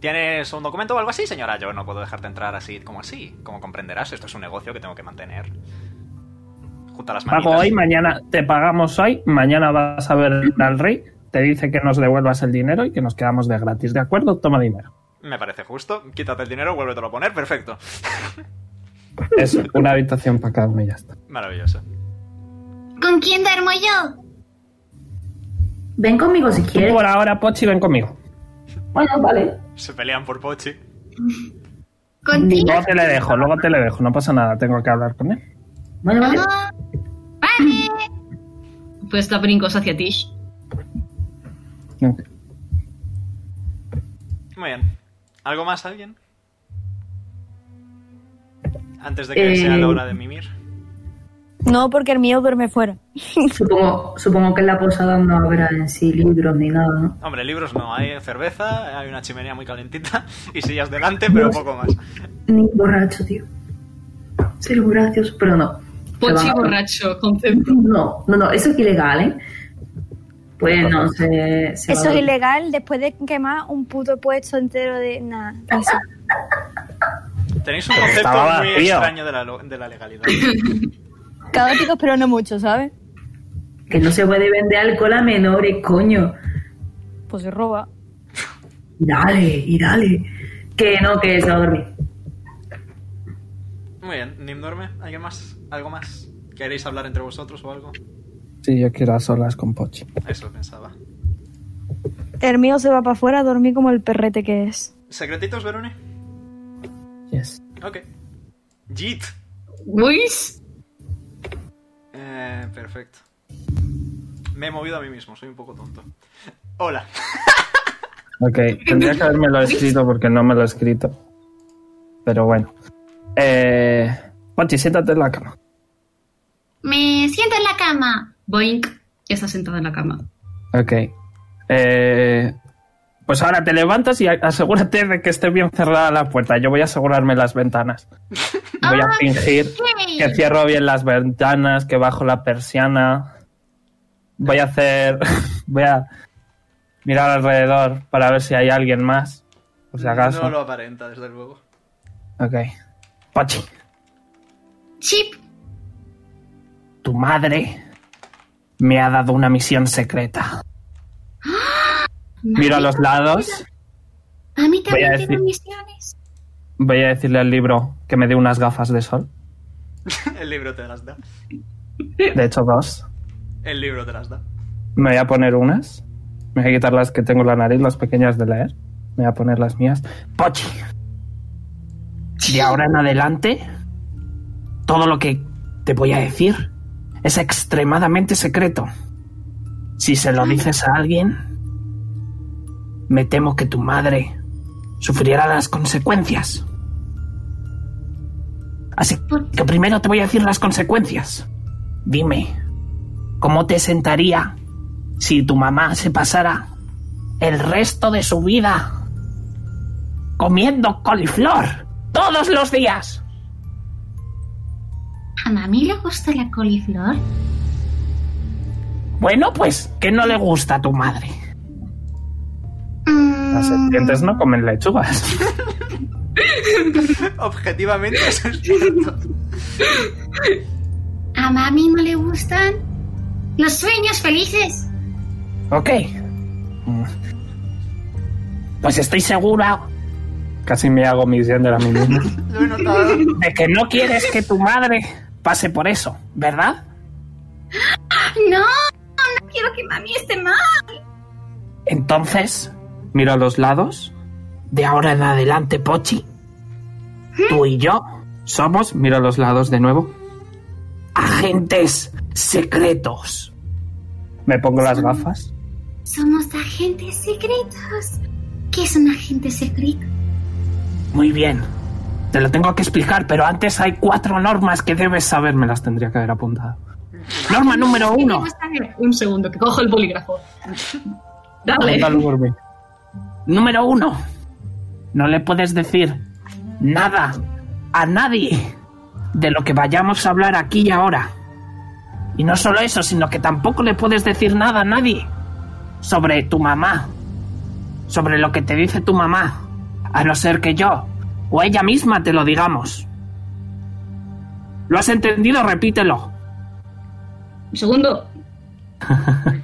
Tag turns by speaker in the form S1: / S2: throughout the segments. S1: ¿Tienes un documento o algo así, señora? Yo no puedo dejarte entrar así como así. Como comprenderás, esto es un negocio que tengo que mantener. Junta las manitas.
S2: Pago hoy, mañana te pagamos hoy, mañana vas a ver al rey, te dice que nos devuelvas el dinero y que nos quedamos de gratis, ¿de acuerdo? Toma dinero.
S1: Me parece justo. Quítate el dinero, vuélvetelo a poner. Perfecto.
S2: Es una habitación para cada uno y ya está.
S1: Maravilloso.
S3: ¿Con quién duermo yo?
S4: Ven conmigo si
S2: Tú
S4: quieres.
S2: por ahora, Pochi, ven conmigo.
S4: Bueno, vale.
S1: Se pelean por Pochi.
S3: ¿Contigo?
S2: Luego te le dejo, luego te le dejo, no pasa nada, tengo que hablar con él.
S4: Vale, vale.
S3: Ah, Vale.
S5: Pues la brincos hacia Tish.
S1: Muy bien. ¿Algo más, alguien? Antes de que
S4: Eh.
S1: sea la hora de mimir.
S6: No, porque el mío duerme fuera.
S4: Supongo, supongo que en la posada no habrá en sí libros ni nada, ¿no?
S1: Hombre, libros no. Hay cerveza, hay una chimenea muy calentita y sillas delante, pero poco más.
S4: Ni borracho, tío. Ser gracioso, pero no. Se van
S5: Pochi
S4: a-
S5: borracho, concepto.
S4: No, no, no, eso es ilegal, ¿eh? Pues no, se, se
S6: Eso
S4: va a-
S6: es ilegal después de quemar un puto puesto entero de nada. Eso.
S1: Tenéis un
S2: Pero
S1: concepto
S2: estaba
S1: muy
S2: vacío.
S1: extraño de la, lo- de la legalidad.
S6: Caóticos, pero no mucho, ¿sabes?
S4: Que no se puede vender alcohol a menores, coño.
S6: Pues se roba.
S4: Y dale, y dale. Que no, que se va a dormir.
S1: Muy bien. ¿Nim duerme? ¿Alguien más? ¿Algo más? ¿Queréis hablar entre vosotros o algo?
S2: Sí, yo quiero a solas con Pochi.
S1: Eso pensaba.
S6: El mío se va para afuera a dormir como el perrete que es.
S1: ¿Secretitos, Verone?
S2: Yes.
S1: Ok. Jit.
S5: Luis.
S1: Eh, perfecto. Me he movido a mí mismo, soy un poco tonto. Hola.
S2: Ok, tendría que haberme lo escrito porque no me lo he escrito. Pero bueno. Eh, Pochi, siéntate en la cama.
S3: Me siento en la cama.
S5: Boink. Ya está sentada en la cama.
S2: Ok. Eh, pues ahora te levantas y a- asegúrate de que esté bien cerrada la puerta. Yo voy a asegurarme las ventanas. Voy
S1: Ah,
S2: a fingir que cierro bien las ventanas, que bajo la persiana. Voy a hacer. Voy a mirar alrededor para ver si hay alguien más. Por si acaso.
S1: No lo aparenta, desde luego.
S2: Ok. Pochi,
S3: Chip.
S2: tu madre me ha dado una misión secreta. Miro a los lados.
S3: A mí
S2: Voy a
S3: también tengo
S2: decir-
S3: misiones.
S2: Voy a decirle al libro que me dé unas gafas de sol.
S1: El libro te las da.
S2: De hecho, dos.
S1: El libro te las da.
S2: Me voy a poner unas. Me voy a quitar las que tengo en la nariz, las pequeñas de leer. Me voy a poner las mías. Pochi. De ahora en adelante, todo lo que te voy a decir es extremadamente secreto. Si se lo dices a alguien, me temo que tu madre sufrirá las consecuencias. Así que primero te voy a decir las consecuencias. Dime, ¿Cómo te sentaría si tu mamá se pasara el resto de su vida comiendo coliflor todos los días?
S3: ¿A mami le gusta la coliflor?
S2: Bueno, pues que no le gusta a tu madre.
S3: Mm,
S2: Las serpientes no comen lechugas.
S1: Objetivamente eso es cierto.
S3: ¿A mami no le gustan los sueños felices?
S2: Ok. Pues estoy segura. Casi me hago misión de la misma.
S1: Lo he notado.
S2: De que no quieres que tu madre pase por eso, ¿verdad?
S3: No, no quiero que mami esté mal.
S2: Entonces, miro a los lados. De ahora en adelante, Pochi. Tú y yo somos, miro a los lados de nuevo, agentes secretos. Me pongo las gafas.
S3: Somos agentes secretos. ¿Qué es un agente secreto?
S2: Muy bien. Te lo tengo que explicar, pero antes hay cuatro normas que debes saber. Me las tendría que haber apuntado. Norma número uno.
S5: Un segundo, que cojo el bolígrafo. Dale.
S2: Apúntalo por mí. Número uno. No le puedes decir nada a nadie de lo que vayamos a hablar aquí y ahora. Y no solo eso, sino que tampoco le puedes decir nada a nadie sobre tu mamá, sobre lo que te dice tu mamá, A no ser que yo o ella misma te lo digamos. ¿Lo has entendido? Repítelo.
S3: Un segundo.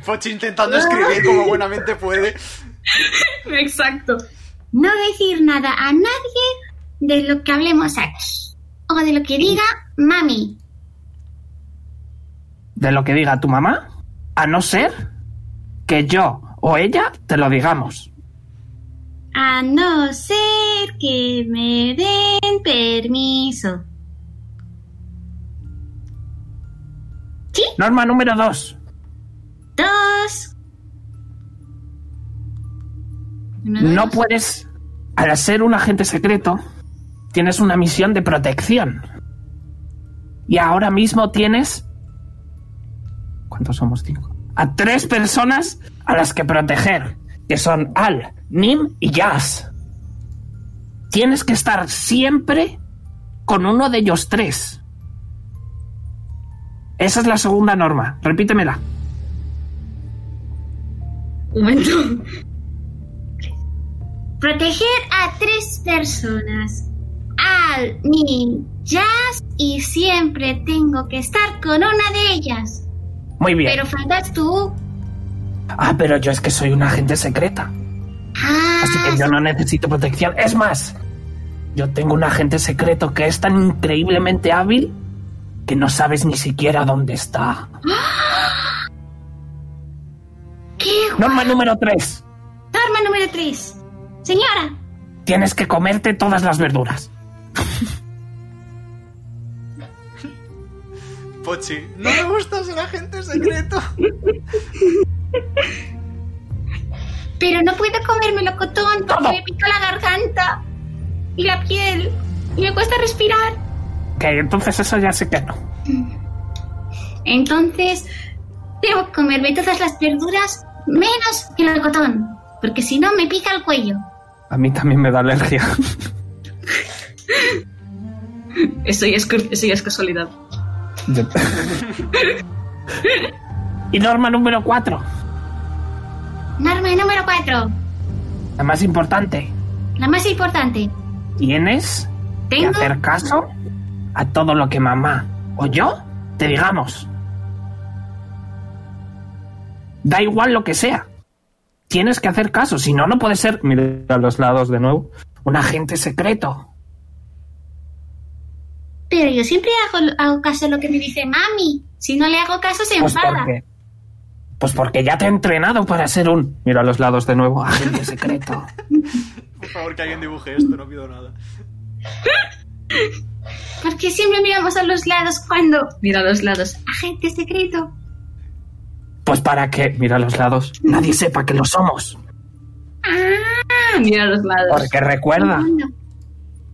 S1: Pochi intentando escribir como buenamente puede.
S3: Exacto.
S7: No decir nada a nadie de lo que hablemos aquí. O de lo que diga mami.
S2: De lo que diga tu mamá, a no ser que yo o ella te lo digamos.
S7: A no ser que me den permiso.
S2: Norma número 2.
S7: Dos. Uno,
S2: No
S7: dos.
S2: puedes... Al ser un agente secreto, tienes una misión de protección. Y ahora mismo tienes... ¿Cuántos somos? Cinco. A tres personas a las que proteger, que son Al, Nim y Jazz. Tienes que estar siempre con uno de ellos tres. Esa es la segunda norma. Repítemela.
S3: Un momento.
S7: Proteger a tres personas. Al, mi, jazz y siempre tengo que estar con una de ellas.
S2: Muy bien.
S7: Pero faltas tú.
S2: Ah, pero yo es que soy una agente secreta.
S7: Ah,
S2: Así que yo no necesito protección. Es más, yo tengo un agente secreto que es tan increíblemente hábil que no sabes ni siquiera dónde está.
S7: qué
S2: Norma número 3.
S7: Norma número 3. Señora,
S2: Tienes que comerte todas las verduras.
S1: Pochi, no me gusta ser agente secreto.
S7: pero no puedo comer melocotón porque
S2: ¿Cómo?
S7: me pica la garganta y la piel y me cuesta respirar.
S2: Que entonces eso ya sé que no.
S7: Entonces, debo comerme todas las verduras menos melocotón, porque si no me pica el cuello.
S2: A mí también me da alergia.
S3: Eso ya es, cur- eso ya es casualidad.
S2: Yo- y norma número 4,
S7: Norma número 4,
S2: la más importante.
S7: la más importante.
S2: Tienes que
S7: Tengo-
S2: hacer caso a todo lo que mamá o yo te digamos. Da igual lo que sea. Tienes que hacer caso, si no, no puedes ser, mira a los lados de nuevo, un agente secreto.
S7: Pero yo siempre hago, hago caso a lo que me dice mami. Si no le hago caso, se
S2: Pues
S7: enfada.
S2: porque, pues porque ya te he entrenado para ser un, mira a los lados de nuevo, agente secreto.
S1: Por favor, que alguien dibuje esto, no pido nada.
S7: Porque siempre miramos a los lados cuando...
S3: Mira a los lados.
S7: Agente secreto.
S2: Pues para que, mira a los lados, nadie sepa que lo somos.
S3: Ah, mira a los lados.
S2: Porque recuerda,
S7: Segundo.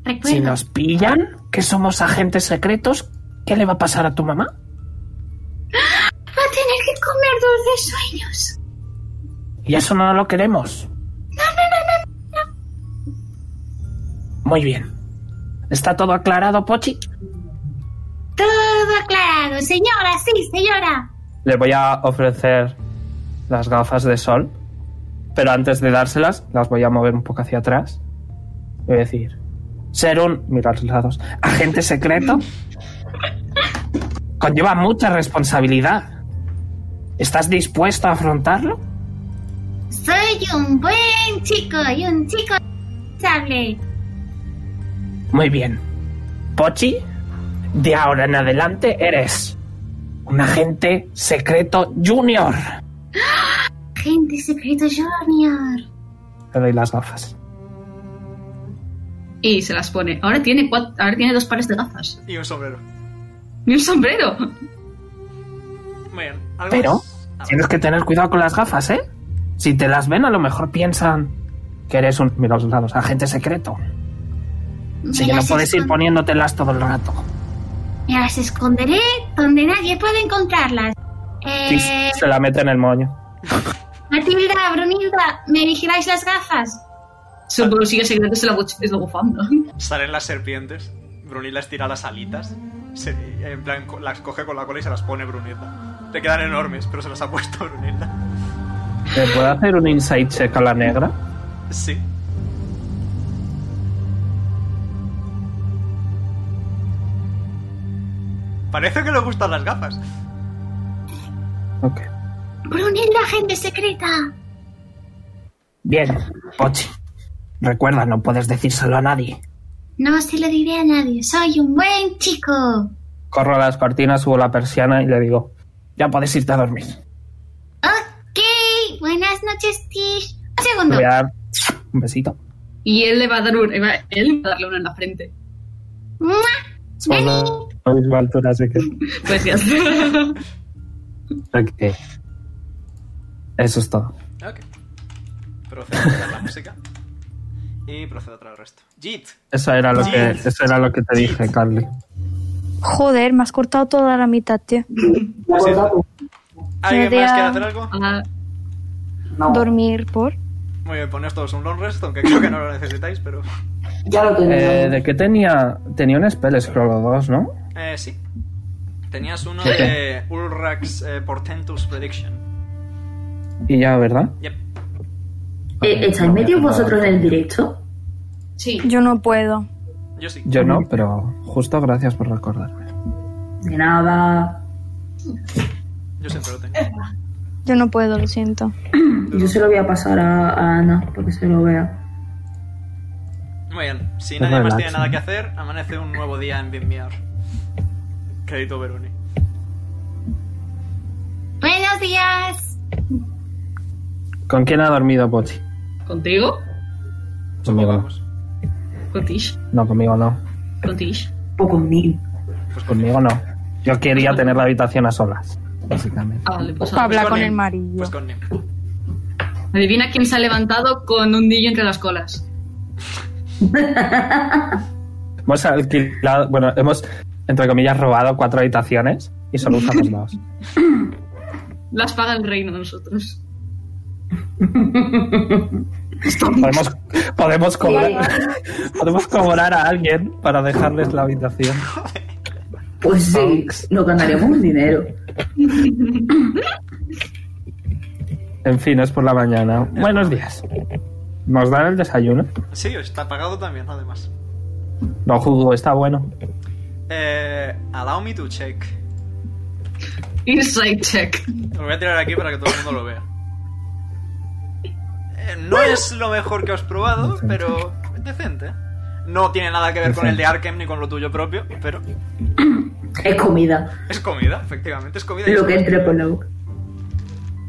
S7: Recuerdo.
S2: si nos pillan que somos agentes secretos, ¿qué le va a pasar a tu mamá?
S7: Va a tener que comer dulces sueños.
S2: Y eso no lo queremos. Muy bien. ¿Está todo aclarado, Pochi?
S7: Todo aclarado. Señora, sí, señora.
S8: Le voy a ofrecer las gafas de sol, pero antes de dárselas, las voy a mover un poco hacia atrás. Le Voy a decir,
S2: Ser un, mira los lados, agente secreto conlleva mucha responsabilidad. ¿Estás dispuesto a afrontarlo?
S7: Soy un buen chico y un chico responsable.
S2: Muy bien. Pochi, de ahora en adelante eres un agente secreto junior.
S7: Agente secreto junior.
S8: le doy las gafas.
S3: Y se las pone. Ahora tiene, cuat- ahora tiene dos pares de gafas.
S1: Y un sombrero.
S3: Y un sombrero.
S1: Muy bien. ¿algo
S2: Pero
S1: más? Ah,
S2: tienes que tener cuidado con las gafas, ¿eh? Si te las ven, a lo mejor piensan que eres un, mira los lados, agente secreto. Así
S7: Me
S2: que no
S7: las
S2: puedes ir
S7: escon-
S2: poniéndotelas todo el rato.
S7: Me las esconderé donde nadie pueda encontrarlas.
S8: Y
S7: Eh,
S8: se la mete en el moño.
S7: Matilda, Brunilda, ¿me vigiláis las gafas?
S3: Su bolsillo secreto se lo, buf- se lo bufando.
S1: Salen las serpientes. Brunilda estira las alitas. Se- en plan, co- las coge con la cola y se las pone Brunilda. Le quedan enormes, pero se las ha puesto Brunilda.
S8: ¿Le puedo hacer un insight check a la negra?
S1: Sí. Parece que le gustan las gafas.
S2: Ok.
S7: Brunilda, gente secreta.
S9: Bien, Pochi. Recuerda, no puedes decírselo a nadie.
S7: No se lo diré a nadie. Soy un buen chico.
S2: Corro a las cortinas, subo la persiana y le digo, ya puedes irte a dormir.
S7: Ok. Buenas noches, Tish. Un
S2: Le
S7: segundo.
S2: voy a dar un besito.
S3: Y él le va a dar un, va- él va a darle uno en la frente.
S7: ¡Mua!
S10: Solo a misma altura, así que.
S3: Pues ya está.
S2: Ok. Eso es todo.
S1: Ok. Procedo a tirar la música. Y procedo a traer el resto. Jit.
S2: Eso era lo,
S1: Sí.
S2: que, eso era lo que te dije, Carly.
S6: Joder, me has cortado toda la mitad, tío.
S1: ¿Alguien más
S6: Media-
S1: quiere hacer algo?
S3: Ah,
S4: No,
S6: Dormir por.
S1: Muy bien, poneos todos un long rest, aunque creo que no lo necesitáis, pero...
S4: ya lo tenía.
S2: Eh, ¿De qué tenía? Tenía un spell scroll 2, ¿no?
S1: Eh, sí. Tenías uno
S2: Ok.
S1: de Ulrax eh, Portentous Prediction.
S2: Y ya, ¿verdad?
S1: Yep.
S4: Eh, ¿Estáis metidos vosotros en el directo?
S3: sí.
S6: Yo no puedo.
S1: Yo sí.
S2: Yo no, pero justo gracias por recordarme.
S4: De nada.
S1: Yo siempre lo tengo.
S6: Yo no puedo, lo siento.
S4: Yo se lo voy a pasar a, a Ana porque se lo vea.
S1: Muy bien. Si
S2: Es
S1: nadie más tiene
S2: relax,
S1: nada
S2: ¿no?
S1: que hacer, amanece un nuevo día en Bimbiar. Crédito Veroni.
S7: Buenos días.
S2: ¿Con quién ha dormido Pochi?
S3: ¿Contigo?
S2: Conmigo.
S1: Vamos.
S3: Con Tish.
S2: No, conmigo no.
S3: Con Tish.
S4: Poco mí.
S1: Pues conmigo.
S2: Conmigo no. Yo quería tener la habitación a solas, básicamente.
S3: Ah, vale, pues
S6: Para hablar
S1: con
S6: con
S1: él.
S6: el marillo.
S1: Pues con Nim.
S3: Adivina quién se ha levantado con un dillo entre las colas.
S2: Hemos alquilado, bueno, hemos, entre comillas, robado cuatro habitaciones y solo usamos dos.
S3: Las paga el reino nosotros.
S2: Podemos, podemos, cobrar, podemos cobrar a alguien para dejarles la habitación.
S4: Pues sí,
S2: Ah,
S4: nos ganaremos un dinero.
S2: En fin, es por la mañana. Buenos días. ¿Nos dan el desayuno?
S1: Sí, está pagado también, además.
S2: No jugo, está bueno.
S1: Eh, allow me to check.
S3: Inside check.
S1: Lo voy a tirar aquí para que todo el mundo lo vea. Eh, no es lo mejor que has probado,
S2: Decente.
S1: pero es decente. No tiene nada que ver con el de Arkham ni con lo tuyo propio, pero
S4: Es comida.
S1: es comida, efectivamente, es comida. y es
S4: Lo que entre por la boca.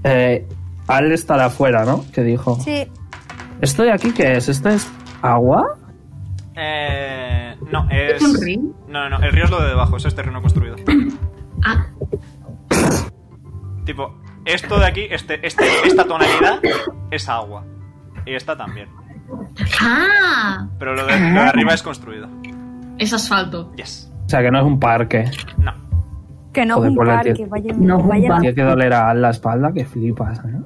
S2: Eh, Al estará afuera, ¿no? Que dijo.
S6: Sí,
S2: ¿Esto de aquí qué es? ¿Esto es agua?
S1: Eh, no, es.
S3: ¿Es un río?
S1: No, no, no, el río es lo de debajo, eso es terreno construido.
S3: Ah,
S1: tipo, esto de aquí, este, este- esta tonalidad es agua. Y esta también.
S7: Ah,
S1: Pero lo de, lo de arriba es construido.
S3: es asfalto.
S1: Yes.
S2: O sea, que no es un parque.
S1: No.
S6: que no
S2: Joder,
S6: es un
S2: por la
S6: parque.
S2: tierra.
S6: Vaya,
S4: No es un
S6: vaya-
S4: parque.
S2: Tiene que doler a Al la espalda, que flipas, ¿no?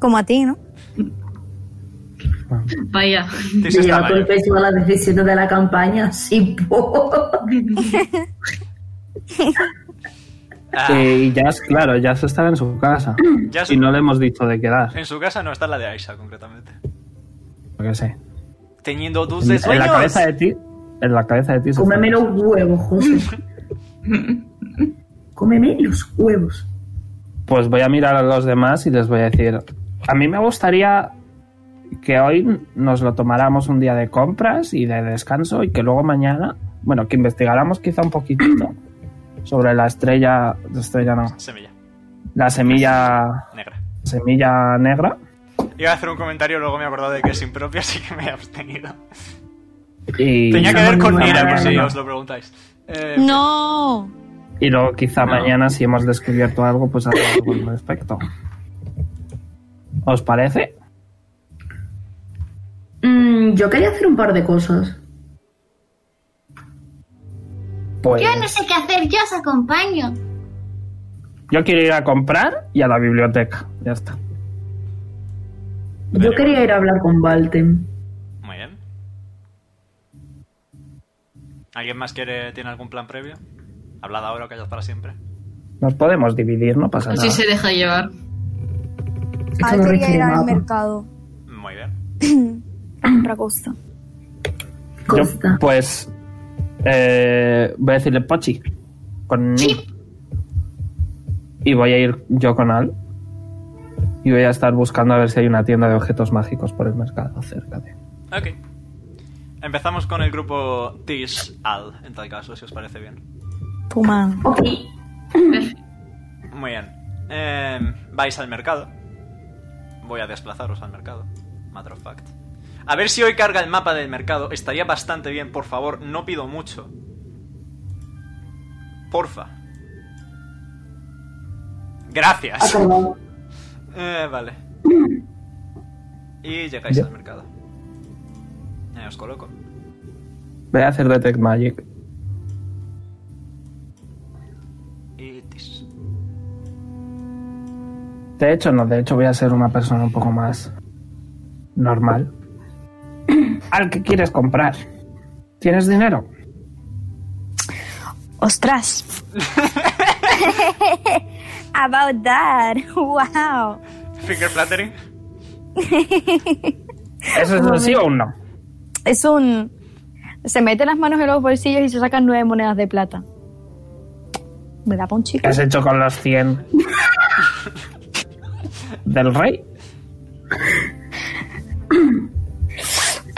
S6: Como a ti, ¿no?
S3: Vaya.
S1: Tis
S4: Te
S1: está
S4: lleva todo el
S1: mayor.
S4: peso a las decisiones de la campaña. Sí, po.
S1: Ah,
S2: Eh, Y Jazz, claro, Jazz estará en su casa.
S1: ya
S2: Si
S1: su-
S2: no le hemos dicho de quedar,
S1: En su casa no está la de Aisha, concretamente.
S2: yo qué sé.
S1: Teñiendo
S2: En,
S1: dulces
S2: en
S1: sueños.
S2: la cabeza de ti, en la cabeza de ti se
S4: Cómeme
S2: está-
S4: los huevos, José. Cómeme los huevos.
S2: Pues voy a mirar a los demás y les voy a decir, a mí me gustaría que hoy nos lo tomáramos un día de compras y de descanso y que luego mañana, bueno, que investigáramos quizá un poquitito sobre la estrella, la estrella no,
S1: Semilla
S2: la semilla,
S1: negra.
S2: semilla negra.
S1: Iba a hacer un comentario, luego me he acordado de que es impropio, así que me he abstenido.
S2: Y,
S1: Tenía que ver con
S2: no,
S1: Nira,
S2: no,
S1: por
S2: no,
S1: si
S2: no.
S1: os lo preguntáis. Eh,
S6: No.
S2: y luego quizá mañana si hemos descubierto algo, pues hacer algo al respecto. ¿Os parece?
S4: Mm, yo quería hacer un par de cosas.
S2: Pues...
S7: yo no sé qué hacer, yo os acompaño.
S2: Yo quiero ir a comprar y a la biblioteca. Ya está.
S4: Yo quería ir a hablar con Valten.
S1: Muy bien. ¿Alguien más quiere, tiene algún plan previo? Hablad ahora o callad para siempre.
S2: Nos podemos dividir, no pasa
S3: Así
S2: nada.
S3: se deja llevar.
S4: Esto
S6: Al
S4: no
S6: Ah, quería
S4: requiere
S6: ir al
S4: nada.
S6: mercado.
S1: Muy bien.
S6: Otra cosa.
S2: Yo,
S4: Costa.
S2: pues Eh, voy a decirle Pochi. Con Ni.
S7: Sí.
S2: Y voy a ir yo con Al. Y voy a estar buscando a ver si hay una tienda de objetos mágicos por el mercado cerca de.
S1: Ok. Empezamos con el grupo Tis Al, en tal caso, si os parece bien.
S6: Puma.
S4: Ok.
S2: pues
S1: Muy bien. Em, vais al mercado. Voy a desplazaros al mercado. Matter of fact. A ver si hoy carga el mapa del mercado. Estaría bastante bien, por favor. No pido mucho. Porfa. Gracias.
S4: Acordado.
S1: Eh, vale. Y llegáis al mercado. Eh, os coloco.
S2: Voy a hacer Detect Magic.
S1: Y tis.
S2: De hecho, no, de hecho voy a ser una persona un poco más normal. Al que quieres comprar. ¿Tienes dinero?
S6: Ostras. About that. Wow.
S1: Finger flattering.
S2: ¿Eso es un sí o un no?
S6: Es un... Se mete las manos en los bolsillos y se sacan nueve monedas de plata. ¿Me da pa' un chico?
S2: ¿Qué has hecho con los 100 del rey?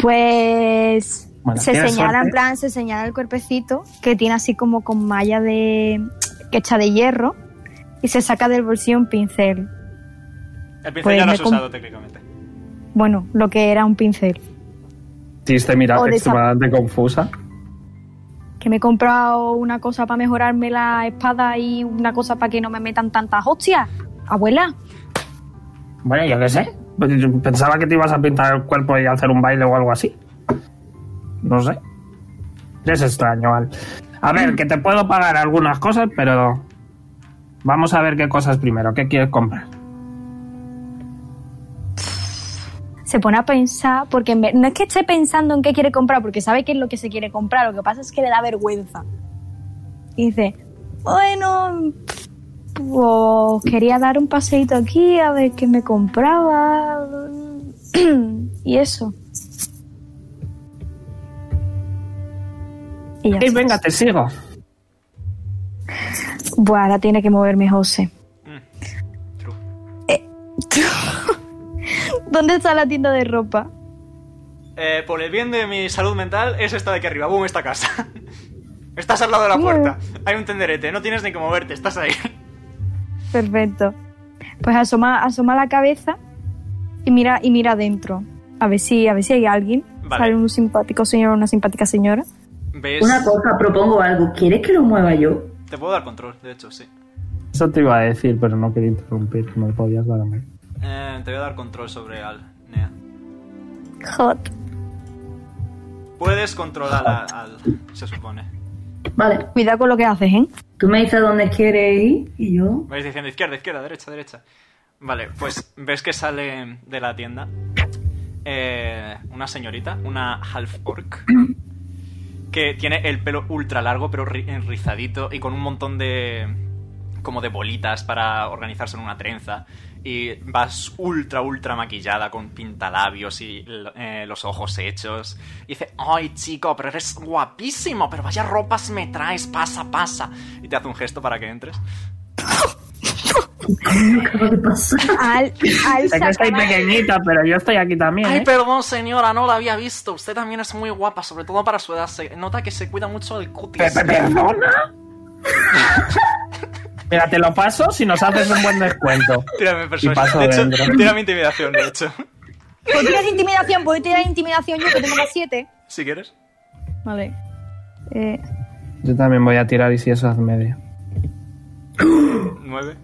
S6: Pues
S2: Bueno,
S6: se
S2: tienes
S6: señala en
S2: suerte.
S6: plan, se señala el cuerpecito que tiene así como con malla de que hecha de hierro y se saca del bolsillo un pincel.
S1: El pincel
S6: Pues
S1: ya lo
S6: me
S1: has
S6: com-
S1: usado técnicamente.
S6: Bueno, lo que era un pincel.
S2: Tis te este, mira
S6: O desa-
S2: extremadamente confusa.
S6: Que me he comprado una cosa para mejorarme la espada y una cosa para que no me metan tantas hostias. Abuela,
S2: Bueno, yo qué sé. Pensaba que te ibas a pintar el cuerpo y hacer un baile o algo así. No sé. Es extraño, Al. A ver, que te puedo pagar algunas cosas, pero... Vamos a ver qué cosas primero. ¿Qué quieres comprar?
S6: se pone a pensar, porque en vez- no es que esté pensando en qué quiere comprar, porque sabe qué es lo que se quiere comprar, lo que pasa es que le da vergüenza. Y dice, bueno, pues quería dar un paseíto aquí a ver qué me compraba. y eso. Y ya
S2: Y
S6: está.
S2: venga, te sigo.
S6: Buah, ahora tiene que moverme José. Eh,
S1: Mm. True.
S6: ¿Dónde está la tienda de ropa?
S1: Eh, por el bien de mi salud mental, es esta de aquí arriba. Boom, esta casa. Estás al lado de la puerta. Hay un tenderete. No tienes ni que moverte. Estás ahí.
S6: Perfecto. Pues asoma, asoma la cabeza y mira y mira adentro. A ver si, a ver si hay alguien.
S1: Vale.
S6: Sale un simpático señor o una simpática señora.
S1: ¿Ves?
S4: Una cosa, propongo algo. ¿Quieres que lo mueva yo?
S1: Te puedo dar control, de hecho, sí.
S2: Eso te iba a decir, pero no quería interrumpir. No podías darme.
S1: Eh, te voy a dar control sobre Al, Nea.
S6: Hot.
S1: Puedes controlar a Al, se supone.
S4: Vale.
S6: Cuidado con lo que haces, ¿eh?
S4: Tú me dices dónde quieres ir y yo.
S1: Vais diciendo izquierda, izquierda, derecha, derecha. Vale, pues ves que sale de la tienda eh, una señorita, una half orc, que tiene el pelo ultra largo pero ri- enrizadito y con un montón de como de bolitas para organizarse en una trenza y vas ultra ultra maquillada con pintalabios y l- eh, los ojos hechos y dice ay chico pero eres guapísimo pero vaya ropas me traes pasa pasa y te hace un gesto para que entres
S4: ¿Qué acaba de pasar?
S6: Al, al
S2: Es que soy
S6: sacar-
S2: pequeñita, pero yo estoy aquí también.
S1: Ay,
S2: ¿eh?
S1: perdón, señora, no la había visto. Usted también es muy guapa, sobre todo para su edad. Se nota que se cuida mucho del cutis.
S2: Pe- pe- ¿Perdona? Mira, te lo paso si nos haces un buen descuento.
S1: Tírame
S2: Y paso
S1: persuasión. De hecho,
S2: dentro.
S1: tírame intimidación, de hecho.
S6: Pues tiras intimidación, pues tiras intimidación yo que tengo más siete.
S1: Si quieres.
S6: Vale. Eh,
S2: Yo también voy a tirar y si eso haz media.
S1: Nueve.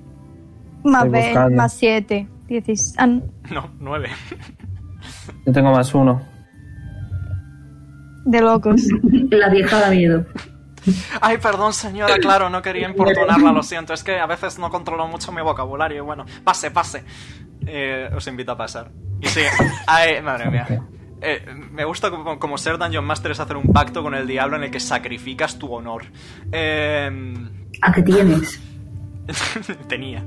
S6: más
S2: Estoy
S6: B,
S2: buscando.
S6: más siete. Diecis- ah, no.
S1: No, nueve.
S2: Yo tengo más uno.
S6: de locos.
S4: La vieja da miedo.
S1: Ay, perdón, señora, claro, no quería importunarla, lo siento. Es que a veces no controlo mucho mi vocabulario. Bueno, pase, pase. Eh, os invito a pasar. Y sigue. Ay, madre mía. Eh, me gusta como, como ser Dungeon Master es hacer un pacto con el diablo en el que sacrificas tu honor. Eh...
S4: ¿A qué tienes?
S1: Tenía.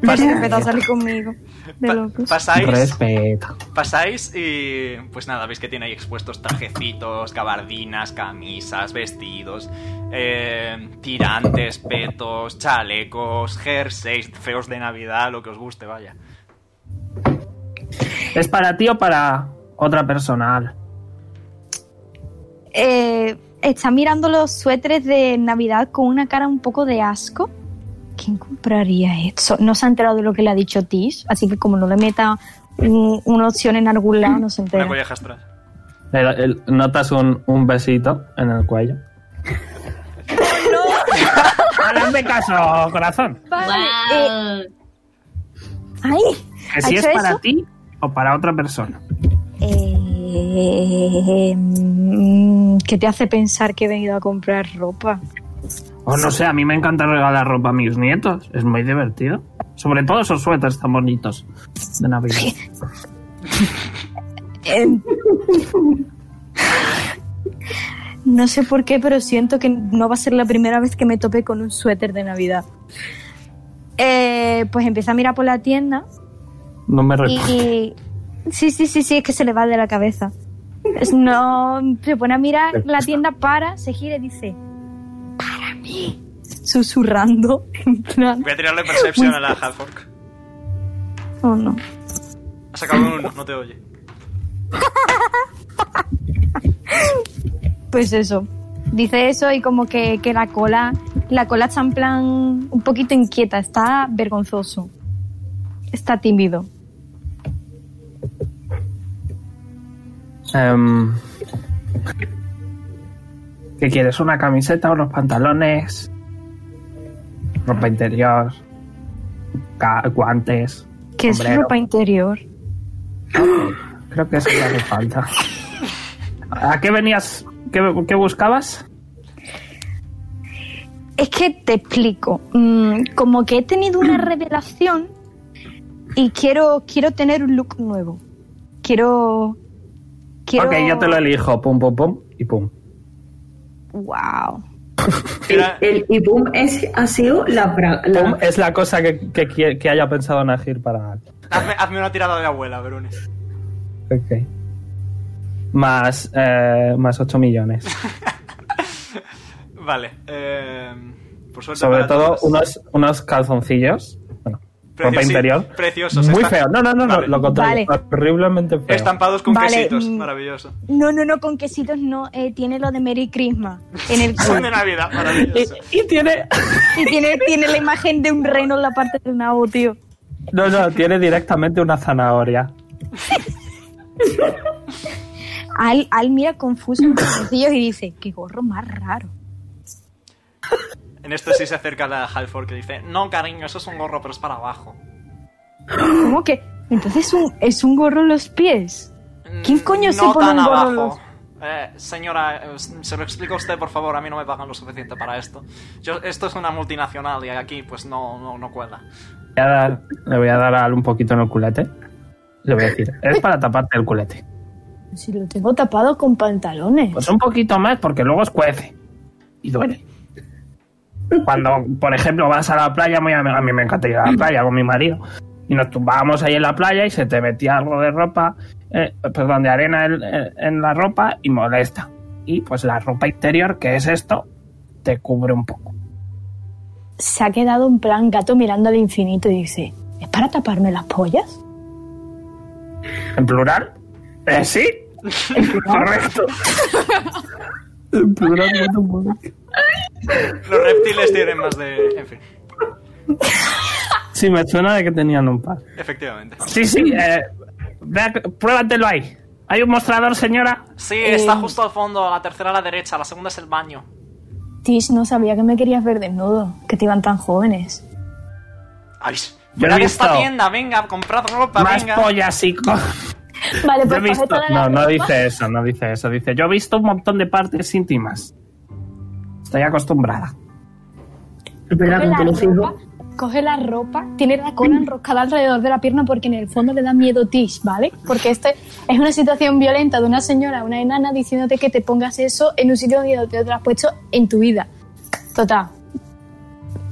S6: Vas a salir conmigo. De
S1: Pa-
S6: locos.
S1: pasáis,
S9: Respeto.
S1: pasáis y pues nada, veis que tiene ahí expuestos trajecitos, gabardinas, camisas, vestidos, eh, tirantes, petos, chalecos, jerseys, feos de Navidad, lo que os guste, vaya.
S2: ¿Es para ti o para otra personal?
S6: Eh, está mirando los suéteres de Navidad con una cara un poco de asco. ¿Quién compraría esto? No se ha enterado de lo que le ha dicho Tish, así que como no le meta un- una opción en algún lado, no se
S1: Una
S6: entera.
S1: colleja astral.
S2: Le da- el- notas un, un besito en el cuello. ¡No! ¡Hazme caso, corazón!
S6: Vale, eh,
S3: Guau.
S6: ¡Ay!
S2: Que
S6: ¿Ha
S2: si es
S6: hecho
S2: para
S6: eso?
S2: ti o para otra persona.
S6: Eh, mm, ¿Qué te hace pensar que he venido a comprar ropa?
S2: O no sé, a mí me encanta regalar ropa a mis nietos. Es muy divertido. Sobre todo esos suéteres tan bonitos de Navidad.
S6: Eh, No sé por qué, pero siento que no va a ser la primera vez que me tope con un suéter de Navidad. Eh, pues empieza a mirar por la tienda
S2: No me
S6: y,
S2: recuerdo.
S6: y- Sí, sí, sí, sí, es que se le va de la cabeza. Es- No, se pone a mirar la tienda, para, se gira y dice, para mí, susurrando, en plan,
S1: Voy a tirarle Perception a la Halfork.
S6: oh no.
S1: Ha sacado un uno, no te oye.
S6: Pues eso. Dice eso y como que, que la cola, la cola está en plan un poquito inquieta, está vergonzoso. Está tímido.
S2: Em, ¿Qué quieres? ¿Una camiseta, unos pantalones? Ropa interior. ga- Guantes.
S6: Que es
S2: Sombrero.
S6: ropa interior.
S2: Creo que eso ya hace falta. ¿A qué venías? ¿Qué, qué buscabas?
S6: Es que te explico. Mm, como que he tenido una revelación y quiero, quiero tener un look nuevo. Quiero. quiero...
S2: Ok, yo te lo elijo. Pum, pum, pum y pum.
S6: Wow.
S1: Tira-
S4: El, y boom es, ha sido la, pra- la-
S2: Pum es la cosa que, que, quie- que haya pensado Nagir para...
S1: hazme, hazme una tirada de abuela, Verone.
S2: Ok. Más, eh, más 8 millones.
S1: Vale. eh, por suerte
S2: Sobre
S1: para
S2: todo
S1: todas.
S2: unos, unos calzoncillos. Bueno, ropa
S1: Preciosi-
S2: interior.
S1: Preciosos.
S2: Muy
S1: esta-
S2: feo. No, no, no,
S1: Vale.
S2: no lo contrario.
S6: Vale.
S2: Horriblemente feo.
S1: Estampados con
S6: Vale,
S1: quesitos.
S6: mm.
S1: Maravilloso.
S6: No, no, no, con quesitos no. eh, tiene lo de Merry Christmas en el
S1: Son de
S6: culo.
S1: Navidad, maravilloso.
S6: Eh,
S2: Y, y tiene...
S6: Y tiene, tiene la imagen de un reno en la parte del nabo, tío.
S2: No, no, tiene directamente una zanahoria.
S6: Al, Al mira confuso en los bolsillos y dice, qué gorro más raro.
S1: En esto sí se acerca la Halford que dice, no, cariño, eso es un gorro, pero es para abajo.
S6: ¿Cómo que? Entonces es un, es un gorro en los pies. ¿Quién
S1: Mm,
S6: coño se
S1: no
S6: pone
S1: tan
S6: un gorro en
S1: abajo. Eh, señora, eh, se lo explico a usted, por favor, a mí no me pagan lo suficiente para esto. Yo, esto es una multinacional y aquí pues no, no, no cuela.
S2: Voy a dar- le voy a dar a Al un poquito en el culete. Le voy a decir, es para taparte el culete.
S6: Si lo tengo tapado con pantalones.
S2: Pues un poquito más porque luego escuece. Y duele. Cuando, por ejemplo, vas a la playa, muy a, a mí me encanta ir a la playa con mi marido. Y nos tumbábamos ahí en la playa y se te metía algo de ropa, eh, perdón, de arena en, en- en la ropa y molesta. Y pues la ropa interior, que es esto, te cubre un poco.
S6: Se ha quedado en plan gato mirando al infinito y dice, ¿es para taparme las pollas?
S2: ¿En plural? Eh, sí. Correcto. en plural no te mueves.
S1: Los reptiles tienen más de... En fin,
S2: Sí, me suena de que tenían un par.
S1: efectivamente.
S2: Sí, sí. Eh, vea que- pruébatelo ahí. ¿Hay un mostrador, señora?
S1: Sí,
S6: Eh,
S1: está justo al fondo, a la tercera a la derecha, la segunda es el baño.
S6: Tish, no sabía que me querías ver desnudo, que te iban tan jóvenes.
S1: Ay,
S2: Yo
S1: venid
S2: he
S1: a esta
S2: visto.
S1: tienda, venga, comprad ropa,
S2: Más
S1: venga.
S2: pollas y... co-
S6: Vale,
S2: Yo
S6: pues
S2: he
S6: coge
S2: visto...
S6: toda la
S2: No, no
S6: ropa.
S2: dice eso, no dice eso. Dice, yo he visto un montón de partes íntimas. Estoy acostumbrada.
S4: ¿Verdad? Con
S6: Coge
S4: todos
S6: la
S4: los hijos.
S6: ropa, Coge la ropa, tiene la cola
S2: Mm.
S6: enroscada alrededor de la pierna porque en el fondo le da miedo Tish, ¿vale? Porque este es una situación violenta de una señora, una enana, diciéndote que te pongas eso en un sitio donde no te lo has puesto en tu vida. Total.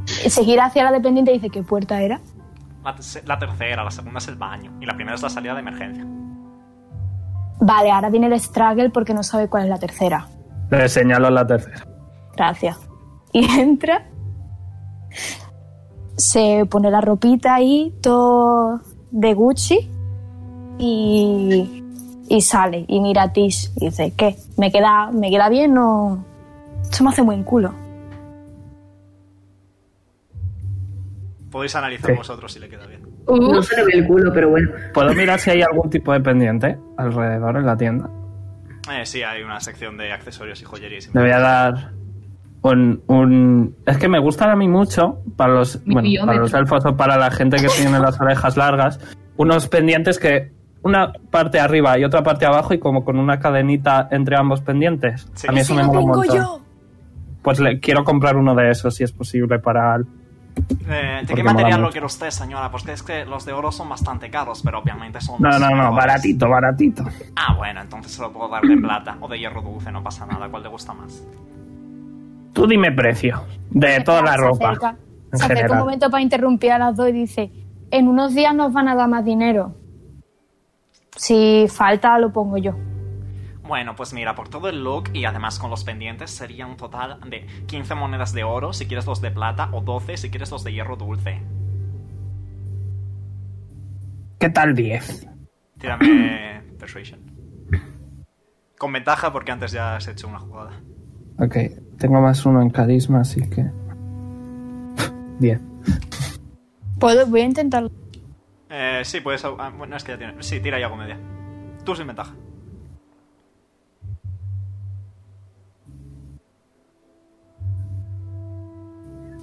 S6: Se gira hacia la dependiente y dice, ¿qué puerta era?
S1: La, terce- la tercera, la segunda es el baño. Y la primera es la salida de emergencia.
S6: Vale, ahora viene el struggle porque no sabe cuál es la tercera.
S2: Le señalo la tercera.
S6: Gracias. Y entra. Se pone la ropita ahí, todo de Gucci. Y, y sale y mira a Tish. Y dice, ¿qué? ¿Me queda, ¿Me queda bien o...? Esto me hace buen culo.
S1: Podéis analizar
S2: Sí.
S1: vosotros si le queda bien.
S4: No
S3: Uh,
S4: se le ve el culo, pero bueno.
S2: ¿Puedo mirar si hay algún tipo de pendiente alrededor en la tienda?
S1: Eh, sí, hay una sección de accesorios y joyería. y sin-
S2: Le voy a dar un, un- Es que me gustan a mí mucho, para los, bueno,
S3: Mi
S2: para
S3: biómetro.
S2: los elfos o para la gente que tiene las orejas largas, unos pendientes que una parte arriba y otra parte abajo y como con una cadenita entre ambos pendientes.
S1: Sí.
S2: A mí eso me mola un montón. Pues le, quiero comprar uno de esos si es posible para... Al.
S1: Eh, ¿De
S2: Porque
S1: qué
S2: mola
S1: material lo
S2: mucho.
S1: quiere usted, señora? Porque es que los de oro son bastante caros, pero obviamente son.
S2: No,
S1: los
S2: no, no,
S1: mejores.
S2: baratito, baratito.
S1: Ah, bueno, entonces se lo puedo dar de plata o de hierro dulce, no pasa nada. ¿Cuál le gusta más?
S2: Tú dime precio de toda la
S6: Se
S2: ropa.
S6: acerca-
S2: en
S6: se acerca un
S2: general.
S6: momento para interrumpir a las dos y dice, en unos días nos van a dar más dinero. Si falta, lo pongo yo.
S1: Bueno, pues mira, por todo el look y además con los pendientes sería un total de 15 monedas de oro si quieres los de plata o 12 si quieres los de hierro dulce.
S2: ¿Qué tal 10?
S1: Tírame Persuasion. Con ventaja porque antes ya has hecho una jugada.
S2: Ok, tengo más uno en carisma, así que... 10.
S6: Puedo, voy a intentarlo.
S1: Eh, sí, pues... ah, Bueno, es que ya tiene... Sí, tira ya comedia. Tú sin ventaja.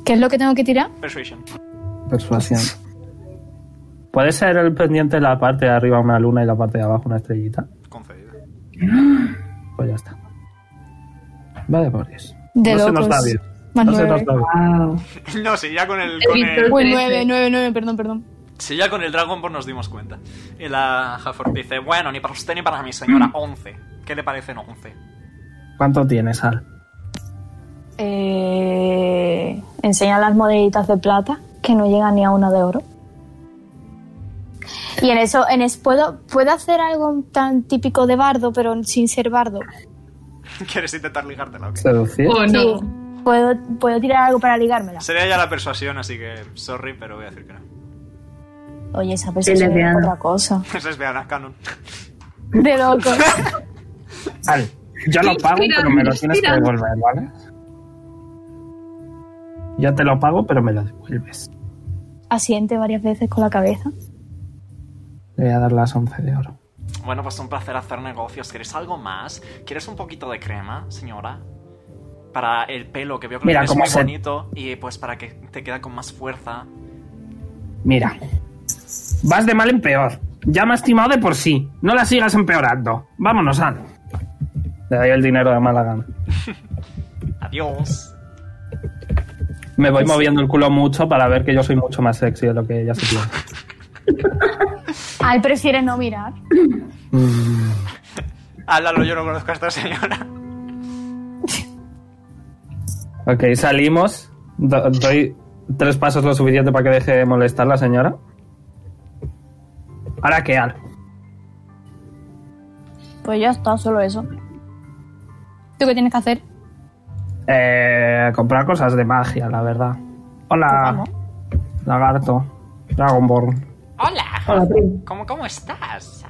S6: ¿Qué es lo que tengo que tirar?
S1: Persuasion.
S2: Persuasión. ¿Puede ser el pendiente de la parte de arriba una luna y la parte de abajo una estrellita?
S1: Concedido.
S2: Pues ya está. Vale, por 10.
S6: De
S2: no se nos
S6: locos.
S2: da bien.
S6: Más
S2: No se
S6: nueve.
S2: nos da bien.
S4: Wow.
S1: No, si ya con el...
S3: El
S1: Con
S3: Víctor.
S1: el
S6: Uy,
S3: Trece.
S6: 9, 9, 9, perdón, perdón.
S1: si ya con el Dragon Ball nos dimos cuenta. Y la Halford dice, bueno, ni para usted ni para mi señora,
S2: Mm.
S1: 11. ¿Qué le parecen 11?
S2: ¿Cuánto tienes, Al?
S6: Eh, enseña las moneditas de plata, que no llegan ni a una de oro. Y en eso, en es, puedo, puedo hacer algo tan típico de bardo, pero sin ser bardo.
S1: ¿Quieres intentar ligártela o qué?
S2: ¿Seducir?
S3: o
S6: Sí.
S3: no.
S6: ¿Puedo, puedo tirar algo para ligármela.
S1: Sería ya la persuasión, así que... Sorry, pero voy a decir que no.
S6: Oye, esa persona
S4: Dile,
S6: es
S4: Diana.
S6: otra cosa.
S1: Esa es Beana Canon.
S6: De loco.
S2: Al, yo lo pago,
S3: Respira,
S2: pero me lo tienes que
S3: respira.
S2: devolver, ¿vale? Yo te lo pago, pero me lo devuelves.
S6: Asiente varias veces con la cabeza.
S2: Le voy a dar las 11 de oro.
S1: Bueno, pues un placer hacer negocios. ¿Quieres algo más? ¿Quieres un poquito de crema, señora? Para el pelo, que veo que lo
S2: Mira,
S1: tienes
S2: cómo
S1: muy
S2: se-
S1: bonito. Y pues para que te quede con más fuerza.
S2: Mira, vas de mal en peor. Ya me ha estimado de por sí. No la sigas empeorando. Vámonos, Al. Le doy el dinero de mala gana.
S1: Adiós.
S2: Me voy moviendo el culo mucho para ver que yo soy mucho más sexy de lo que ella se piensa.
S6: Al prefiere no mirar.
S1: Álalo, yo no conozco a esta señora.
S2: ok, salimos. Do- doy tres pasos lo suficiente para que deje de molestar la señora. Ahora qué, Al.
S6: Pues ya está, solo eso. ¿Tú qué tienes que hacer?
S2: Eh, comprar cosas de magia, la verdad. Hola,
S6: Pues
S2: lagarto. Dragonborn.
S4: Hola, primo.
S1: ¿Cómo, cómo estás?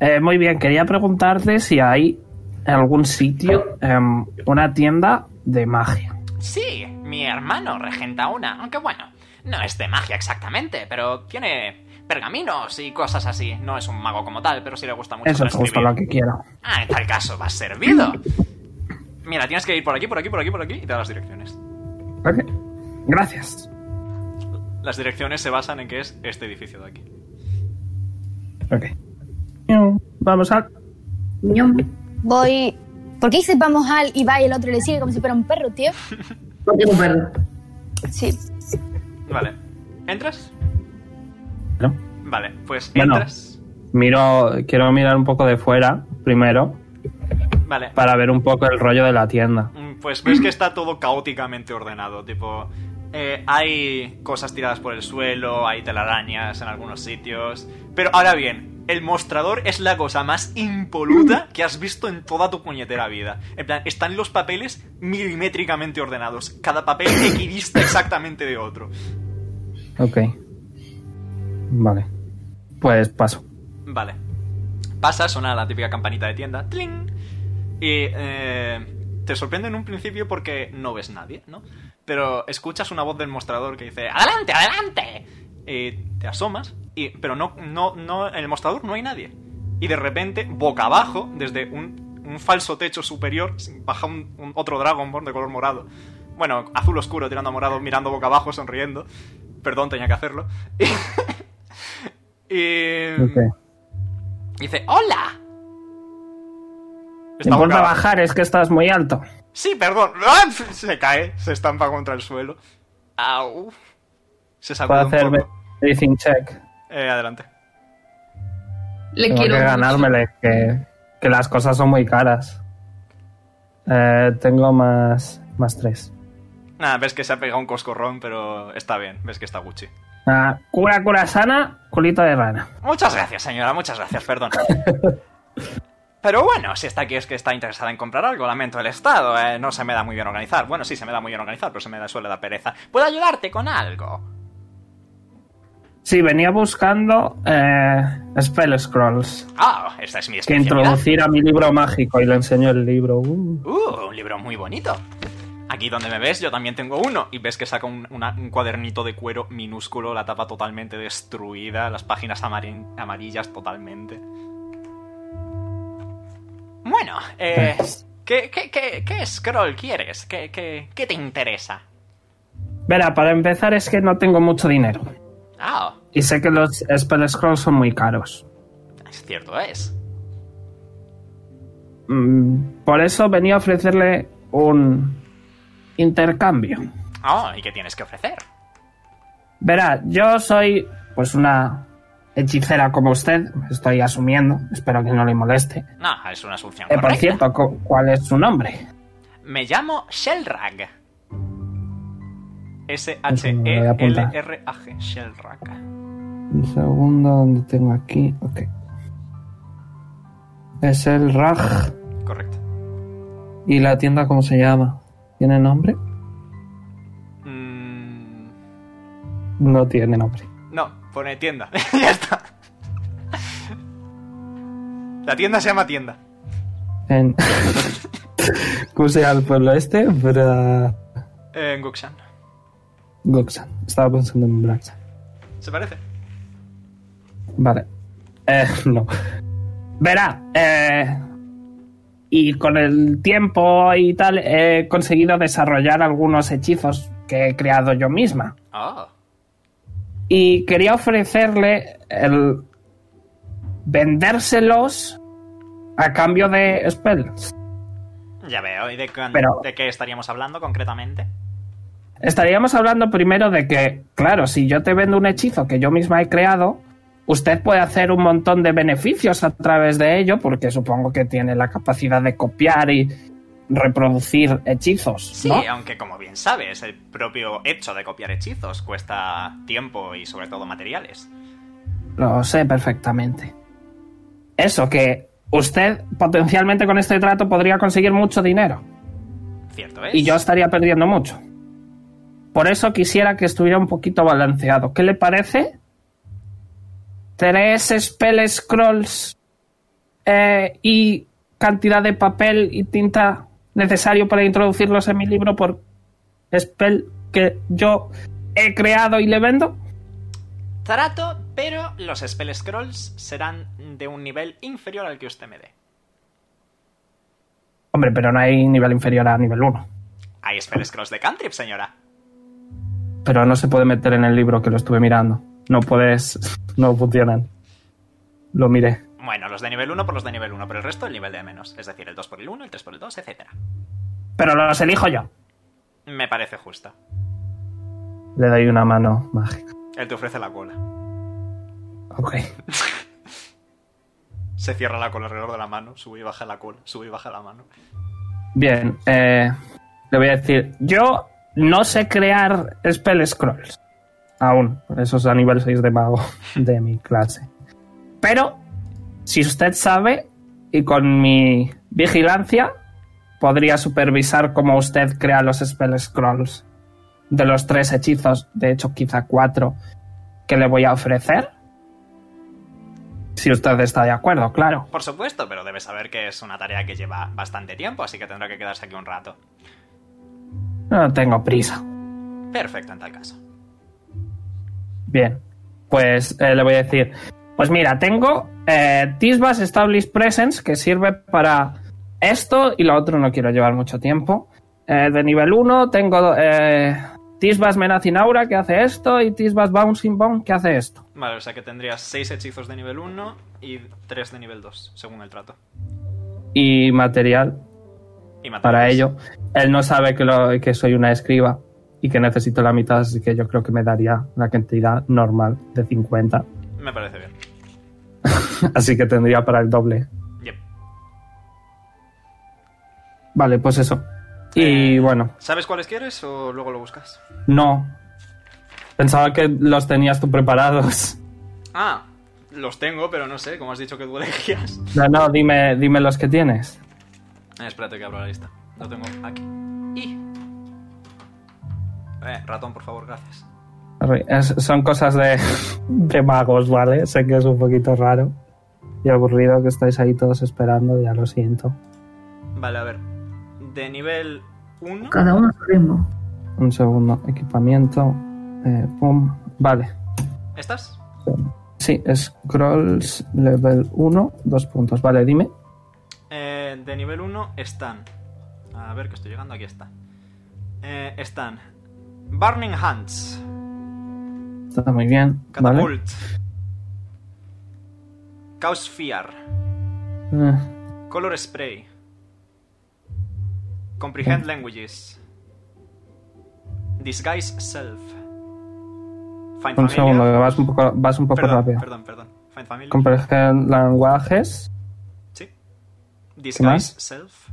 S2: Eh, muy bien, quería preguntarte si hay en algún sitio em, una tienda de magia.
S1: Sí, mi hermano regenta una. Aunque bueno, no es de magia exactamente, pero tiene pergaminos y cosas así. No es un mago como tal, pero sí le gusta mucho
S2: Eso es justo
S1: escribir.
S2: lo que quiero.
S1: Ah, en tal caso, vas servido. Mira, tienes que ir por aquí, por aquí, por aquí, por aquí y te da las direcciones.
S2: Ok, gracias.
S1: Las direcciones se basan en que es este edificio de aquí.
S2: Ok. Vamos a...
S4: Ñom.
S6: Voy. ¿Por qué dices vamos al y va y el otro le sigue como si fuera un perro, tío?
S4: No tengo perro.
S6: Sí.
S1: Vale. ¿Entras?
S2: Bueno,
S1: Vale, pues
S2: Bueno.
S1: entras.
S2: miro, quiero mirar un poco de fuera primero
S1: Vale.
S2: para ver un poco el rollo de la tienda.
S1: Mm, Pues ves que está todo caóticamente ordenado. Tipo, Eh, hay cosas tiradas por el suelo, hay telarañas en algunos sitios. Pero ahora bien, el mostrador es la cosa más impoluta que has visto en toda tu puñetera vida. En plan, están los papeles milimétricamente ordenados. Cada papel equidista exactamente de otro.
S2: Ok. Vale. Pues paso.
S1: Vale. Pasa, suena la típica campanita de tienda. ¡Tling! Y eh, te sorprende en un principio porque no ves nadie, ¿no? Pero escuchas una voz del mostrador que dice ¡Adelante, adelante! Y te asomas, y, pero no, no, no, en el mostrador no hay nadie. Y de repente, boca abajo, desde un, un falso techo superior, baja un, un- otro Dragonborn de color morado. Bueno, azul oscuro, tirando a morado, mirando boca abajo, sonriendo. Perdón, tenía que hacerlo. y...
S2: Ok.
S1: Dice, ¡Hola!
S2: Te
S1: Está boca
S2: importa
S1: abajo.
S2: bajar, es que estás muy alto.
S1: Sí, perdón. ¡Ah! Se cae, se estampa contra el suelo. Au. Se
S2: Puedo
S1: sacude un
S2: hacer
S1: poco.
S2: breathing check.
S1: Eh, adelante.
S3: Le
S2: Tengo que
S3: quiero.
S2: ganármele, que, que las cosas son muy caras. Eh, tengo más, más tres.
S1: Nada, ves que se ha pegado un coscorrón, pero está bien. Ves que está Gucci.
S2: Ah, cura, cura sana, culito de rana.
S1: Muchas gracias, señora. Muchas gracias, perdón. Pero bueno, si está aquí es que está interesada en comprar algo. Lamento el estado. eh, No se me da muy bien organizar. Bueno, sí, se me da muy bien organizar, pero se me da suele dar pereza. ¿Puedo ayudarte con algo?
S2: Sí, venía buscando eh, Spell Scrolls.
S1: Ah, esta es mi
S2: Que
S1: especialidad.
S2: introducir a mi libro mágico y le enseño el libro. Uh,
S1: Uh, un libro muy bonito. Aquí donde me ves, yo también tengo uno. Y ves que saca un, una- un cuadernito de cuero minúsculo, la tapa totalmente destruida, las páginas amarin- amarillas totalmente. Bueno, eh, ¿qué, qué, qué, qué scroll quieres? ¿Qué, qué, qué te interesa?
S2: Verá, para empezar es que no tengo mucho dinero.
S1: Ah,
S2: Y sé que los Spell Scrolls son muy caros.
S1: es cierto es.
S2: Mm, por eso venía a ofrecerle un intercambio.
S1: Ah, ¿y qué tienes que ofrecer?
S2: Verá, yo soy pues una hechicera como usted, estoy asumiendo, espero que no le moleste.
S1: No, es una asunción
S2: Eh, por
S1: correcta.
S2: cierto, cu- ¿cuál es su nombre?
S1: Me llamo Shellrag. E
S2: me lo voy a apuntar.
S1: S-H-E-L-R-A-G. Shellrag.
S2: Un segundo, donde tengo aquí? Ok. Es el Raj.
S1: Correcto.
S2: ¿Y la tienda cómo se llama? ¿Tiene nombre?
S1: Mm,
S2: No tiene nombre.
S1: no, pone tienda. ya está. La tienda se llama tienda.
S2: En... ¿Cómo se llama el pueblo este? Bra...
S1: Eh, En Guxan.
S2: Goxan. Estaba pensando en Braxan.
S1: ¿Se parece?
S2: Vale. Eh, no. Verá, eh, y con el tiempo y tal he conseguido desarrollar algunos hechizos que he creado yo misma.
S1: Oh.
S2: Y quería ofrecerle el vendérselos a cambio de spells.
S1: Ya veo. ¿Y de, cuán-
S2: Pero-
S1: de qué estaríamos hablando concretamente?
S2: Estaríamos hablando primero de que, claro, si yo te vendo un hechizo que yo misma he creado, usted puede hacer un montón de beneficios a través de ello, porque supongo que tiene la capacidad de copiar y reproducir hechizos.
S1: Sí,
S2: ¿no?
S1: aunque como bien sabes, el propio hecho de copiar hechizos cuesta tiempo y sobre todo materiales.
S2: Lo sé perfectamente. Eso, que usted potencialmente con este trato podría conseguir mucho dinero.
S1: ¿Cierto es?
S2: Y yo estaría perdiendo mucho. Por eso quisiera que estuviera un poquito balanceado. ¿Qué le parece? Tres spell scrolls eh, y cantidad de papel y tinta necesario para introducirlos en mi libro por spell que yo he creado y le vendo.
S1: Trato, pero los spell scrolls serán de un nivel inferior al que usted me dé.
S2: Hombre, pero no hay nivel inferior a nivel 1.
S1: Hay spell scrolls de cantrip, señora.
S2: Pero no se puede meter en el libro que lo estuve mirando. No puedes. No funcionan. Lo miré.
S1: Bueno, los de nivel 1 por los de nivel 1, pero el resto el nivel de menos. Es decir, el 2 por el 1, el 3 por el 2, etc.
S2: Pero los elijo yo.
S1: Me parece justo.
S2: Le doy una mano mágica.
S1: Él te ofrece la cola.
S2: Ok.
S1: Se cierra la cola alrededor de la mano, sube y baja la cola, sube y baja la mano.
S2: Bien, eh, le voy a decir, yo No sé crear spell scrolls. Aún. Eso es a nivel 6 de mago de mi clase. Pero, si usted sabe, y con mi vigilancia, podría supervisar cómo usted crea los spell scrolls. De los tres hechizos, de hecho quizá cuatro, que le voy a ofrecer. Si usted está de acuerdo, claro.
S1: Por supuesto, pero debe saber que es una tarea que lleva bastante tiempo, así que tendrá que quedarse aquí un rato.
S2: No tengo prisa.
S1: Perfecto, en tal caso.
S2: Bien, pues eh, le voy a decir. Pues mira, tengo eh, Tisbas Established Presence, que sirve para esto y lo otro no quiero llevar mucho tiempo. Eh, de nivel 1 tengo eh, Tisbas Menacin Aura, que hace esto, y Tisbas Bouncing Bone, que hace esto.
S1: Vale, o sea que tendrías 6 hechizos de nivel 1 y 3 de nivel 2, según el trato.
S2: Y material
S1: Y materiales.
S2: para ello. Él no sabe que, lo- que soy una escriba y que necesito la mitad, así que yo creo que me daría la cantidad normal de 50.
S1: Me parece bien.
S2: Así que tendría para el doble.
S1: Yep.
S2: Vale, pues eso. Y
S1: Eh,
S2: bueno,
S1: ¿Sabes cuáles quieres o luego lo buscas?
S2: no. Pensaba que los tenías tú preparados.
S1: Ah, los tengo, pero no sé, como has dicho que tú elegías.
S2: No, no, dime, dime los que tienes.
S1: Eh, espérate que abro la lista. Lo tengo aquí. Y... Eh, ratón, por favor, gracias.
S2: Es- son cosas de,
S10: De magos, ¿vale? Sé que es un poquito raro.
S2: y aburrido que estáis ahí todos esperando, ya lo siento.
S1: Vale, a ver. De nivel 1...
S4: Cada uno a su ritmo.
S2: Un segundo, equipamiento. eh, pum. Vale.
S1: ¿Estás?
S2: Sí, scrolls level 1, dos puntos. Vale, dime.
S1: Eh, de nivel 1 están... A ver, que estoy llegando, aquí está. Eh, están... Burning Hands,
S2: Está muy bien. Vale.
S1: Catapult, Chaos Fear,
S2: Eh,
S1: Color Spray, Comprehend Languages, Disguise Self, Find
S2: un
S1: Familiar-
S2: segundo, que vas un poco, vas un poco
S1: perdón,
S2: rápido.
S1: perdón, perdón. Find Familiar,
S2: Comprehend lenguajes.
S1: sí. Disguise Self,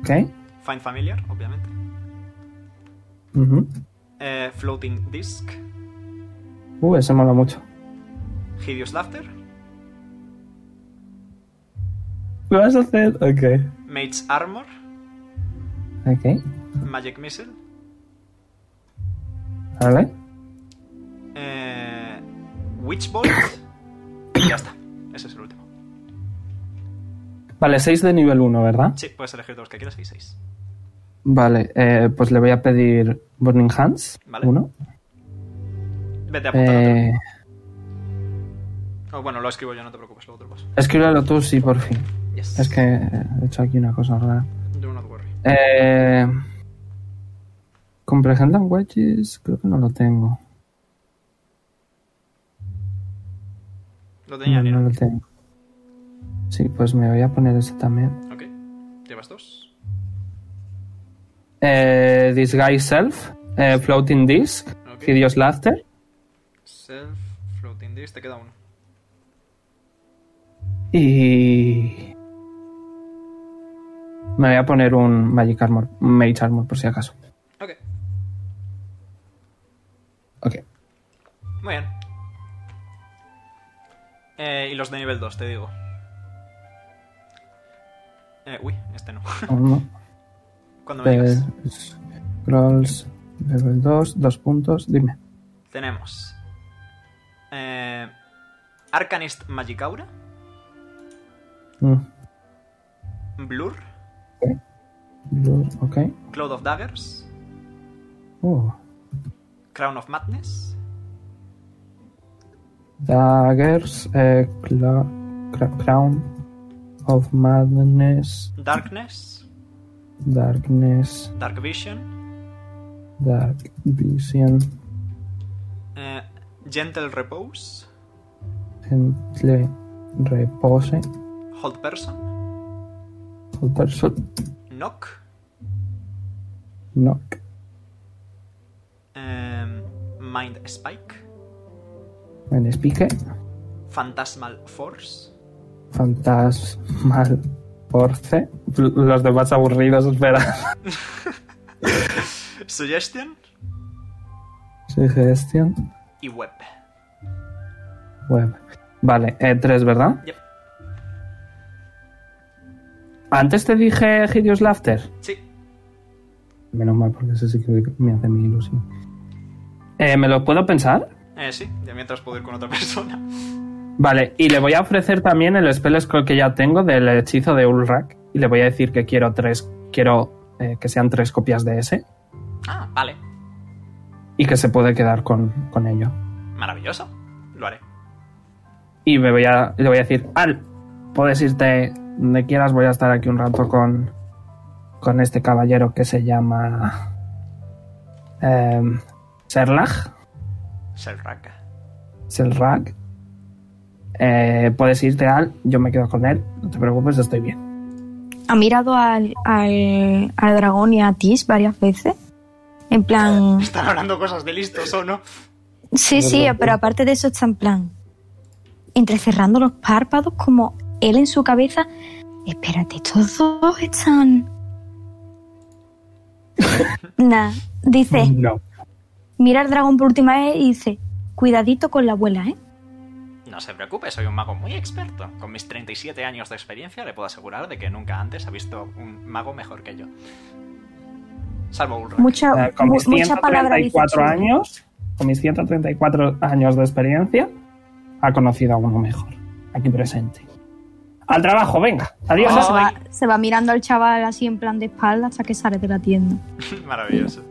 S2: Ok.
S1: Find Familiar, obviamente.
S2: Ujú.
S1: Eh, floating Disc,
S2: Uh, ese mola mucho.
S1: Hideous Laughter,
S2: ¿Lo vas a hacer? Ok.
S1: Mage's Armor,
S2: Ok.
S1: Magic Missile,
S2: Vale.
S1: eh, Witch Bolt y ya está. Ese es el último.
S2: Vale, 6 de nivel 1, ¿verdad?
S1: Sí, puedes elegir todos los que quieras y seis.
S2: Vale, eh, pues le voy a pedir Burning Hands.
S1: Vale.
S2: Uno.
S1: Vete a apuntar
S2: Eh,
S1: otro. Oh, bueno, lo escribo yo, no te preocupes, luego te lo paso.
S2: escríbelo tú, sí, por fin.
S1: Yes.
S2: Es que eh, he hecho aquí una cosa rara.
S1: Do not worry.
S2: Eh, Comprehend Languages, creo que no lo tengo.
S1: Lo tenía,
S2: No,
S1: ni
S2: no
S1: nada.
S2: lo tengo. Sí, pues me voy a poner ese también.
S1: Ok. ¿Llevas dos?
S2: Eh, Disguise Self, eh, Floating Disc,
S1: Ok.
S2: Hideous Laughter.
S1: Self, Floating Disc, te queda uno.
S2: Y. Me voy a poner un Magic Armor, un Mage Armor por si acaso.
S1: Ok,
S2: Ok.
S1: muy bien. Eh, y los de nivel 2, te digo. Eh, uy, este no.
S2: Uno,
S1: Cuando me
S2: tres,
S1: digas.
S2: Scrolls, level 2, dos puntos, dime.
S1: Tenemos. Eh, Arcanist Magicaura,
S2: Mm,
S1: Blur,
S2: blue, Ok.
S1: Cloud of Daggers,
S2: Uh,
S1: Crown of Madness,
S2: daggers, eh, cla- cra- Crown of Madness,
S1: Darkness,
S2: Darkness,
S1: Dark Vision,
S2: Dark Vision,
S1: eh, Gentle Repose,
S2: Gentle Repose,
S1: Hold Person,
S2: Hold Person,
S1: Knock,
S2: Knock,
S1: em, Mind Spike,
S2: en Speaker,
S1: Phantasmal Force,
S2: Fantasmal Force. Los demás aburridos, espera.
S1: Suggestion
S2: Suggestion.
S1: y web.
S2: Web. Vale, eh, tres, ¿verdad?
S1: Yep.
S2: Antes te dije Hideous Laughter.
S1: Sí.
S2: Menos mal, porque eso sí que me hace mi ilusión. Eh, ¿Me lo puedo pensar?
S1: Eh, sí, de mientras puedo ir con otra persona.
S2: Vale, y le voy a ofrecer también el spell scroll que ya tengo del hechizo de Ulrak. Y le voy a decir que quiero tres. Quiero eh, que sean tres copias de ese.
S1: Ah, vale.
S2: Y que se puede quedar con, con ello.
S1: Maravilloso. Lo haré.
S2: Y me voy a, le voy a decir, Al, puedes irte donde quieras, voy a estar aquí un rato con, con este caballero que se llama... em, Serlag.
S1: Selrak.
S2: Serlag. Eh, puedes irte, Al, yo me quedo con él, no te preocupes, estoy bien.
S6: ¿Ha mirado al, al, al dragón y a Tis varias veces? En plan...
S1: Están hablando cosas de listos o no.
S6: Sí, sí, pero aparte de eso está en plan... Entrecerrando los párpados como él en su cabeza... Espérate, estos dos están... nah, dice...
S2: Mm.
S10: No.
S6: Mira al dragón por última vez y dice... Cuidadito con la abuela, ¿eh?
S1: No se preocupe, soy un mago muy experto. Con mis 37 años de experiencia le puedo asegurar de que nunca antes ha visto un mago mejor que yo. Salvo Ulrak.
S6: Mucha,
S2: Eh, con
S6: Oh, mu-
S2: mis
S6: mucha palabra dice
S2: 134
S6: chulo.
S2: años, con mis 134 años de experiencia, ha conocido a uno mejor, aquí presente. Al trabajo, venga. Adiós.
S6: O sea,
S1: Ah.
S6: se, va, se va mirando al chaval así en plan de espalda hasta que sale de la tienda.
S1: Maravilloso.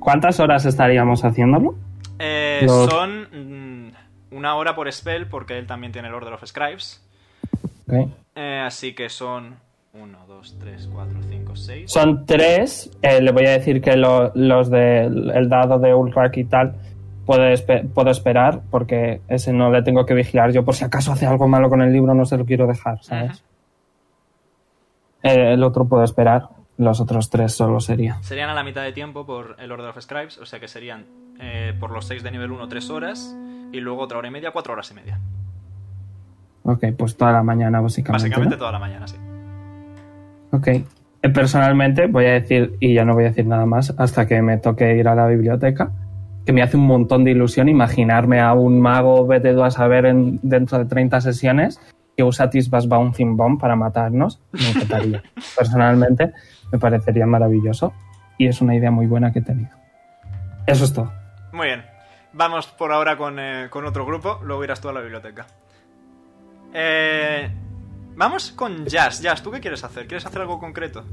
S2: ¿Cuántas horas estaríamos haciéndolo?
S1: Eh,
S2: Los-
S1: Son mm, una hora por spell, porque él también tiene el Order of Scribes. Eh, así que son 1, 2, 3, 4, 5, 6.
S2: Son tres. eh, le voy a decir que lo- los del el dado de Ulrak y tal puedo, espe- puedo esperar porque ese no le tengo que vigilar yo por si acaso hace algo malo con el libro no se lo quiero dejar, ¿sabes? Eh, el otro puedo esperar. Los otros tres solo sería.
S1: Serían a la mitad de tiempo por el Order of Scribes, o sea que serían eh, por los 6 de nivel 1, 3 horas, y luego otra hora y media, 4 horas y media.
S2: Ok, pues toda la mañana básicamente.
S1: Básicamente
S2: ¿no?
S1: toda la mañana, sí.
S2: Ok. Eh, Personalmente voy a decir, y ya no voy a decir nada más, hasta que me toque ir a la biblioteca, que me hace un montón de ilusión imaginarme a un mago, vete tú a saber, en- dentro de 30 sesiones, que usa Tisbas Bouncing Bomb para matarnos. Me encantaría. Personalmente me parecería maravilloso y es una idea muy buena que he tenido. Eso es todo.
S1: Muy bien. Vamos por ahora con, eh, con otro grupo, luego irás tú a la biblioteca. Eh, vamos con Jazz. Jazz, ¿tú qué quieres hacer? ¿Quieres hacer algo concreto?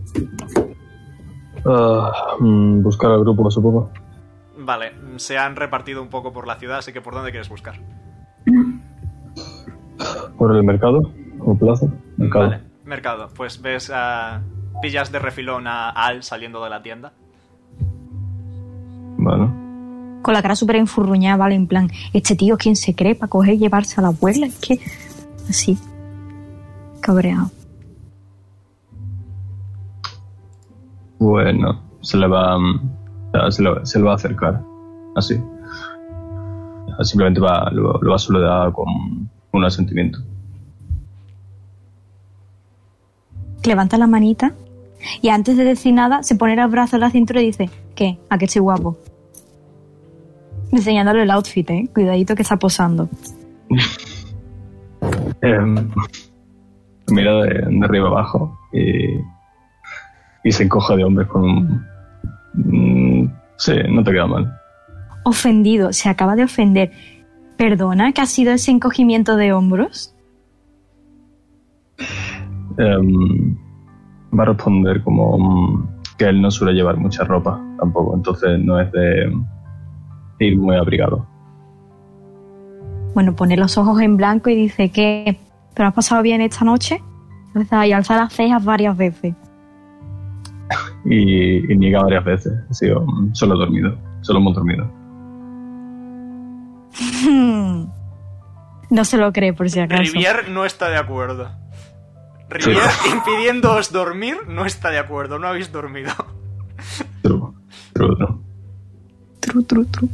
S11: Ah, mm, buscar al grupo, supongo.
S1: Vale, mm, se han repartido un poco por la ciudad, así que ¿por dónde quieres buscar?
S11: Por el mercado o plaza. Mercado.
S1: Vale, mercado. Pues ves a... Pillas de refilón a Al saliendo de la tienda.
S11: Bueno.
S6: Con la cara súper enfurruñada, ¿vale? En plan, este tío, ¿quién se cree para coger y llevarse a la abuela? Es que. Así. Cabreado.
S11: Bueno, se le va, mm, ah, se le, se le va a acercar, así. Ah, Simplemente va, lo, lo va a saludar con un asentimiento.
S6: Levanta la manita y antes de decir nada, se pone el brazo en la cintura y dice: ¿Qué? ¿A que estoy guapo? Enseñándole el outfit, ¿eh? Cuidadito que está posando.
S11: Em, mira de, de arriba abajo y, y se encoja de hombres con un... mm, sí, no te queda mal.
S6: Ofendido, se acaba de ofender. ¿Perdona que ha sido ese encogimiento de hombros?
S11: Em, va a responder como mm, que él no suele llevar mucha ropa tampoco, entonces no es de mm, ir muy abrigado.
S6: Bueno, pone los ojos en blanco y dice que ¿te lo has pasado bien esta noche? Y alza las cejas varias veces.
S11: y, y niega varias veces. Ha sido mm, solo dormido, solo hemos dormido.
S6: Hmm. No se lo cree, por si acaso.
S1: Rivier no está de acuerdo. Rivier impidiéndoos dormir no está de acuerdo, no habéis dormido.
S11: True, true, true.
S6: Tru, tru, tru.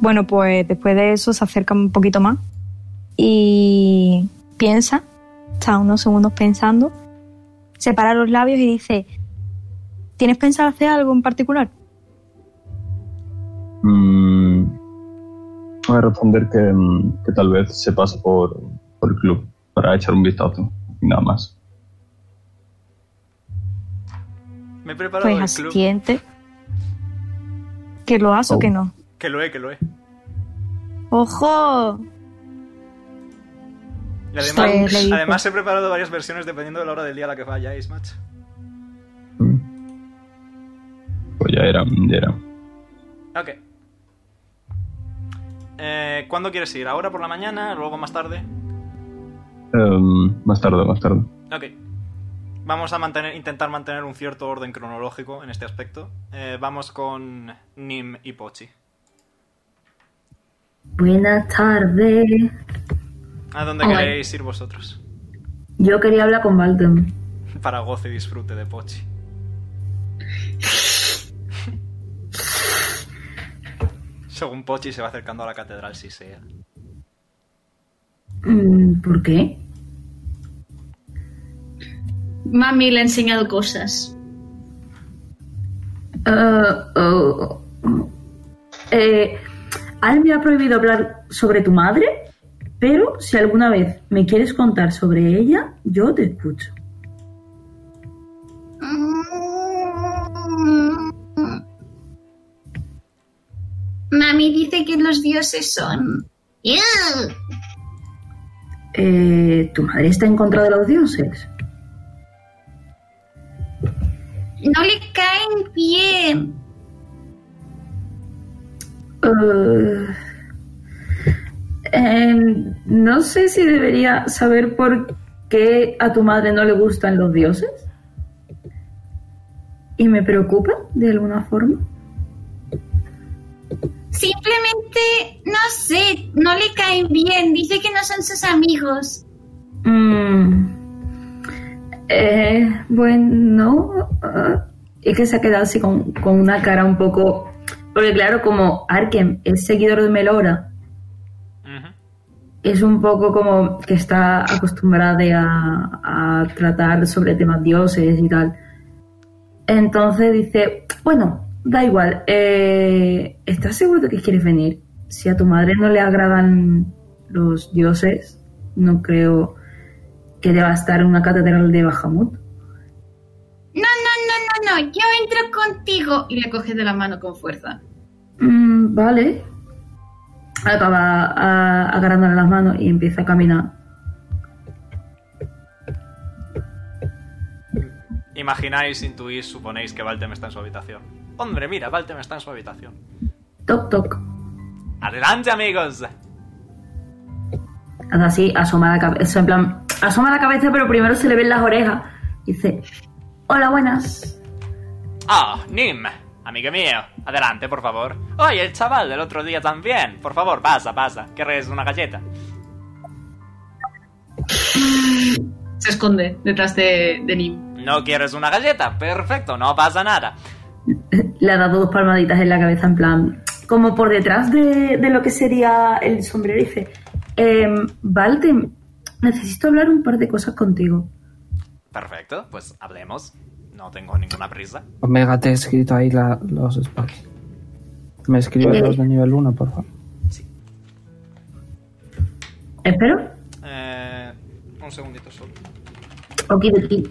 S6: Bueno, pues después de eso se acerca un poquito más y piensa, está unos segundos pensando, separa los labios y dice, ¿tienes pensado hacer algo en particular?
S11: Voy Mm, a responder que, mm, que tal vez se pase por, por el club para echar un vistazo y nada más.
S1: Me he preparado
S6: Pues
S1: el club.
S6: asiente. ¿Que lo has o
S4: Oh.
S6: que no?
S1: Que lo he, que lo he.
S6: ¡Ojo!
S1: Y además,
S6: Pues le dice-
S1: además he preparado varias versiones dependiendo de la hora del día a la que vayáis, macho.
S11: Mm. Pues ya era, ya era.
S1: Ok. Eh, ¿Cuándo quieres ir? ¿Ahora por la mañana? ¿Luego más tarde?
S11: Em, más tarde, más tarde.
S1: Ok. Vamos a mantener, intentar mantener un cierto orden cronológico en este aspecto. Eh, vamos con Nim y Pochi.
S4: Buenas tardes.
S1: ¿A dónde
S3: Hola.
S1: queréis ir vosotros?
S4: Yo quería hablar con Valden.
S1: Para goce y disfrute de Pochi. Según Pochi se va acercando a la catedral, si sea.
S4: Mm, ¿Por qué?
S3: Mami le ha enseñado cosas.
S4: Ah, oh. Eh, Al me ha prohibido hablar sobre tu madre, pero si alguna vez me quieres contar sobre ella, yo te escucho.
S7: Mami dice que los dioses son. ¡Ew!
S4: Eh, ¿Tu madre está en contra de los dioses?
S7: No le caen bien.
S4: Eh, em, no sé si debería saber por qué a tu madre no le gustan los dioses. Y me preocupa de alguna forma.
S7: Simplemente, no sé, no le caen bien. Dice que no son sus amigos.
S4: Mm. Eh, bueno, ah, es que se ha quedado así con, con una cara un poco... Porque claro, como Arkem es seguidor de Melora,
S1: Ujú.
S4: es un poco como que está acostumbrada de a, a tratar sobre temas dioses y tal. Entonces dice, bueno, da igual, eh, ¿estás seguro de que quieres venir? Si a tu madre no le agradan los dioses, no creo que deba estar en una catedral de Bahamut.
S7: No, no, no, no, no. Yo entro contigo.
S3: Y le coge de la mano con fuerza.
S4: Mm, vale. Acaba a- agarrándole las manos y empieza a caminar.
S1: Imagináis, intuís, suponéis que Valtem está en su habitación. Hombre, mira, Valtem está en su habitación.
S4: Toc, toc.
S1: ¡Adelante, amigos!
S4: Hace así, asoma la cabeza, en plan, asoma la cabeza, pero primero se le ven las orejas. Dice, hola, buenas.
S1: Ah, Nim, amigo mío, adelante, por favor. Oye, el chaval del otro día también. Por favor, pasa, pasa. ¿Querés una galleta?
S3: Se esconde detrás de, de Nim.
S1: ¿No quieres una galleta? Perfecto, no pasa nada.
S4: Le ha dado dos palmaditas en la cabeza, en plan, como por detrás de, de lo que sería el sombrero. Dice, "Em, Valtem, necesito hablar un par de cosas contigo.
S1: Perfecto, pues hablemos. No tengo ninguna prisa.
S9: Omega, te he escrito ahí la- los espacios. Me escribes los de nivel 1, por favor.
S4: ¿Espero?
S1: Eh, un segundito solo.
S4: Ok, ok.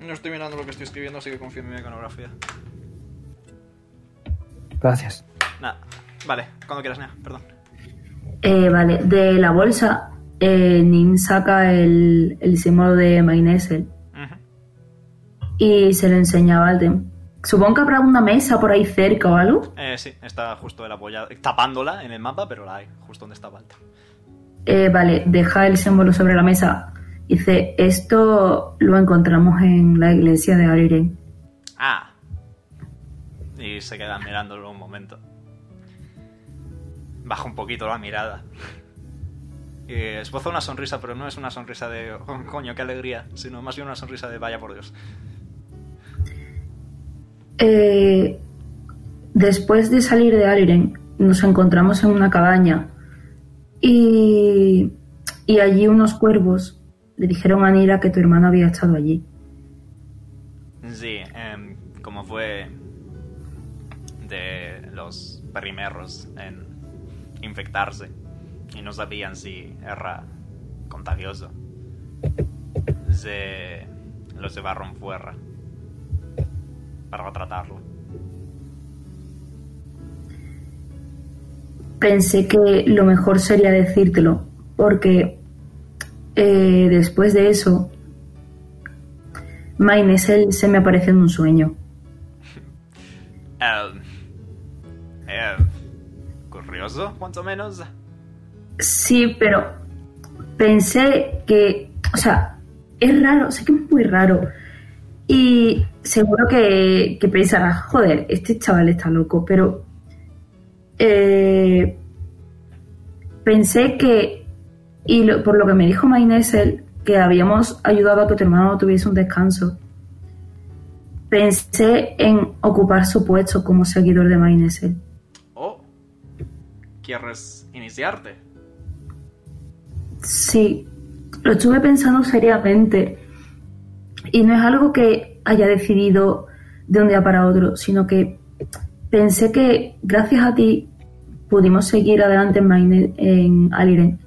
S1: No estoy mirando lo que estoy escribiendo, así que confío en mi iconografía.
S9: Gracias.
S1: Nada, vale, cuando quieras, Nea, perdón.
S4: Eh, vale, de la bolsa, eh, Nim saca el, el símbolo de Mainesel
S1: Ujú.
S4: y se lo enseña a Valden. Supongo que habrá una mesa por ahí cerca o algo.
S1: Eh, sí, está justo el apoyado, tapándola en el mapa, pero la hay, justo donde está Valtem.
S4: Eh, vale, deja el símbolo sobre la mesa. Dice, esto lo encontramos en la iglesia de Ariren.
S1: Ah. Y se queda mirándolo un momento. Baja un poquito la mirada. Y esboza una sonrisa, pero no es una sonrisa de "Oh, coño, qué alegría, sino más bien una sonrisa de vaya por Dios.
S4: Eh, después de salir de Ariren, nos encontramos en una cabaña y, y allí unos cuervos Le dijeron a Nira que tu hermano había estado allí.
S1: Sí, em, como fue de los primeros en infectarse y no sabían si era contagioso, se lo llevaron fuera para tratarlo.
S4: Pensé que lo mejor sería decírtelo, porque eh, después de eso, Mainesel se me apareció en un sueño.
S1: Em, eh, curioso, cuanto menos.
S4: Sí, pero pensé que, o sea, es raro, sé que es muy raro. Y seguro que, que pensarás, joder, este chaval está loco, pero eh, pensé que, y lo- por lo que me dijo Mainesel, que habíamos ayudado a que tu hermano tuviese un descanso, pensé en ocupar su puesto como seguidor de Mainesel.
S1: Oh, ¿quieres iniciarte?
S4: Sí, lo estuve pensando seriamente. Y no es algo que haya decidido de un día para otro, sino que pensé que gracias a ti pudimos seguir adelante en, Maine- en Aliren.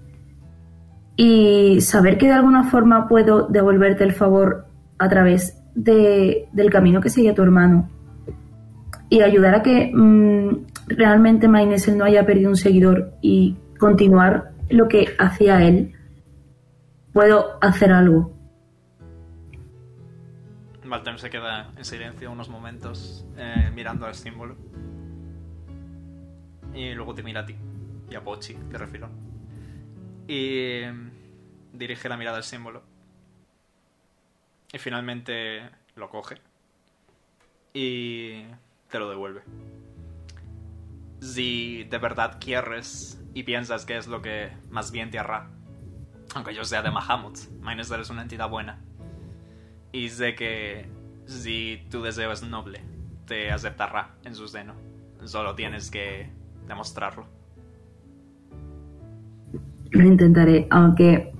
S4: Y saber que de alguna forma puedo devolverte el favor a través de- del camino que seguía tu hermano y ayudar a que mm, realmente Mainesel no haya perdido un seguidor y continuar lo que hacía él, puedo hacer algo.
S1: Valtem se queda en silencio unos momentos eh, mirando al símbolo. Y luego te mira a ti y a Pochi, te refiero. Y mm, dirige la mirada al símbolo. Y finalmente lo coge. Y te lo devuelve. Si de verdad quieres y piensas que es lo que más bien te hará, aunque yo sea de Mahamut, Minesdale es una entidad buena y sé que si tu deseo es noble, te aceptará en su seno. Solo tienes que demostrarlo.
S4: Lo intentaré, aunque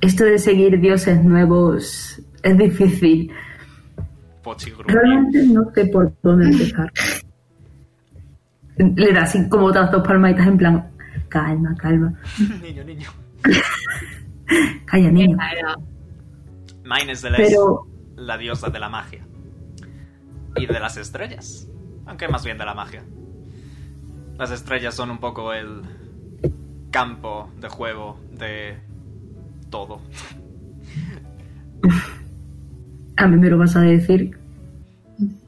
S4: esto de seguir dioses nuevos es difícil.
S1: Pochi gruñe.
S4: Realmente no sé por dónde empezar. Le da así como otras dos palmaditas en plan, calma, calma,
S1: niño, niño.
S4: calla niño.
S3: Mm.
S1: Maines de la
S4: Pero
S1: la diosa de la magia. Y de las estrellas. Aunque más bien de la magia. Las estrellas son un poco el campo de juego de todo.
S4: a mí me lo vas a decir.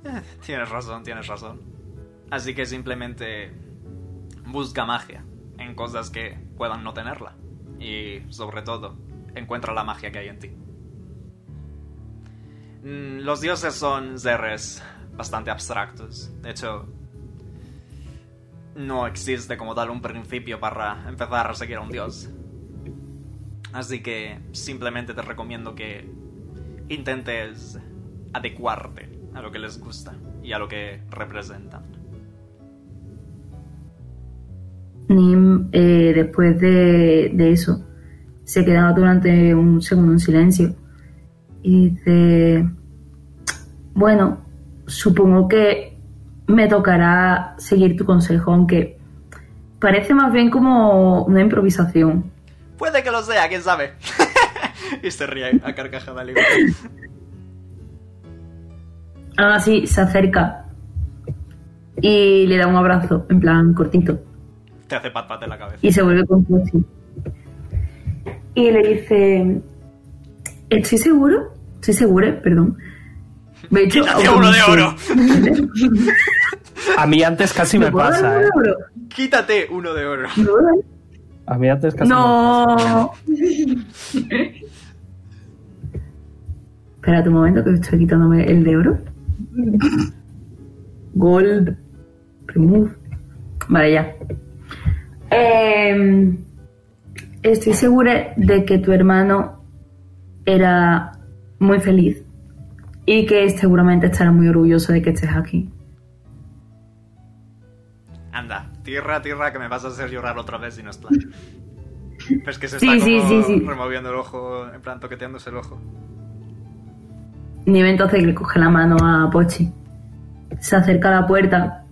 S1: Eh, Tienes razón, tienes razón. Así que simplemente busca magia en cosas que puedan no tenerla. Y sobre todo, encuentra la magia que hay en ti. Mm, Los dioses son seres bastante abstractos. De hecho, no existe como tal un principio para empezar a seguir a un dios. Así que simplemente te recomiendo que intentes adecuarte a lo que les gusta y a lo que representan.
S4: Nim, eh, después de, de eso, se queda durante un segundo en silencio y dice, bueno, supongo que me tocará seguir tu consejo, aunque parece más bien como una improvisación.
S1: Puede que lo sea, quién sabe. y se ríe a carcajada libre.
S4: Aún así, se acerca y le da un abrazo, en plan cortito.
S1: Te hace pat pat en la cabeza.
S4: y se vuelve con Foxy. Y le dice, estoy seguro, estoy segura, perdón. Me he hecho
S1: Quítate uno de oro.
S2: A mí antes casi me
S4: ¿Puedo dar
S2: pasa,
S4: uno
S2: ¿eh?
S4: de oro?
S1: Quítate uno de oro.
S4: ¿Me puedo dar?
S2: A mí antes casi
S4: No. Espera un momento que estoy quitándome el de oro. Gold. Remove. Vale, ya. Eh, estoy segura de que tu hermano era muy feliz y que seguramente estará muy orgulloso de que estés aquí.
S1: Anda, tierra, tierra, que me vas a hacer llorar otra vez si no es plan. Pero es que se
S4: Sí,
S1: está
S4: sí,
S1: como
S4: sí, sí.
S1: removiendo el ojo, en plan toqueteándose el ojo.
S4: Nieve entonces le coge la mano a Pochi. Se acerca a la puerta.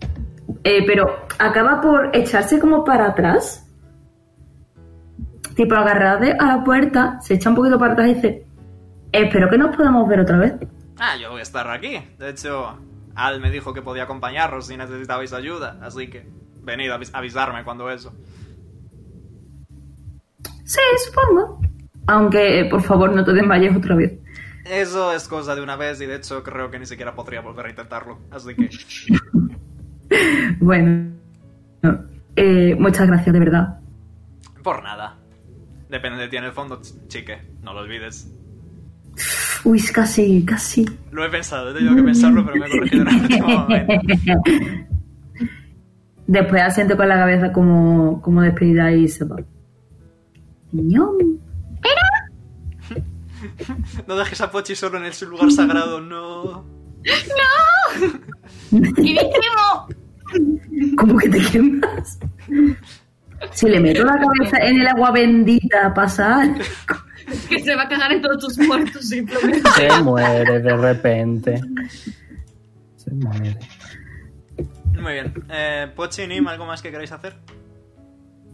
S4: Eh, pero acaba por echarse como para atrás. Tipo agarrada de- a la puerta, se echa un poquito para atrás y dice: Espero que nos podamos ver otra vez.
S1: Ah, yo voy a estar aquí. De hecho, Al me dijo que podía acompañaros si necesitabais ayuda, así que venid a avis- avisarme cuando eso.
S4: Sí, supongo. Aunque, eh, por favor, no te desmayes otra vez.
S1: Eso es cosa de una vez y de hecho creo que ni siquiera podría volver a intentarlo, así que
S4: Bueno, no. Eh, muchas gracias, de verdad.
S1: por nada. Depende de ti en el fondo, ch- chique, no lo olvides.
S4: Uy, casi, casi.
S1: Lo he pensado, he tenido que pensarlo, pero me he corregido en el último momento.
S4: Después asiente con la cabeza como, como despedida y se va. Ñom.
S1: No dejes a Pochi solo en el- su lugar sagrado, no.
S3: ¡Y me quemo!
S4: ¿Cómo que te quemas? Si le meto la cabeza en el agua bendita, pasa. algo.
S3: Que se va a cagar en todos tus muertos simplemente.
S2: Se muere de repente. Se muere.
S1: Muy bien. Eh, Pochi, Nim, ¿algo más que queráis hacer?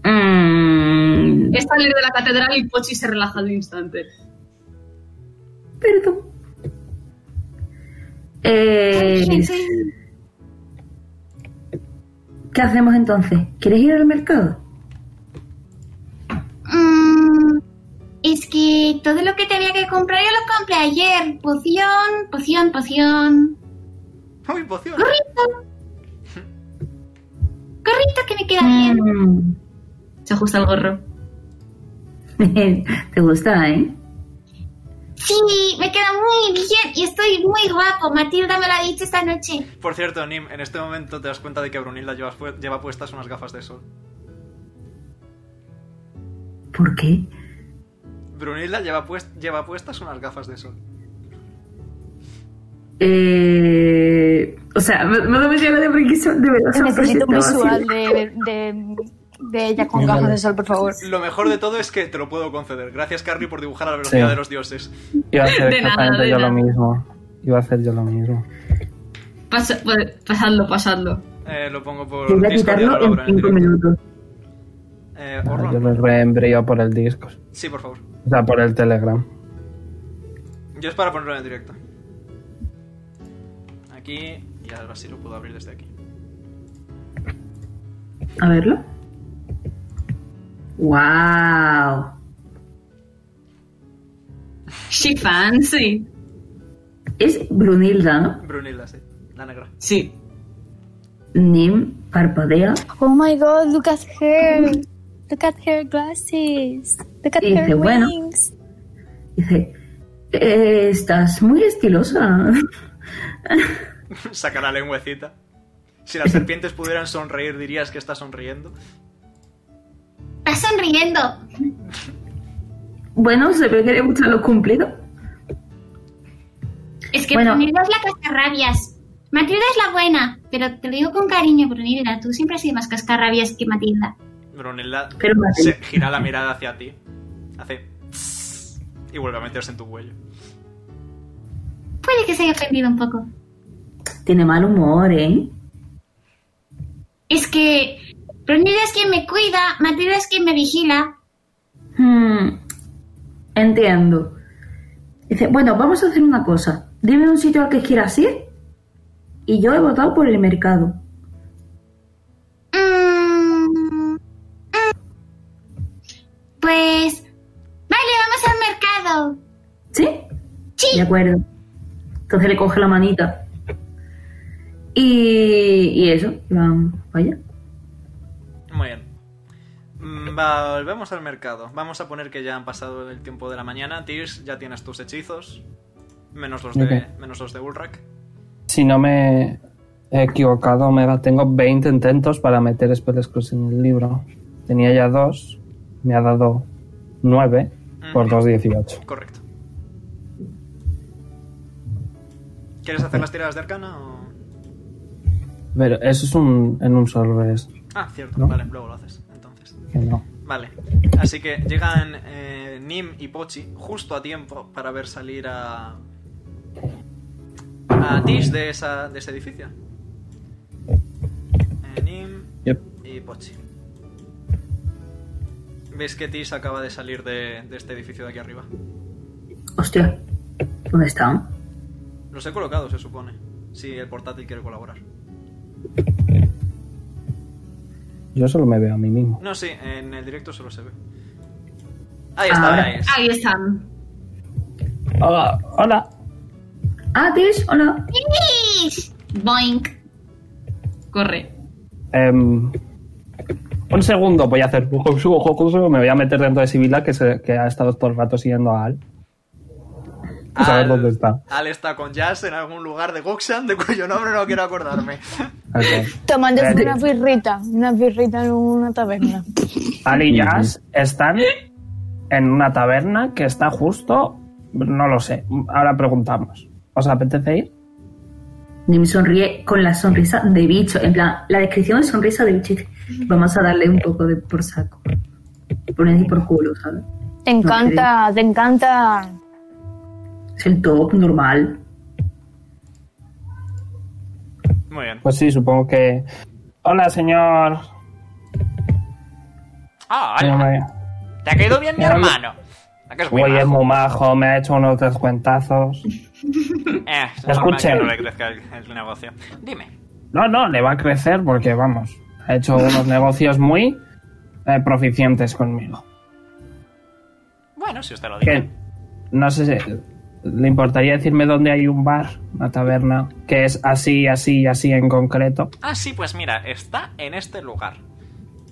S4: Mm,
S3: Es salir de la catedral y Pochi se relaja al instante.
S4: perdón. Eh, ¿Qué hacemos entonces? ¿Quieres ir al mercado?
S7: Mm, es que todo lo que tenía que comprar yo lo compré ayer. Poción, poción, poción.
S1: ¡Uy, poción!
S7: Corrito. Corrito que me queda bien.
S4: Mm.
S3: Se ajusta el Pues gorro.
S4: ¿Te gusta, eh?
S7: Sí, me queda muy bien y estoy muy guapo. Matilda me lo ha dicho esta noche.
S1: Por cierto, Nim, en este momento te das cuenta de que Brunilda lleva, fu- lleva puestas unas gafas de sol.
S4: ¿Por qué?
S1: Brunilda lleva, pues- lleva puestas unas gafas de sol.
S4: Eh, o sea, me, me lo menciona de brinquizo, de verdad. se me
S6: Necesito un
S4: presentaba así.
S6: visual de, de, de ella con gafas de sol, por favor.
S1: Lo mejor de todo es que te lo puedo conceder. Gracias, Carly, por dibujar a la velocidad
S2: Sí.
S1: de los dioses.
S2: Iba a hacer
S3: De nada,
S2: exactamente
S3: de
S2: yo
S3: nada.
S2: lo mismo. Iba a hacer yo lo mismo.
S3: Pasa- pues, pa- pasadlo, pasadlo.
S1: Eh, lo pongo por
S4: Voy a
S1: Discord y ahora lo
S4: quitarlo
S1: abro
S4: en
S1: en
S4: 5
S1: directo.
S4: minutos.
S1: Eh,
S2: Ah,
S1: Orlon,
S2: Yo lo reembrío por el disco.
S1: sí, por favor.
S2: O sea, por el Telegram.
S1: Yo es para ponerlo en directo. Aquí, y ahora sí lo puedo abrir desde aquí.
S4: A verlo. ¡Wow!
S3: She fancy.
S4: Es Brunilda, ¿no?
S1: Brunilda, sí. La negra.
S3: Sí.
S4: Nim parpadea
S6: Oh my god, look at her. Look at her glasses. Look at
S4: Y dice,
S6: her
S4: bueno.
S6: wings.
S4: y dice: "Eh, Estás muy estilosa.
S1: Saca la lengüecita. Si las serpientes pudieran sonreír, dirías que está sonriendo.
S7: Está sonriendo.
S4: Bueno, se ve que le gustan los cumplidos.
S7: Es que
S4: Bueno.
S7: Brunilda es la cascarrabias. Matilda es la buena, pero te lo digo con cariño, Brunilda. Tú siempre has sido más cascarrabias que Matilda.
S1: Brunilda
S4: Pero vale.
S1: se gira la mirada hacia ti. Hace. tss, Y vuelve a meterse en tu cuello.
S7: Puede que se haya ofendido un poco.
S4: Tiene mal humor, ¿eh?
S7: Es que Brunilda es quien me cuida, Matilda es quien me vigila.
S4: Hmm, entiendo. Dice, bueno, vamos a hacer una cosa. Dime un sitio al que quieras ir. Y yo he votado por el mercado.
S7: Mm, mm. Pues... Vale, vamos al mercado.
S4: ¿Sí?
S7: Sí.
S4: De acuerdo. Entonces le coge la manita. Y, y eso, y van para allá.
S1: Muy bien. Mm, va- Volvemos al mercado. Vamos a poner que ya han pasado el tiempo de la mañana. Tirs, ya tienes tus hechizos. Menos los de,
S2: Ok.
S1: menos los de Ulrak.
S2: Si no me he equivocado, Omega, tengo 20 intentos para meter Spell Exclusion en el libro. Tenía ya dos, me ha dado 9 por
S1: Ujú.
S2: 2, 18.
S1: Mm, Correcto. ¿Quieres hacer las tiradas de arcana o.?
S2: Pero eso es un, en un solo, es
S1: Ah, cierto,
S2: ¿No?
S1: vale, luego lo haces. Entonces.
S2: que no.
S1: Vale. Así que llegan eh, Nim y Pochi justo a tiempo para ver salir a. a Tish de, esa, de ese edificio. Eh, Nim
S12: Yep.
S1: y Pochi. ¿Ves que Tish acaba de salir de, de este edificio de aquí arriba?
S4: Hostia, ¿dónde están?
S1: Los he colocado, se supone. Si el portátil quiere colaborar.
S2: Yo solo me veo a mí mismo.
S1: No, sí, en el directo solo se ve. Ahí está,
S4: Ahora-
S1: ahí es.
S3: Ahí están.
S2: Hola, hola.
S4: Ah, Tish, hola.
S7: ¡Tish!
S3: Boink. Corre.
S2: Em, un segundo, voy a hacer Hokushu, Hokushu, me voy a meter dentro de Sibila, que, se- que ha estado todo el rato siguiendo a Al. A saber
S1: Al-
S2: dónde está.
S1: Al está con Jazz en algún lugar de Goxan, de cuyo nombre no quiero acordarme.
S2: Ok.
S9: Tomándose
S2: Eh,
S9: una birrita, una birrita en una taberna.
S2: Al y Jazz están en una taberna que está justo, no lo sé, ahora preguntamos. ¿Os apetece ir?
S4: Nim sonríe con la sonrisa de bicho. En plan, la descripción es sonrisa de bicho. Vamos a darle un poco de por saco. Por y por culo, ¿sabes?
S9: Te encanta, te encanta.
S4: Es el top normal.
S1: Muy bien.
S2: Pues sí, supongo que... Hola, señor.
S1: Ah,
S2: No
S1: hola.
S2: me-
S1: Te ha caído bien mi hermano. Ah, que es muy
S2: Güey, es
S1: majo.
S2: muy majo, me ha hecho unos descuentazos.
S1: Eh, es normal
S2: Escuchen.
S1: que no le crezca el, el negocio. Dime.
S2: No, no, le va a crecer porque, vamos, ha hecho unos negocios muy eh, proficientes conmigo.
S1: Bueno, si usted lo
S2: Que,
S1: dice.
S2: no sé si le importaría decirme dónde hay un bar, una taberna, que es así, así, así en concreto.
S1: Ah, sí, pues mira, está en este lugar.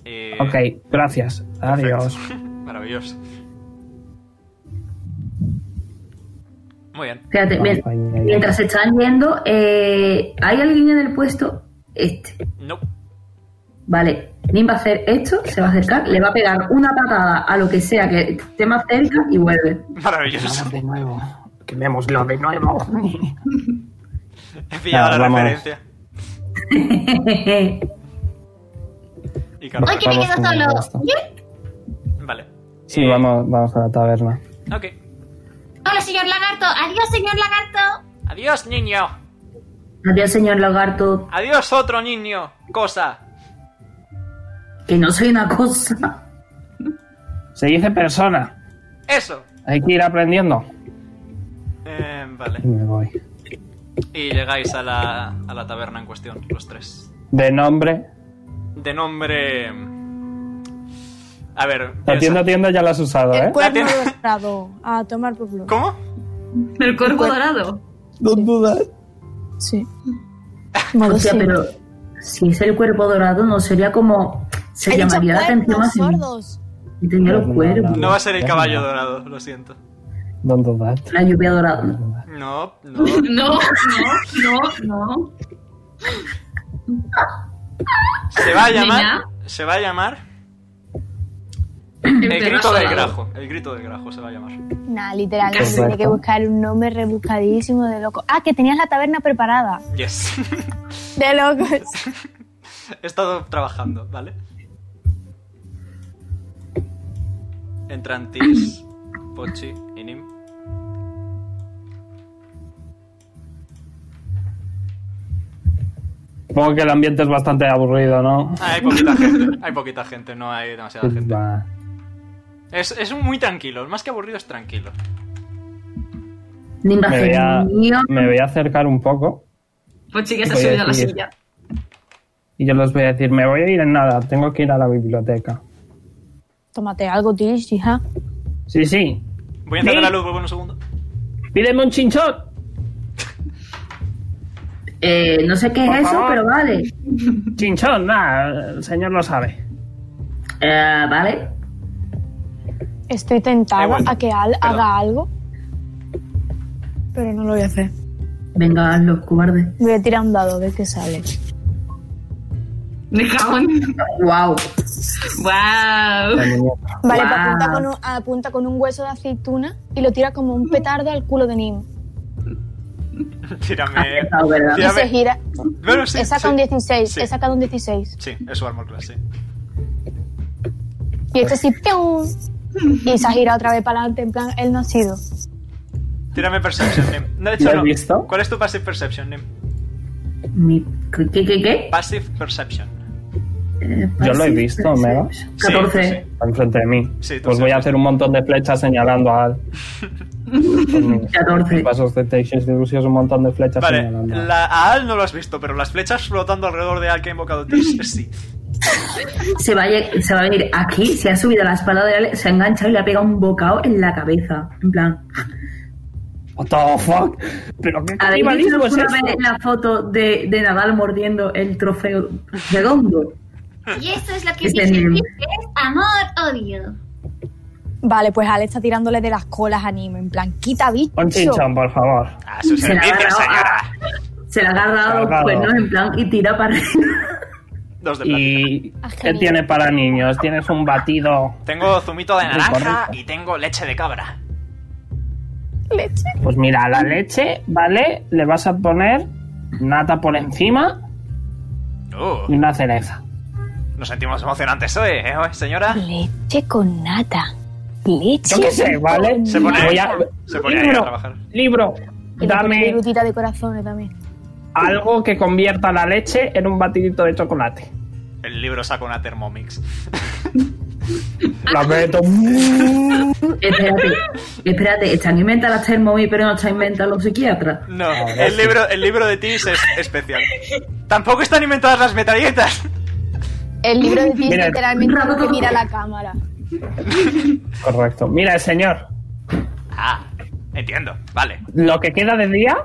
S1: Eh,
S2: Ok, gracias.
S1: perfecto.
S2: Adiós.
S1: Maravilloso. Muy bien.
S4: Fíjate, mien- mientras se están yendo, eh, ¿hay alguien en el puesto? Este.
S1: No.
S4: Vale, Nim va a hacer esto, se va a acercar, le va a pegar una patada a lo que sea que esté más cerca y vuelve.
S1: Maravilloso.
S2: de nuevo. Quemémoslo de nuevo.
S1: He pillado
S2: Nada,
S1: la
S2: vamos.
S1: referencia. Y claro,
S7: Oye, me
S2: Vamos
S7: quedo
S2: con el resto.
S7: solo. Yup.
S1: Vale.
S2: Sí,
S1: Eh,
S2: vamos, vamos a la taberna.
S1: Ok.
S7: Hola, señor lagarto. Adiós, señor lagarto.
S1: Adiós, niño.
S4: Adiós, señor lagarto,
S1: Adiós, otro niño. Cosa.
S4: que no soy una cosa.
S2: Se dice persona.
S1: Eso.
S2: Hay que ir aprendiendo.
S1: Eh, vale.
S2: Y me voy.
S1: Y llegáis a la, a la taberna en cuestión, los tres.
S2: De nombre.
S1: De nombre. mm, A ver.
S2: La tienda,
S1: piensa-
S2: tienda ya la has usado, ¿eh?
S9: El cuerno
S1: tiene-
S9: dorado, a tomar por culo.
S1: ¿Cómo?
S3: El cuerpo dorado.
S2: Sin duda.
S9: Sí.
S4: O
S9: Modo
S4: sea,
S9: sí.
S4: pero si es el cuerpo dorado, no sería como. Se
S9: He dicho
S4: llamaría la atención
S9: cuernos,
S4: más.
S9: sordos.
S4: Y tenía los
S2: No, no,
S4: cuervos.
S1: No va a ser el caballo dorado, lo siento.
S2: Don't do that.
S4: La lluvia dorada.
S1: No, no.
S3: No, no, no, no.
S1: Se va a llamar.
S3: Niña.
S1: Se va a llamar.
S3: El,
S1: El
S3: perro
S1: grito del
S3: dorado.
S1: grajo. El grito del grajo se va a llamar.
S9: Nah, literalmente
S2: Correcto.
S9: tiene que buscar un nombre rebuscadísimo de loco. Ah, que tenías la taberna preparada.
S1: Yes.
S9: De locos.
S1: He estado trabajando, ¿vale? Entran Tis, Pochi y Nim.
S2: Supongo que el ambiente es bastante aburrido, ¿no? Pues
S1: Ah, hay poquita gente, hay poquita gente, no hay demasiada gente.
S2: Va.
S1: Es, es un muy tranquilo, más que aburrido es tranquilo.
S4: Ni va a
S2: Me voy
S4: hacer
S2: a,
S4: mío.
S2: me voy a acercar un poco
S3: Pues sí, que se ha
S2: Voy a
S3: subido a la
S2: decir-
S3: silla.
S2: y yo les voy a decir, me voy a ir en nada, tengo que ir a la biblioteca.
S9: Tómate algo, Tish, hija.
S2: Sí, sí,
S1: Voy a encender
S2: ¿Sí?
S1: la luz, vuelvo en un segundo.
S2: pídeme un chinchón.
S4: Eh, no sé qué
S2: Por
S4: es eso,
S2: favor.
S4: pero vale.
S2: Chinchón, nada, el señor lo sabe.
S4: Eh, vale.
S9: Estoy
S1: Da
S9: tentada
S1: igual.
S9: a que Al
S1: Perdón.
S9: haga algo. Pero no lo voy a hacer.
S4: Venga, los cobardes.
S9: Voy a tirar un dado de que sale.
S3: Me cago en...
S4: ¡Wow!
S3: ¡Wow!
S9: Vale,
S4: Wow.
S9: pues apunta con, un, apunta con un hueso de aceituna y lo tira como un petardo al culo de Nim.
S1: Tírame.
S4: Acertado, ¿verdad?
S9: Y
S1: Ya ve-
S9: se gira.
S1: Bueno, sí,
S9: he sacado
S1: sí.
S9: un 16.
S1: Sí.
S9: He sacado un 16.
S1: Sí, es su armor class, sí.
S9: Y este sí, ¡pium! Y se ha girado otra vez para adelante, en plan, él no ha sido.
S1: Tírame Perception, Nim. No, de hecho,
S2: ¿Lo has
S1: no.
S2: visto?
S1: ¿Cuál es tu Passive Perception, Nim?
S4: Mi- ¿Qué, qué, qué? qué?
S1: Passive Perception.
S4: Eh,
S2: Yo lo he
S4: passive
S2: visto,
S4: perception.
S2: Omega.
S4: 14.
S1: Sí, sí.
S2: Está enfrente de mí.
S1: Sí, tú
S2: pues
S1: sí.
S2: voy a hacer un montón de flechas señalando al. con mi-
S4: 14.
S2: Pasos de Texas de Lucio, un montón de flechas
S1: Vale,
S2: señalando.
S1: la- a Al no lo has visto, pero las flechas flotando alrededor de Al que ha invocado Tis, sí.
S4: Se va, a, lle- se va a venir aquí, se ha subido a la espalda de Ale, se ha enganchado y le ha pegado un bocado en la cabeza. En plan,
S2: What the fuck? ¿Pero qué
S4: a ver, ¿no
S2: canibalismo
S4: se
S2: es
S4: os ocurre
S2: esto?
S4: ver la foto de, de Nadal mordiendo el trofeo redondo?
S7: Y eso es lo que
S4: Este
S7: dije,
S4: niño.
S7: que es amor, odio.
S9: Vale, pues Ale está tirándole de las colas a Nim, en plan, quita bicho.
S2: Un chinchón, por favor.
S1: A su
S4: Se la ha
S1: servicio,
S4: agarrado
S1: señora.
S4: a- Se la ha agarrado,
S2: Agarrado.
S4: pues no, en plan, y tira para arriba.
S1: Dos de plata.
S2: ¿Y
S9: Ah,
S2: qué
S9: genial.
S2: tiene para niños? ¿Tienes un batido?
S1: Tengo zumito de
S2: Rico,
S1: naranja
S2: rico.
S1: y tengo leche de cabra.
S9: Leche.
S2: Pues mira,
S9: Ah.
S2: la leche, ¿vale? Le vas a poner nata por encima
S1: Uh,
S2: y una cereza.
S1: nos sentimos emocionantes hoy, ¿eh, señora?
S9: Leche con nata. Leche.
S2: Yo qué sé, ¿vale?
S1: Se pone,
S2: Voy a-
S1: se pone ahí a
S2: libro,
S1: trabajar.
S2: libro,
S9: Y Dame.
S2: dame
S9: Virutita de corazones también.
S2: algo que convierta la leche en un batidito de chocolate.
S1: El libro saca una Thermomix.
S9: Ah.
S2: La meto.
S4: espérate, espérate, están inventando las Thermomix, pero no están inventando los psiquiatras.
S1: No,
S2: Ah,
S1: el libro, el libro de Tis es especial. Tampoco están inventadas las metralletas.
S9: El libro de ti
S2: Mira.
S9: literalmente no te mira la cámara.
S2: Correcto. Mira, señor,
S1: Ah, entiendo. Vale.
S2: lo que queda de día,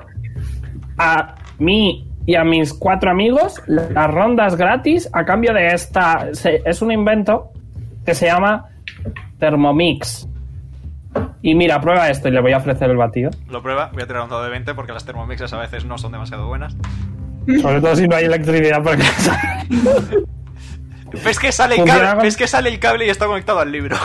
S2: a mí y a mis cuatro amigos, las rondas gratis a cambio de esta. se- es un invento que se llama Thermomix. Y mira, prueba esto y le voy a ofrecer el batido.
S1: Lo prueba. Voy a tirar un dado de 20 porque las Thermomixes a veces no son demasiado buenas.
S2: Sobre todo si no hay electricidad por casa.
S1: ¿Ves que sale el
S2: Funciona
S1: cable,
S2: con-
S1: ves que sale el cable y está conectado al libro?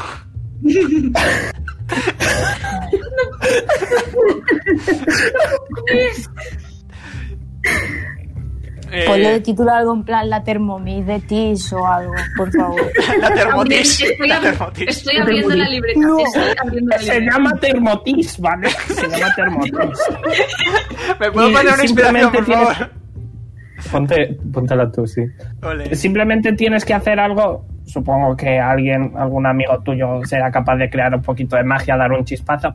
S1: Eh,
S9: Ponle de título algo en plan la Thermomix de Tis o algo, por favor.
S1: la termotis.
S3: Estoy,
S1: La
S3: abri-
S1: termotis.
S3: estoy abriendo la libreta.
S9: No.
S3: Estoy abriendo la
S2: Se
S3: libreta.
S2: llama Thermotis, ¿vale? Se llama Thermotis.
S1: ¿Me puedo
S2: Y
S1: poner una inspiración,
S2: simplemente
S1: por
S2: tienes-
S1: favor?
S13: Ponte, póntela tú, sí.
S1: Ole.
S2: Simplemente tienes que hacer algo. Supongo que alguien, algún amigo tuyo, será capaz de crear un poquito de magia, dar un chispazo.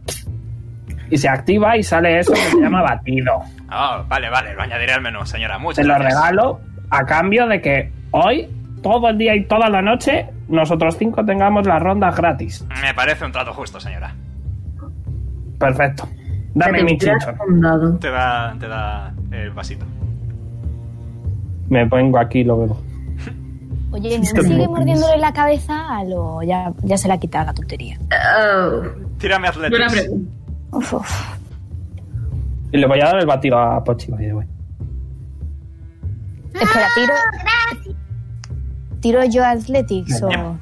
S2: Y se activa y sale eso que se llama batido.
S1: Ah, vale, vale, lo añadiré al menú, señora. Muchas
S2: Te lo
S1: gracias.
S2: regalo a cambio de que hoy, todo el día y toda la noche, nosotros cinco tengamos las rondas gratis.
S1: Me parece un trato justo, señora.
S2: Perfecto. Dame
S4: Espérate,
S2: mi
S4: tira
S2: chinchón.
S4: un dado.
S1: Te da, te da el vasito.
S2: Me pongo aquí y lo veo.
S9: Oye, ¿no
S4: Está
S9: sigue
S4: muy
S9: mordiéndole la cabeza a lo ya, ya se la ha quitado la tontería?
S4: Oh,
S1: Tírame
S3: Buena
S1: atletis.
S3: pregunta.
S9: Uf, uf.
S2: Y le voy a dar el batido a Pochi, by the way.
S9: Espera, tiro. ¿Tiro yo Athletics o.?
S1: Ya.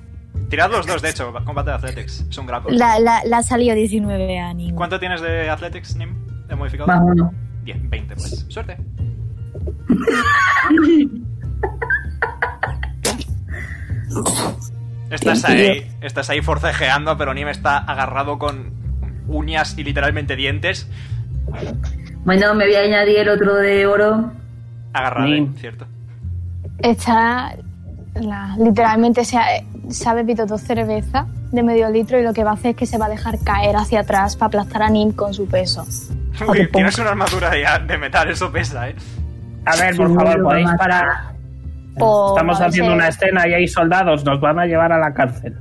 S1: Tirad los dos, de hecho, combate de athletics. Es un grapple.
S9: La, la, la ha salido 19 a Nim.
S1: ¿Cuánto tienes de athletics, Nim? ¿De modificado?
S4: más uno.
S1: Bien, 20, pues. Suerte. estás ahí, estás ahí forcejeando, pero Nim está agarrado con uñas y literalmente dientes.
S4: Bueno, me voy a añadir el otro de oro.
S1: Agarrado,
S2: Nim.
S1: ¿eh? cierto.
S9: Está. la- literalmente se ha, se ha bebido dos cervezas de medio litro y lo que va a hacer es que se va a dejar caer hacia atrás para aplastar a Nim con su peso.
S1: Uy,
S9: Joder,
S1: tienes
S9: punk.
S1: una armadura de, de metal, eso pesa, ¿eh?
S2: A ver,
S4: Sí,
S2: por favor,
S4: lo va a
S2: podéis
S4: matar.
S2: parar.
S9: O
S2: Estamos
S9: va a
S2: haciendo
S9: ser-
S2: una escena y hay soldados, nos van a llevar a la cárcel.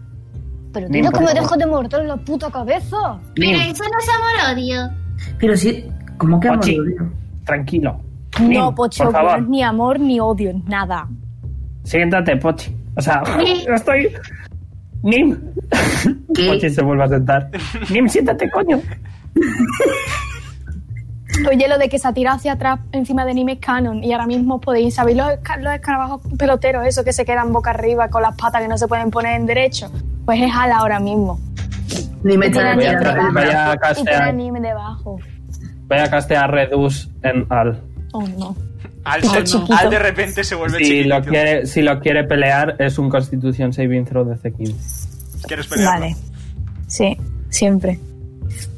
S9: Pero
S2: Nim,
S9: tienes
S2: por
S9: como
S2: favor.
S9: dejo de morder en la puta cabeza.
S7: Pero
S2: Nim,
S7: eso no es amor, odio.
S4: Pero sí, ¿cómo que
S2: Pochi.
S4: amor?
S2: tranquilo.
S9: no,
S2: Nim,
S9: Pocho,
S2: por
S9: no
S2: favor,
S9: es ni amor ni odio, nada.
S2: siéntate, Pochi. O sea,
S7: Nim.
S2: yo estoy... Nim.
S4: ¿Qué?
S2: Pochi se vuelve a sentar. Nim, siéntate, coño.
S9: Oye, lo de que se tira hacia atrás encima de Nime Canon y ahora mismo podéis saber los, esca- los escarabajos peloteros, esos que se quedan boca arriba con las patas que no se pueden poner en derecho. Pues es Ala ahora mismo.
S4: Ni me
S9: Y
S4: está
S9: tiene a Nime
S2: tra-
S4: mirando.
S2: voy a
S9: debajo, y tiene a
S2: castear.
S9: Nime debajo.
S2: Voy a castear Redus en Al.
S9: Oh no.
S1: Al,
S9: Está
S1: ser-
S9: chiquito.
S1: al de repente se vuelve
S2: Si
S1: chiquitito.
S2: lo, quiere, si lo quiere pelear, es un Constitución Saving Throw de C15.
S1: ¿Quieres pelear?
S6: Vale. Sí, siempre.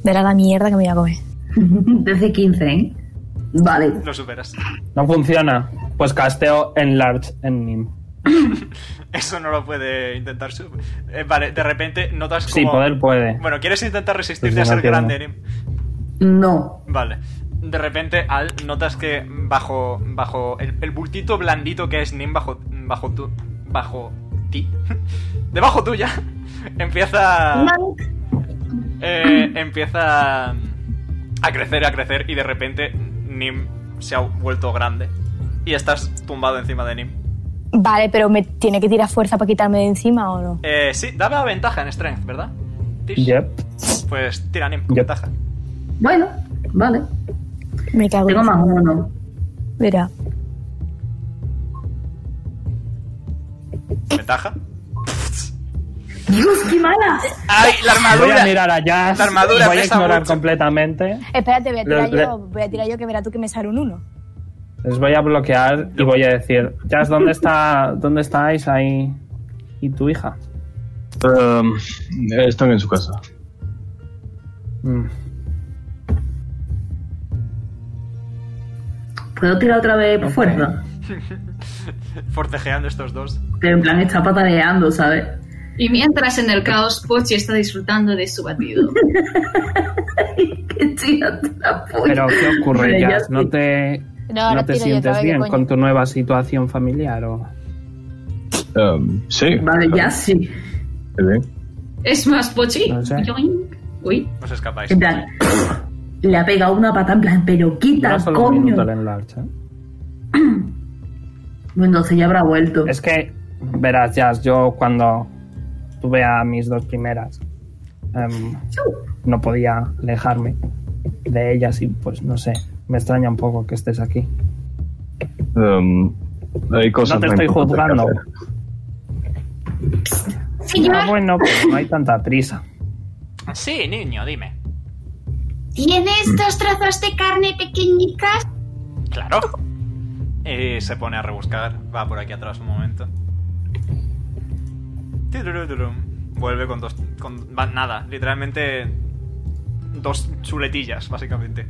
S6: Verá la mierda que me voy a comer.
S4: Desde 15, ¿eh? Vale.
S1: Lo superas.
S2: No funciona. Pues casteo Enlarge en Nim.
S1: Eso no lo puede intentar. su- Eh, vale, de repente notas como.
S2: Sí, poder puede.
S1: Bueno, ¿quieres intentar resistirte a
S2: Pues no
S1: ser
S2: quiero.
S1: grande, Nim?
S4: No.
S1: Vale. De repente, Al, notas que bajo, bajo el, el bultito blandito que es Nim bajo, bajo tu, bajo ti, debajo tuya, empieza,
S7: Monk,
S1: eh, empieza a crecer, a crecer y de repente Nim se ha vuelto grande y estás tumbado encima de Nim.
S6: Vale, pero me tiene que tirar fuerza para quitarme de encima o no.
S1: Eh, sí, daba ventaja en Strength, ¿verdad? Tish?
S2: Yep.
S1: Pues tira Nim, con
S2: Yep.
S1: ventaja.
S4: Bueno, vale.
S6: Me cago en
S4: Tengo
S6: la-
S4: más uno.
S6: Verá.
S1: ¿Ventaja?
S4: ¡Dios, qué mala!
S1: ¡Ay, la
S2: Voy a
S1: armadura!
S2: mirar a Jazz.
S1: La armadura
S2: voy a
S1: pesa
S2: ignorar
S1: mucho.
S2: completamente.
S6: Espérate, voy a tirar
S2: Los de-
S6: yo, voy a tirar yo que verá tú que me sale un 1.
S2: Les voy a bloquear y voy a decir, Jazz, ¿dónde está dónde estáis ahí y tu hija?
S11: Um, están en su casa.
S2: Mm.
S4: Puedo tirar otra vez por fuerza.
S1: Forcejeando estos dos.
S4: Pero en plan está pataleando, ¿sabes?
S3: Y mientras en el caos, Pochi está disfrutando de su batido.
S4: que tía, te la polla.
S2: Pero ¿qué ocurre,
S4: Vale, ya
S2: Jazz? ¿No
S4: sí.
S2: te,
S6: No, ahora
S2: no te
S6: tiro yo
S2: sientes
S6: otra vez,
S2: bien
S6: coño.
S2: con tu nueva situación familiar? O...
S11: Um, sí.
S4: Vale, ya
S11: claro,
S4: sí.
S11: qué bien.
S3: Es más, Pochi.
S2: No sé.
S3: yoink. Uy.
S1: Os escapáis.
S4: En plan, le ha pegado una pata en plan, pero quita,
S2: Dura solo un
S4: coño.
S2: minuto el enlarge. ¿eh?
S4: Bueno, entonces ya habrá vuelto.
S2: Es que, verás, Jazz, yo cuando tuve a mis dos primeras, em, no podía alejarme de ellas y pues no sé, me extraña un poco que estés aquí.
S11: Um, hay cosas
S2: No te
S11: más
S2: estoy
S11: importantes que
S2: juzgando.
S11: hacer.
S2: Ah,
S7: señor,
S2: bueno, pero no hay tanta prisa.
S1: Sí, niño, dime.
S7: ¿tienes dos trozos de carne pequeñitas?
S1: Claro. Y se pone a rebuscar. Va por aquí atrás un momento. Tirururum. Vuelve con dos. Con, va- nada, literalmente. Dos chuletillas, básicamente.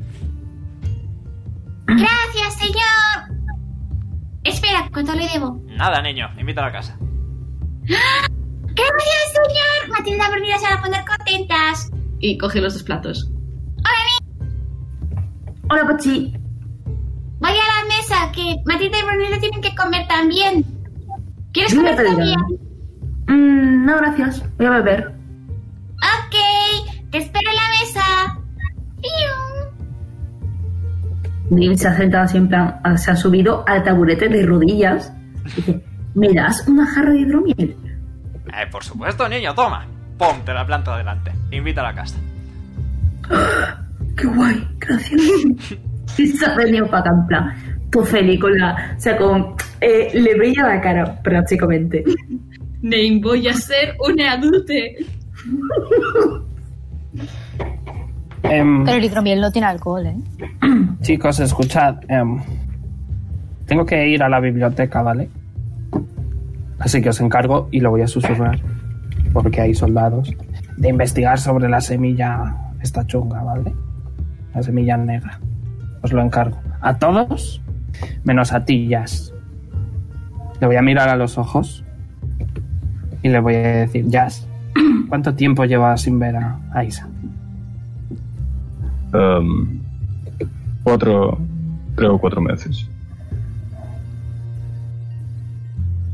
S7: Gracias, señor. Espera, ¿cuánto le debo?
S1: Nada, niño, invítala a casa.
S7: Gracias, señor. Matilda Barbera se va a poner contentas.
S3: Y coge los dos platos.
S4: Hola, Pochi.
S7: Voy a la mesa, que Matilda y Brunilda tienen que comer también. ¿Quieres
S4: Yo voy
S7: comer
S4: a pedir
S7: también?
S4: algo. Mm, no, gracias. Voy a beber.
S7: Ok, te espero en la mesa. Piu.
S4: Neil se ha sentado así en plan, ah, se ha subido al taburete de rodillas. Dice, ¿me das una jarra de hidromiel?
S1: Eh, por supuesto, niño, toma. Ponte la planta delante. Invítala a casa.
S4: ¡Qué guay! Gracias. y se ha venido para acá en plan, todo feliz con la... O sea, con... eh, le veía la cara prácticamente.
S3: Name, voy a ser una adulte.
S2: Em,
S6: Pero el hidromiel no tiene alcohol, ¿eh?
S2: Chicos, escuchad. em, tengo que ir a la biblioteca, ¿vale? Así que os encargo y lo voy a susurrar. Porque hay soldados. De investigar sobre la semilla. Esta chunga, ¿vale? La semilla negra. Os lo encargo. A todos, menos a ti, Jazz. Le voy a mirar a los ojos. Y le voy a decir, Jazz, ¿cuánto tiempo llevas sin ver a, a Isa?
S11: Um, cuatro, tres o cuatro meses.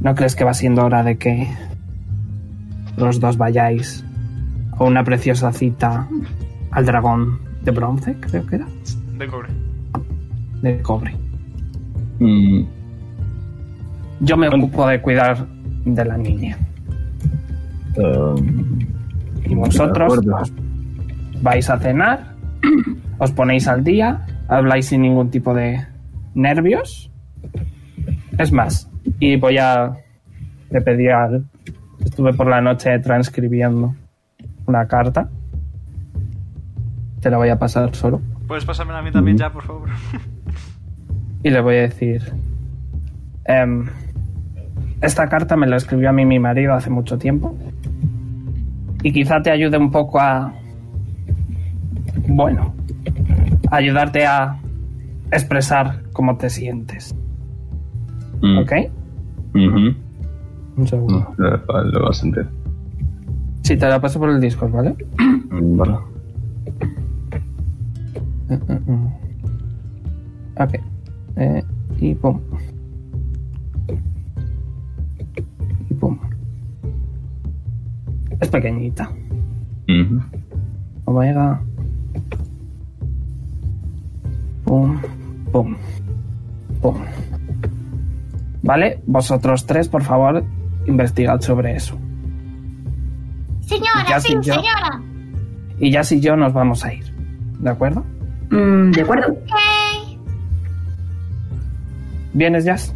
S2: ¿No crees que va siendo hora de que los dos vayáis a una preciosa cita al dragón de bronce, creo que era?
S1: De cobre.
S2: De cobre.
S11: Mm,
S2: Yo me ocupo de cuidar de la niña.
S11: um,
S2: Y
S11: de
S2: vosotros
S11: acuerdo.
S2: vais a cenar, os ponéis al día, habláis sin ningún tipo de nervios. Es más, y voy a... Le pedí al... Estuve por la noche transcribiendo una carta. Te la voy a pasar solo.
S1: ¿Puedes pasármela a mí también ya, por favor?
S2: Y le voy a decir... em, esta carta me la escribió a mí mi marido hace mucho tiempo. Y quizá te ayude un poco a... Bueno, ayudarte a expresar cómo te sientes.
S11: Mm.
S2: ¿Ok?
S11: Ujú.
S10: Un segundo.
S11: No, lo, lo vas a entender.
S2: Sí, te la paso por el Discord, ¿vale?
S11: Mm, Vale.
S2: Mm, mm, mm. Ok. Eh, y pum. Y pum. Es pequeñita.
S11: Ujú.
S2: Omega. Pum, pum, pum. Vale, vosotros tres, por favor, investigad sobre eso.
S7: Señora,
S2: Ya,
S7: sí,
S2: sí, ya.
S7: señora.
S2: Y ya si yo nos vamos a ir. ¿De acuerdo?
S4: Mm, de acuerdo.
S7: Ok.
S2: ¿Vienes, Jazz?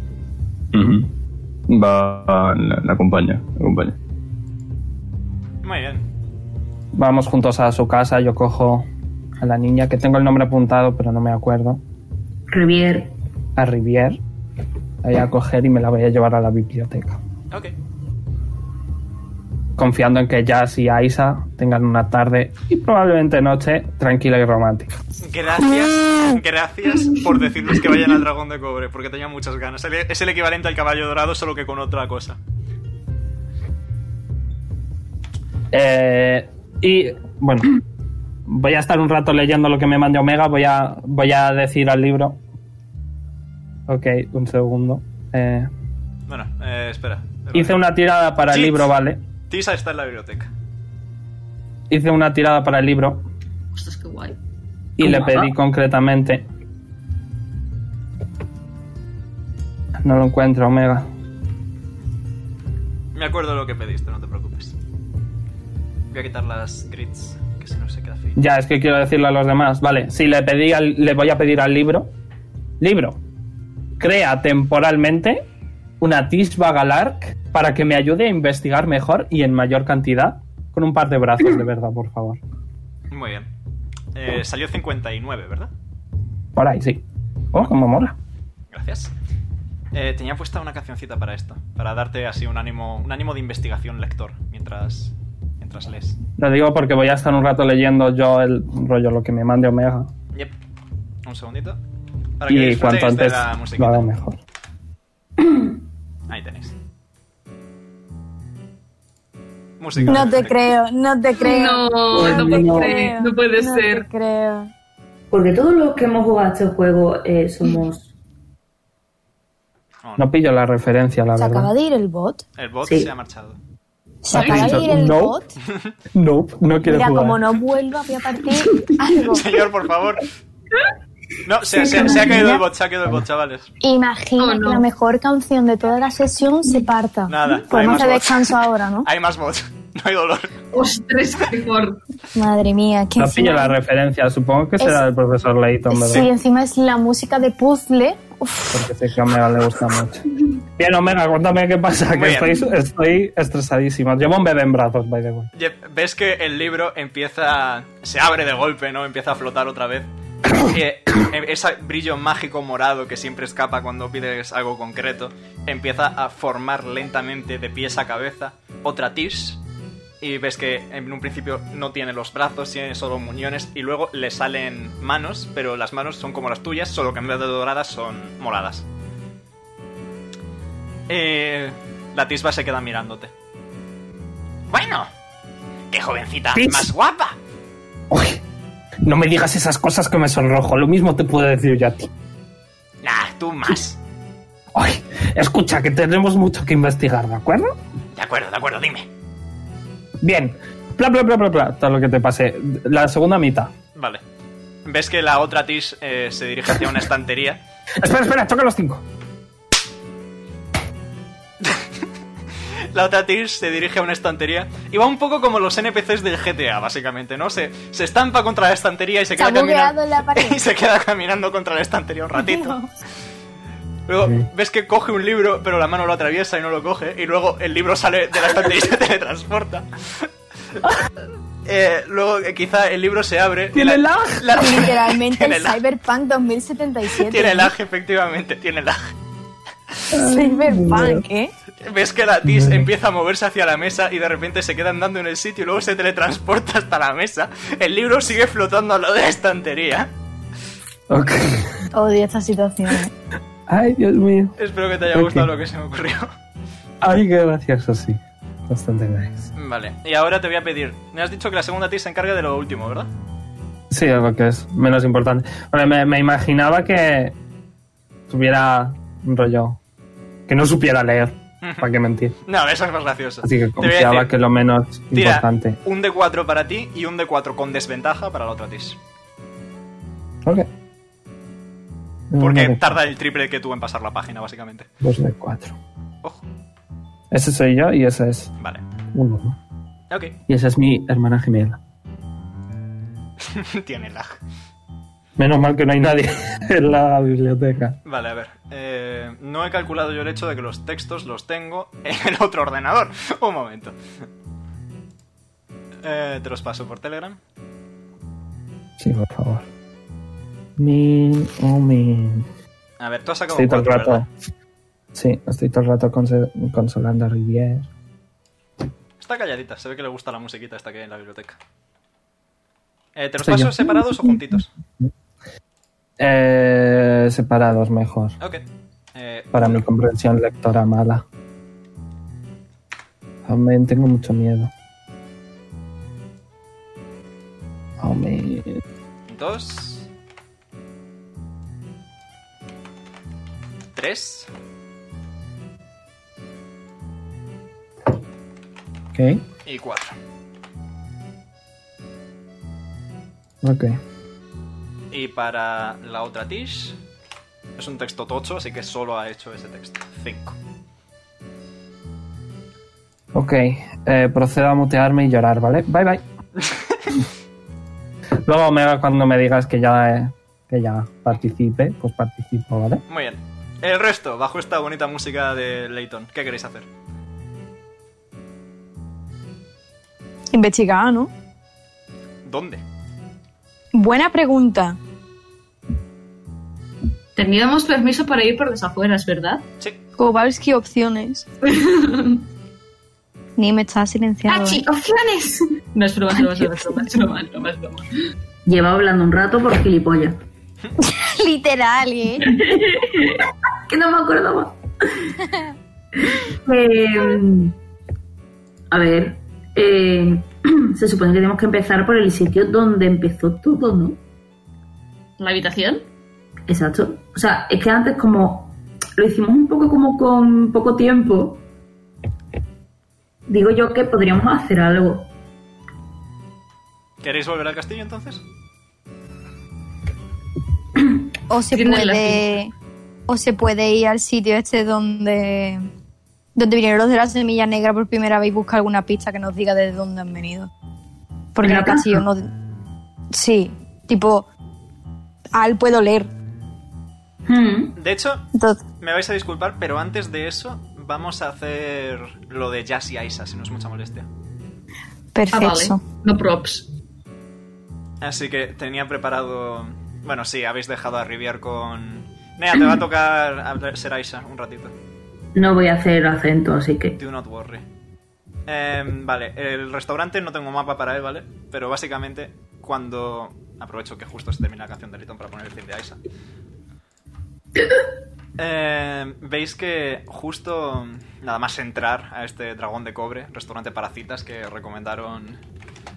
S11: Ujú. Va, la, la acompaña, la acompaña.
S1: Muy bien.
S2: Vamos juntos a su casa, yo cojo a la niña, que tengo el nombre apuntado, pero no me acuerdo,
S4: Rivier.
S2: a Rivier. La voy a coger y me la voy a llevar a la biblioteca.
S1: Ok.
S2: Confiando en que Jazz y Aisa tengan una tarde y probablemente noche tranquila y romántica.
S1: Gracias, gracias por decirles que vayan al dragón de cobre, porque tenía muchas ganas. El- Es el equivalente al caballo dorado, solo que con otra cosa.
S2: Eh, y bueno, voy a estar un rato leyendo lo que me mande Omega. Voy a, voy a decir al libro. Ok, un segundo. Eh,
S1: Bueno, eh, espera.
S2: hice una tirada para el
S1: Sí.
S2: libro, vale.
S1: Tisa está en la biblioteca.
S2: Hice una tirada para el libro
S3: Ostras, qué guay.
S2: Y le
S4: Ajá.
S2: pedí concretamente. No lo encuentro, Omega.
S1: Me acuerdo lo que pediste, no te preocupes. Voy a quitar las grids, que si no se queda feo.
S2: Ya, es que quiero decirlo a los demás. Vale, si le pedí al- le voy a pedir al libro. Libro, crea temporalmente una tisba galark para que me ayude a investigar mejor y en mayor cantidad. Con un par de brazos, de verdad, por favor.
S1: Muy bien. Eh, salió 59, ¿verdad?
S2: Por ahí, sí. Oh, como mola.
S1: Gracias. Eh, tenía puesta una cancioncita para esto, para darte así un ánimo, un ánimo de investigación lector mientras, mientras lees.
S2: Lo digo porque voy a estar un rato leyendo yo el rollo, lo que me mande Omega.
S1: Yep. Un segundito. Para que
S2: Y cuanto
S1: disfrutéis de
S2: antes
S1: la
S2: lo
S1: musiquita.
S2: haga mejor.
S1: Ahí tenéis. Música.
S6: No te creo, no te creo.
S3: No, no,
S9: Pues
S4: Ay, no.
S3: puede, no puede
S6: no
S3: ser.
S6: Te creo.
S4: Porque todos los que hemos jugado a este juego eh, somos.
S1: Oh, no.
S2: No pillo la referencia, la
S6: ¿Se
S2: verdad.
S6: acaba de ir el bot?
S1: El bot
S4: Sí.
S1: se ha marchado.
S6: ¿Se acaba de ir el
S2: No.
S6: bot?
S2: No, no quiero
S6: Mira,
S2: jugar.
S6: como no vuelva, voy a partir algo.
S1: Señor, por favor. No, se, se- se ha caído el bot, se ha caído el bot, chavales.
S6: Imagina
S3: Oh, no.
S6: que la mejor canción de toda la sesión se parta. Pues
S1: Nada, hay
S6: Podemos
S1: más
S6: hacer
S1: bots.
S6: descanso ahora, ¿no?
S1: Hay más bots. No hay dolor.
S3: Ostras, qué por.
S6: Madre mía, que
S2: No
S6: encima-
S2: pillo la referencia, supongo que
S6: Es-
S2: será del profesor Layton, ¿verdad?
S6: Sí, encima es la música de puzzle. Uf,
S2: Porque sé que a Omega le gusta mucho. Bien, Omega, cuéntame qué pasa,
S1: Muy
S2: que
S1: bien.
S2: estoy, estoy estresadísimo. Llevo un bebé en brazos, by the way.
S1: Yep, Ves que el libro empieza. Se abre de golpe, ¿no? Empieza a flotar otra vez. Eh, eh, ese brillo mágico morado que siempre escapa cuando pides algo concreto empieza a formar lentamente de pies a cabeza otra Tish. Y ves que en un principio no tiene los brazos, tiene solo muñones. Y luego le salen manos, pero las manos son como las tuyas, solo que en vez de doradas son moradas. Eh, la Tisba se queda mirándote. Bueno, qué jovencita
S2: Tis.
S1: más guapa.
S2: Uy, no me digas esas cosas que me sonrojo. Lo mismo te puedo decir yo a ti.
S1: Nah, tú más.
S2: Uy, escucha, que tenemos mucho que investigar, ¿de acuerdo?
S1: De acuerdo, de acuerdo, dime.
S2: Bien. Bla, bla, bla, bla, bla. Todo lo que te pase. La segunda mitad.
S1: Vale. Ves que la otra Tish eh, se dirige hacia una estantería.
S2: Espera, espera, toca los cinco.
S1: La otra Tish se dirige a una estantería y va un poco como los NPCs del GTA, básicamente, ¿no? Se, se estampa contra la estantería y se
S6: se
S1: queda
S6: ha bugueado
S1: caminando.
S6: en la pared.
S1: Y se queda caminando contra la estantería un ratito. Luego ves que coge un libro, pero la mano lo atraviesa y no lo coge. Y luego el libro sale de la estantería y se teletransporta. Eh, luego eh, quizá el libro se abre. y
S2: Tiene
S1: la-
S2: lag.
S1: la-
S6: Literalmente
S1: tiene
S6: el
S1: lag.
S6: Cyberpunk 2077.
S1: Tiene lag, efectivamente, tiene lag.
S6: Cyberpunk, ¿eh?
S1: Ves que la Tis empieza a moverse hacia la mesa y de repente se queda andando en el sitio y luego se teletransporta hasta la mesa. El libro sigue flotando al lado de la estantería.
S9: Ok.
S6: Odio esta situación. ¿eh?
S10: Ay, Dios mío.
S1: Espero que te haya gustado lo que se me ocurrió.
S10: Ay, qué gracioso, sí. Bastante nice.
S1: Vale, y ahora te voy a pedir. Me has dicho que la segunda Tis se encarga de lo último, ¿verdad?
S2: Sí, es lo que es menos importante. Bueno, me, me imaginaba que tuviera un rollo. Que no supiera leer. ¿Para qué mentir?
S1: No, eso es más gracioso.
S2: Así que
S1: Te voy a
S2: confiaba
S1: decir,
S2: que lo menos
S1: tira
S2: importante.
S1: un D4 para ti y un D4 con desventaja para la otra Tis.
S10: Ok.
S2: Mm,
S1: Porque
S10: Uno de-
S1: tarda el triple que tú en pasar la página, básicamente.
S10: Dos de cuatro.
S1: Ojo.
S2: Ese soy yo y ese es
S1: Vale.
S2: un uno.
S1: Ok.
S2: Y esa es mi hermana gemela.
S1: Tiene lag.
S2: Menos mal que no hay nadie.
S10: En la biblioteca.
S1: Vale, a ver. Eh, no he calculado yo el hecho de que los textos los tengo en el otro ordenador. Un momento. Eh, te los paso por Telegram.
S10: Sí, por favor. Mi. Oh, mi.
S1: A ver, tú has sacado
S10: Estoy todo el
S1: cuatro,
S10: rato.
S1: ¿verdad?
S10: Sí, estoy todo el rato conse- consolando a Rivier.
S1: Está calladita, se ve que le gusta la musiquita esta que hay en la biblioteca. Eh, ¿Te los
S10: Soy
S1: paso
S10: yo.
S1: separados o juntitos?
S10: Eh, separados mejor.
S1: Ok. Eh,
S10: Para mi comprensión lectora mala. Hombre, tengo mucho miedo. Hombre.
S1: dos. Tres.
S10: Ok,
S1: Y cuatro.
S10: ok.
S1: Y para la otra Tish. Es un texto tocho, así que solo ha hecho ese texto. Cinco.
S10: Ok, eh, procedo a mutearme y llorar, ¿vale? Bye bye. Luego me, cuando me digas que ya, eh, que ya participe, pues participo, ¿vale?
S1: Muy bien. El resto, bajo esta bonita música de Leighton. ¿Qué queréis hacer?
S6: Investigada, ¿no?
S1: ¿Dónde?
S6: Buena pregunta.
S3: Teníamos permiso para ir por las afueras, ¿verdad?
S1: Sí.
S6: Kowalski opciones. Ni me está silenciando.
S7: Pachi, opciones.
S3: No es broma, no es broma, es broma, es broma, es broma, es broma.
S4: Lleva hablando un rato por gilipollas.
S6: Literal, ¿eh?
S4: Que no me acuerdo más. Eh, a ver, eh, se supone que tenemos que empezar por el sitio donde empezó todo, ¿no?
S3: ¿La habitación?
S4: Exacto. O sea, es que antes como lo hicimos un poco como con poco tiempo, digo yo que podríamos hacer algo.
S1: ¿Queréis volver al castillo entonces?
S6: O se
S3: Tiene la
S6: puede. O se puede ir al sitio este donde. Donde vinieron los de la semilla negra por primera vez y buscar alguna pista que nos diga de dónde han venido. Porque
S4: ¿En
S6: en
S4: la
S6: el castillo no. Sí, tipo. Al puedo leer.
S4: Hmm.
S1: De hecho,
S6: Entonces,
S1: me vais a disculpar, pero antes de eso vamos a hacer lo de Jazz y Aisa, si no es mucha molestia.
S3: Ah, vale.
S6: perfecto.
S3: No props.
S1: Así que tenía preparado... Bueno, sí, habéis dejado a Rivier con... Nea, te va a tocar hablar- ser Aisa un ratito.
S4: No voy a hacer acento, así que...
S1: Do not worry. Em, vale, el restaurante no tengo mapa para él, ¿vale? Pero básicamente, cuando. Aprovecho que justo se termina la canción de Litton para poner el clip de Aisa. Em, Veis que justo nada más entrar a este dragón de cobre, restaurante para citas que recomendaron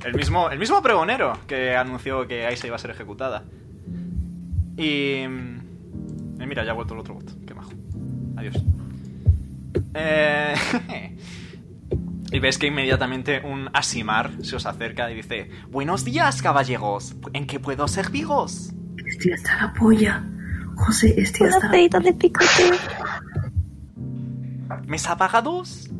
S1: el mismo, el mismo pregonero que anunció que Aisa iba a ser ejecutada. Y. mm, eh, mira, ya ha vuelto el otro bot. Qué majo. Adiós. Eh, y ves que inmediatamente un Asimar se os acerca y dice: Buenos días, caballeros. ¿En qué puedo serviros?
S4: Estoy hasta la polla. José, estoy hasta la...
S6: de picote.
S1: ¿Mis apagados?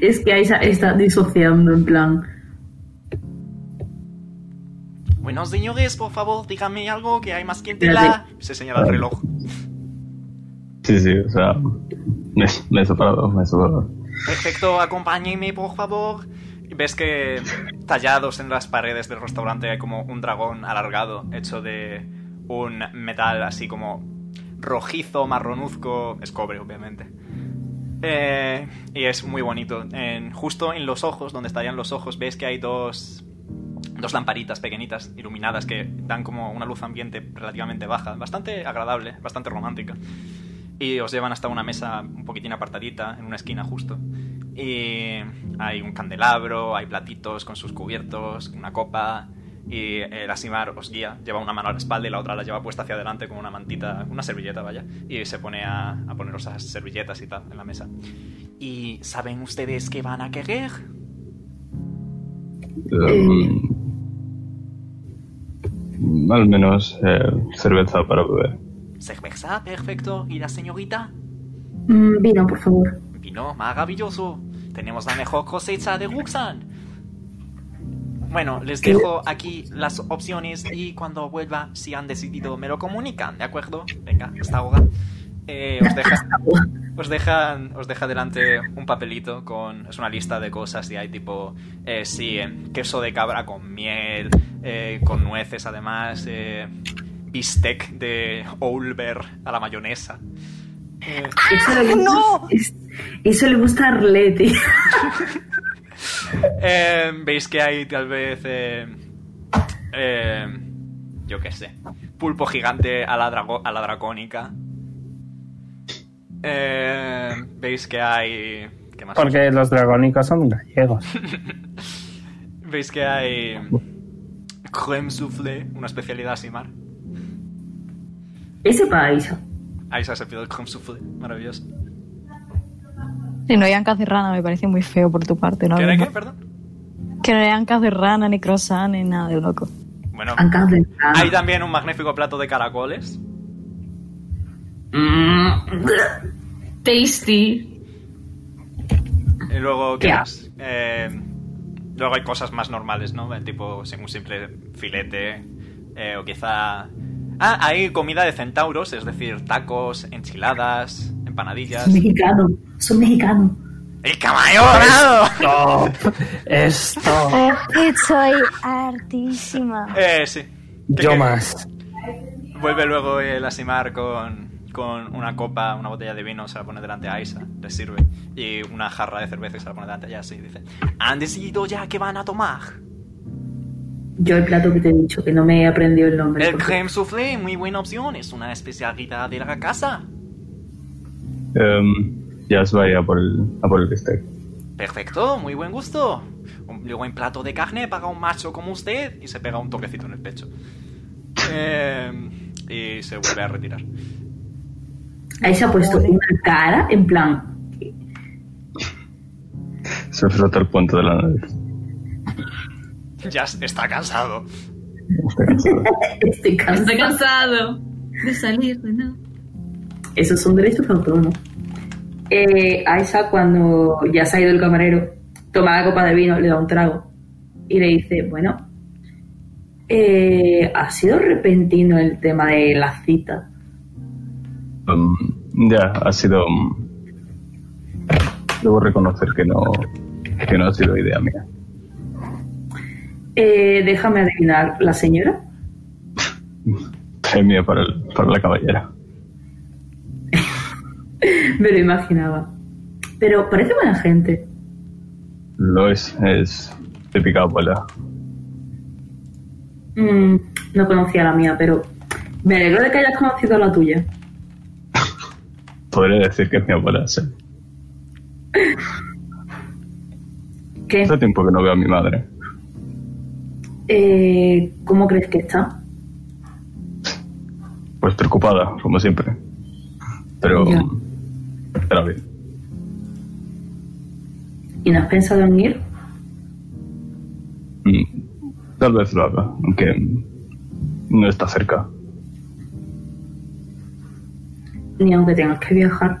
S4: Es que Aisa está disociando en plan...
S1: Buenos señores, por favor, díganme algo que hay más clientela. Se señala el reloj.
S11: Sí, sí, o sea. Me, me he separado, me he separado.
S1: Perfecto, acompáñenme, por favor. Y ves que tallados en las paredes del restaurante hay como un dragón alargado hecho de un metal así como rojizo, marronuzco, es cobre obviamente. Eh, y es muy bonito. En- justo en los ojos, donde estarían los ojos, ves que hay dos, dos lamparitas pequeñitas, iluminadas, que dan como una luz ambiente relativamente baja. Bastante agradable, bastante romántica. Y os llevan hasta una mesa un poquitín apartadita, en una esquina justo. Y hay un candelabro, hay platitos con sus cubiertos, una copa. Y el Asimar os guía, lleva una mano a la espalda y la otra la lleva puesta hacia adelante como una mantita, una servilleta, vaya. Y se pone a, a poneros las servilletas y tal en la mesa. ¿Y saben ustedes qué van a querer?
S11: Um, Eh, al menos eh, cerveza para beber.
S1: Cerveza, perfecto. ¿Y la señorita?
S4: Mm, vino, por favor.
S1: Vino maravilloso. Tenemos la mejor cosecha de Ruxan. Bueno, les dejo aquí las opciones y cuando vuelva, si han decidido, me lo comunican, ¿de acuerdo? Venga, hasta ahora. Eh, os, deja, os, dejan, os deja delante un papelito con... Es una lista de cosas y hay tipo... Eh, sí, eh, queso de cabra con miel, eh, con nueces además, eh, bistec de Oulver a la mayonesa. Eh,
S4: Eso le gusta,
S6: ¡No!
S4: es- eso le gusta a Arleti.
S1: Eh, Veis que hay tal vez... eh, eh, yo qué sé. Pulpo gigante a la, drago- a la dracónica. Eh, Veis que hay... ¿Qué más?
S2: Porque los dragónicos son gallegos.
S1: Veis que hay... Crème soufflé, una especialidad así, Mar.
S4: Ese paraíso.
S1: Aisa se pide el crème soufflé, maravilloso.
S6: Si no hay ancas de rana, me parece muy feo por tu parte, ¿no?
S1: ¿Qué era qué? Perdón.
S6: Que no hay ancas de rana, ni croissant, ni nada de loco.
S1: Bueno,
S4: Ancas de rana.
S1: hay también un magnífico plato de caracoles.
S4: Mm.
S3: Tasty.
S1: Y luego, ¿qué
S4: Ya.
S1: más? Eh, luego hay cosas más normales, ¿no? El tipo sin un simple filete eh, o quizá... Ah, hay comida de centauros, es decir, tacos, enchiladas, empanadillas.
S4: Son mexicanos. Son mexicanos.
S1: ¡El caballo dorado!
S2: Esto.
S6: Estoy hartísima.
S1: Eh, sí. ¿Qué-
S2: Yo
S1: qué?
S2: más.
S1: Vuelve luego el Asimar con, con una copa, una botella de vino, se la pone delante a Aisa, le sirve. Y una jarra de cerveza y se la pone delante a Yassi. Dice, ¿han decidido ya qué van a tomar?
S4: Yo el plato que te he dicho, que no me he aprendido el nombre.
S1: El
S4: porque-
S1: crème soufflé, muy buena opción, es una especialidad de la casa.
S11: Em, ya os vaya a por el, a por el bistec.
S1: Perfecto, muy buen gusto. Un luego buen plato de carne para un macho como usted. Y se pega un toquecito en el pecho. Eh, y se vuelve a retirar.
S4: Ahí se ha puesto una cara en plan.
S11: Se frota el punto de la nariz.
S1: Ya está cansado.
S11: Estoy cansado.
S4: Estoy
S3: Estoy
S4: cansado.
S3: cansado de salir de nada.
S4: Esos son derechos de autor, ¿no? Eh, Aisha, cuando ya se ha ido el camarero, toma la copa de vino, le da un trago y le dice, bueno, eh, ha sido repentino el tema de la cita.
S11: Em, ya, ha sido... mm, Debo reconocer que no, que no ha sido idea mía.
S4: Eh, déjame adivinar, ¿la señora?
S11: Premio para, el- para la caballera.
S4: Me lo imaginaba. Pero parece buena gente.
S11: Lo es, es típica abuela.
S4: Mm, no conocía la mía, pero me alegro de que hayas conocido la tuya.
S11: Podría decir que es mi abuela, sí.
S4: ¿Qué?
S11: Hace tiempo que no veo a mi madre.
S4: Eh, ¿Cómo crees que está?
S11: Pues preocupada, como siempre. Pero...
S4: Ya.
S11: Pero bien.
S4: ¿Y no has pensado en ir?
S11: Mm, Tal vez lo haga, aunque mm, no está cerca.
S4: Ni aunque tengas que viajar.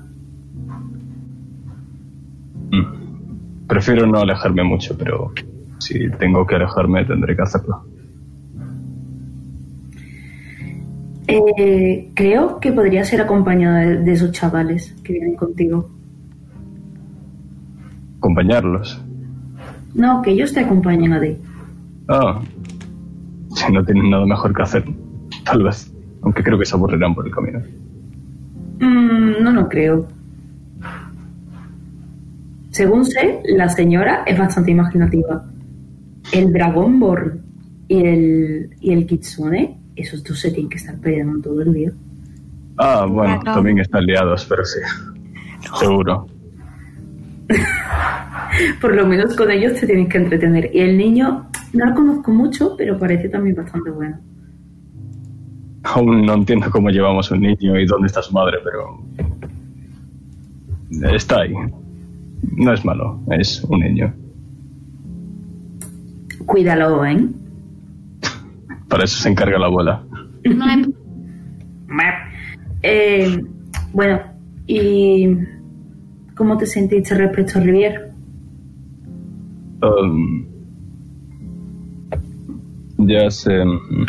S11: Mm. Prefiero no alejarme mucho, pero si tengo que alejarme tendré que hacerlo.
S4: Eh, creo que podría ser acompañada de, de esos chavales que vienen contigo.
S11: Acompañarlos.
S4: No, que ellos te acompañen a ti.
S11: Ah, si no tienen nada mejor que hacer, tal vez. Aunque creo que se aburrirán por el camino.
S4: Mm, No lo creo. Según sé, la señora es bastante imaginativa. El Dragonborn y el, y el Kitsune, esos dos se tienen que estar peleando todo el día.
S11: Ah, bueno,
S6: Claro.
S11: también están liados, pero sí. Seguro.
S4: Por lo menos con ellos te tienes que entretener. Y el niño, no lo conozco mucho, pero parece también bastante bueno.
S11: Aún no entiendo cómo llevamos un niño y dónde está su madre, pero. Está ahí. No es malo, es un niño.
S4: Cuídalo, ¿eh?
S11: Para eso se encarga la abuela.
S7: No hay-
S4: Eh, bueno, ¿y cómo te sentiste respecto a Rivier?
S11: Um, ya se mm,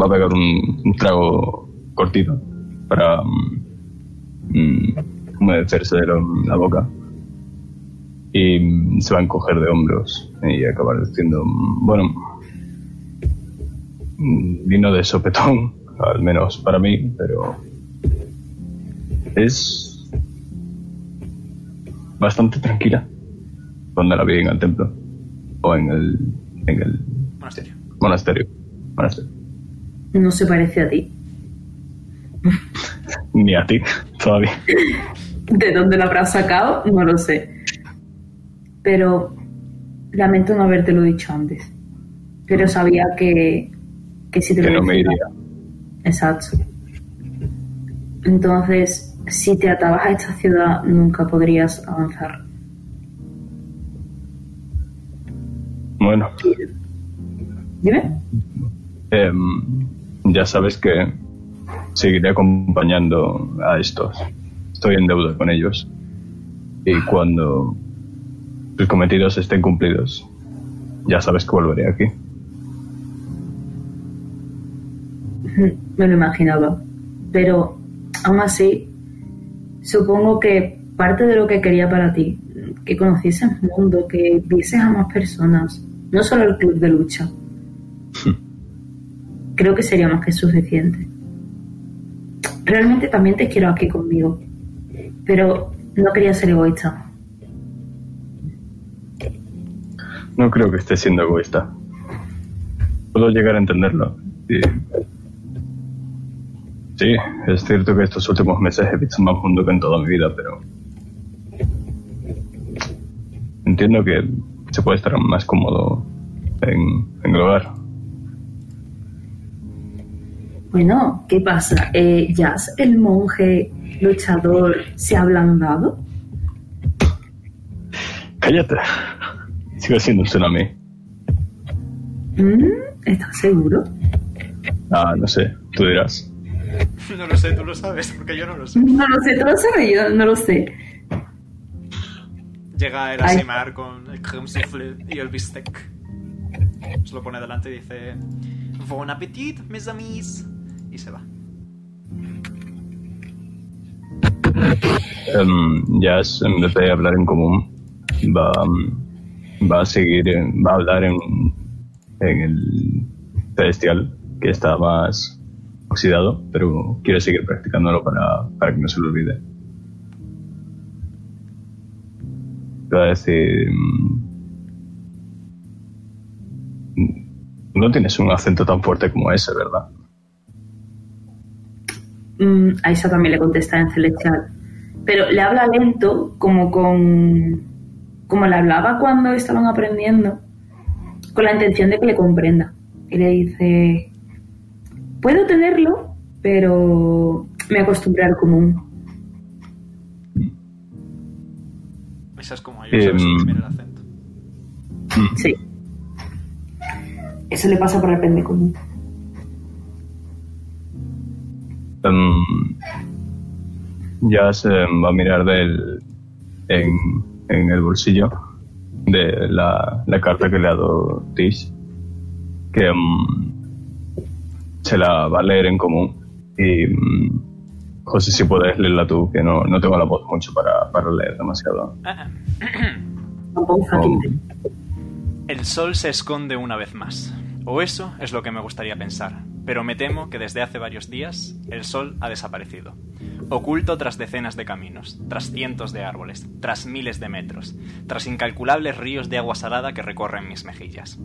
S11: va a pegar un, un trago cortito para mm, mm, humedecerse de la, la boca y mm, se va a encoger de hombros y acabar diciendo mm, bueno mm, vino de sopetón al menos para mí pero es bastante tranquila donde la vi en el templo o en el en el
S1: Monasterio.
S11: monasterio, monasterio.
S4: No se parece a ti.
S11: ni a ti todavía
S4: ¿De dónde la habrás sacado? No lo sé. Pero lamento no habértelo dicho antes. Pero sabía que, que si te
S11: que
S4: lo
S11: no me
S4: decía-
S11: iría
S4: Exacto. Entonces, si te atabas a esta ciudad, nunca podrías avanzar.
S11: bueno
S4: Dime.
S11: em, ya sabes que seguiré acompañando a estos estoy en deuda con ellos y cuando sus cometidos estén cumplidos ya sabes que volveré aquí
S4: Mm, Me lo imaginaba. Pero, aún así, supongo que parte de lo que quería para ti, que conocieses el mundo, que vieses a más personas, no solo el club de lucha, creo que sería más que suficiente. Realmente también te quiero aquí conmigo, pero no quería ser egoísta.
S11: no creo que esté siendo egoísta puedo llegar a entenderlo sí. Sí, es cierto que estos últimos meses he visto más mundo que en toda mi vida, pero entiendo que se puede estar más cómodo en, en el hogar.
S4: Bueno, ¿qué pasa? Eh, ¿Jazz, el monje luchador, se ha ablandado?
S11: Cállate. Sigo siendo un tsunami.
S4: Mm, ¿Estás seguro?
S11: Ah, no sé, tú dirás.
S1: No lo sé, tú lo sabes, porque yo no lo sé.
S4: No lo sé, tú lo sabes, yo no lo sé.
S1: Llega el
S4: Ay.
S1: ASMR con el crème soufflé y el bistec. Se lo pone delante y dice: Bon appétit, mes amis. Y se va.
S11: Em, Jazz, en vez de hablar en común, va, em, va a seguir, en- va a hablar en, en el celestial, que está más oxidado, pero quiere seguir practicándolo para, para que no se lo olvide. Va a decir... mm, em, No tienes un acento tan fuerte como ese, ¿verdad?
S4: Mm, a esa también le contesta en celestial. Pero le habla lento, como con. como le hablaba cuando estaban aprendiendo, con la intención de que le comprenda. Y le dice: Puedo tenerlo, pero me acostumbré al común.
S1: Esa es como yo, ¿sabes?
S11: Em.
S1: Tiene el acento.
S4: Sí. Eso le pasa por aprender común.
S11: Em, ya se va a mirar del, en, en el bolsillo de la, la carta que le ha dado Tish, que em, se la va a leer en común. Y em, José, si puedes leerla tú, que no, no tengo la voz mucho para, para leer demasiado. Em,
S1: Ah, ah.
S4: Tampoco es
S11: Oh.
S4: fácil.
S1: El sol se esconde una vez más. O eso es lo que me gustaría pensar. pero me temo que desde hace varios días el sol ha desaparecido, oculto tras decenas de caminos, tras cientos de árboles, tras miles de metros, tras incalculables ríos de agua salada que recorren mis mejillas.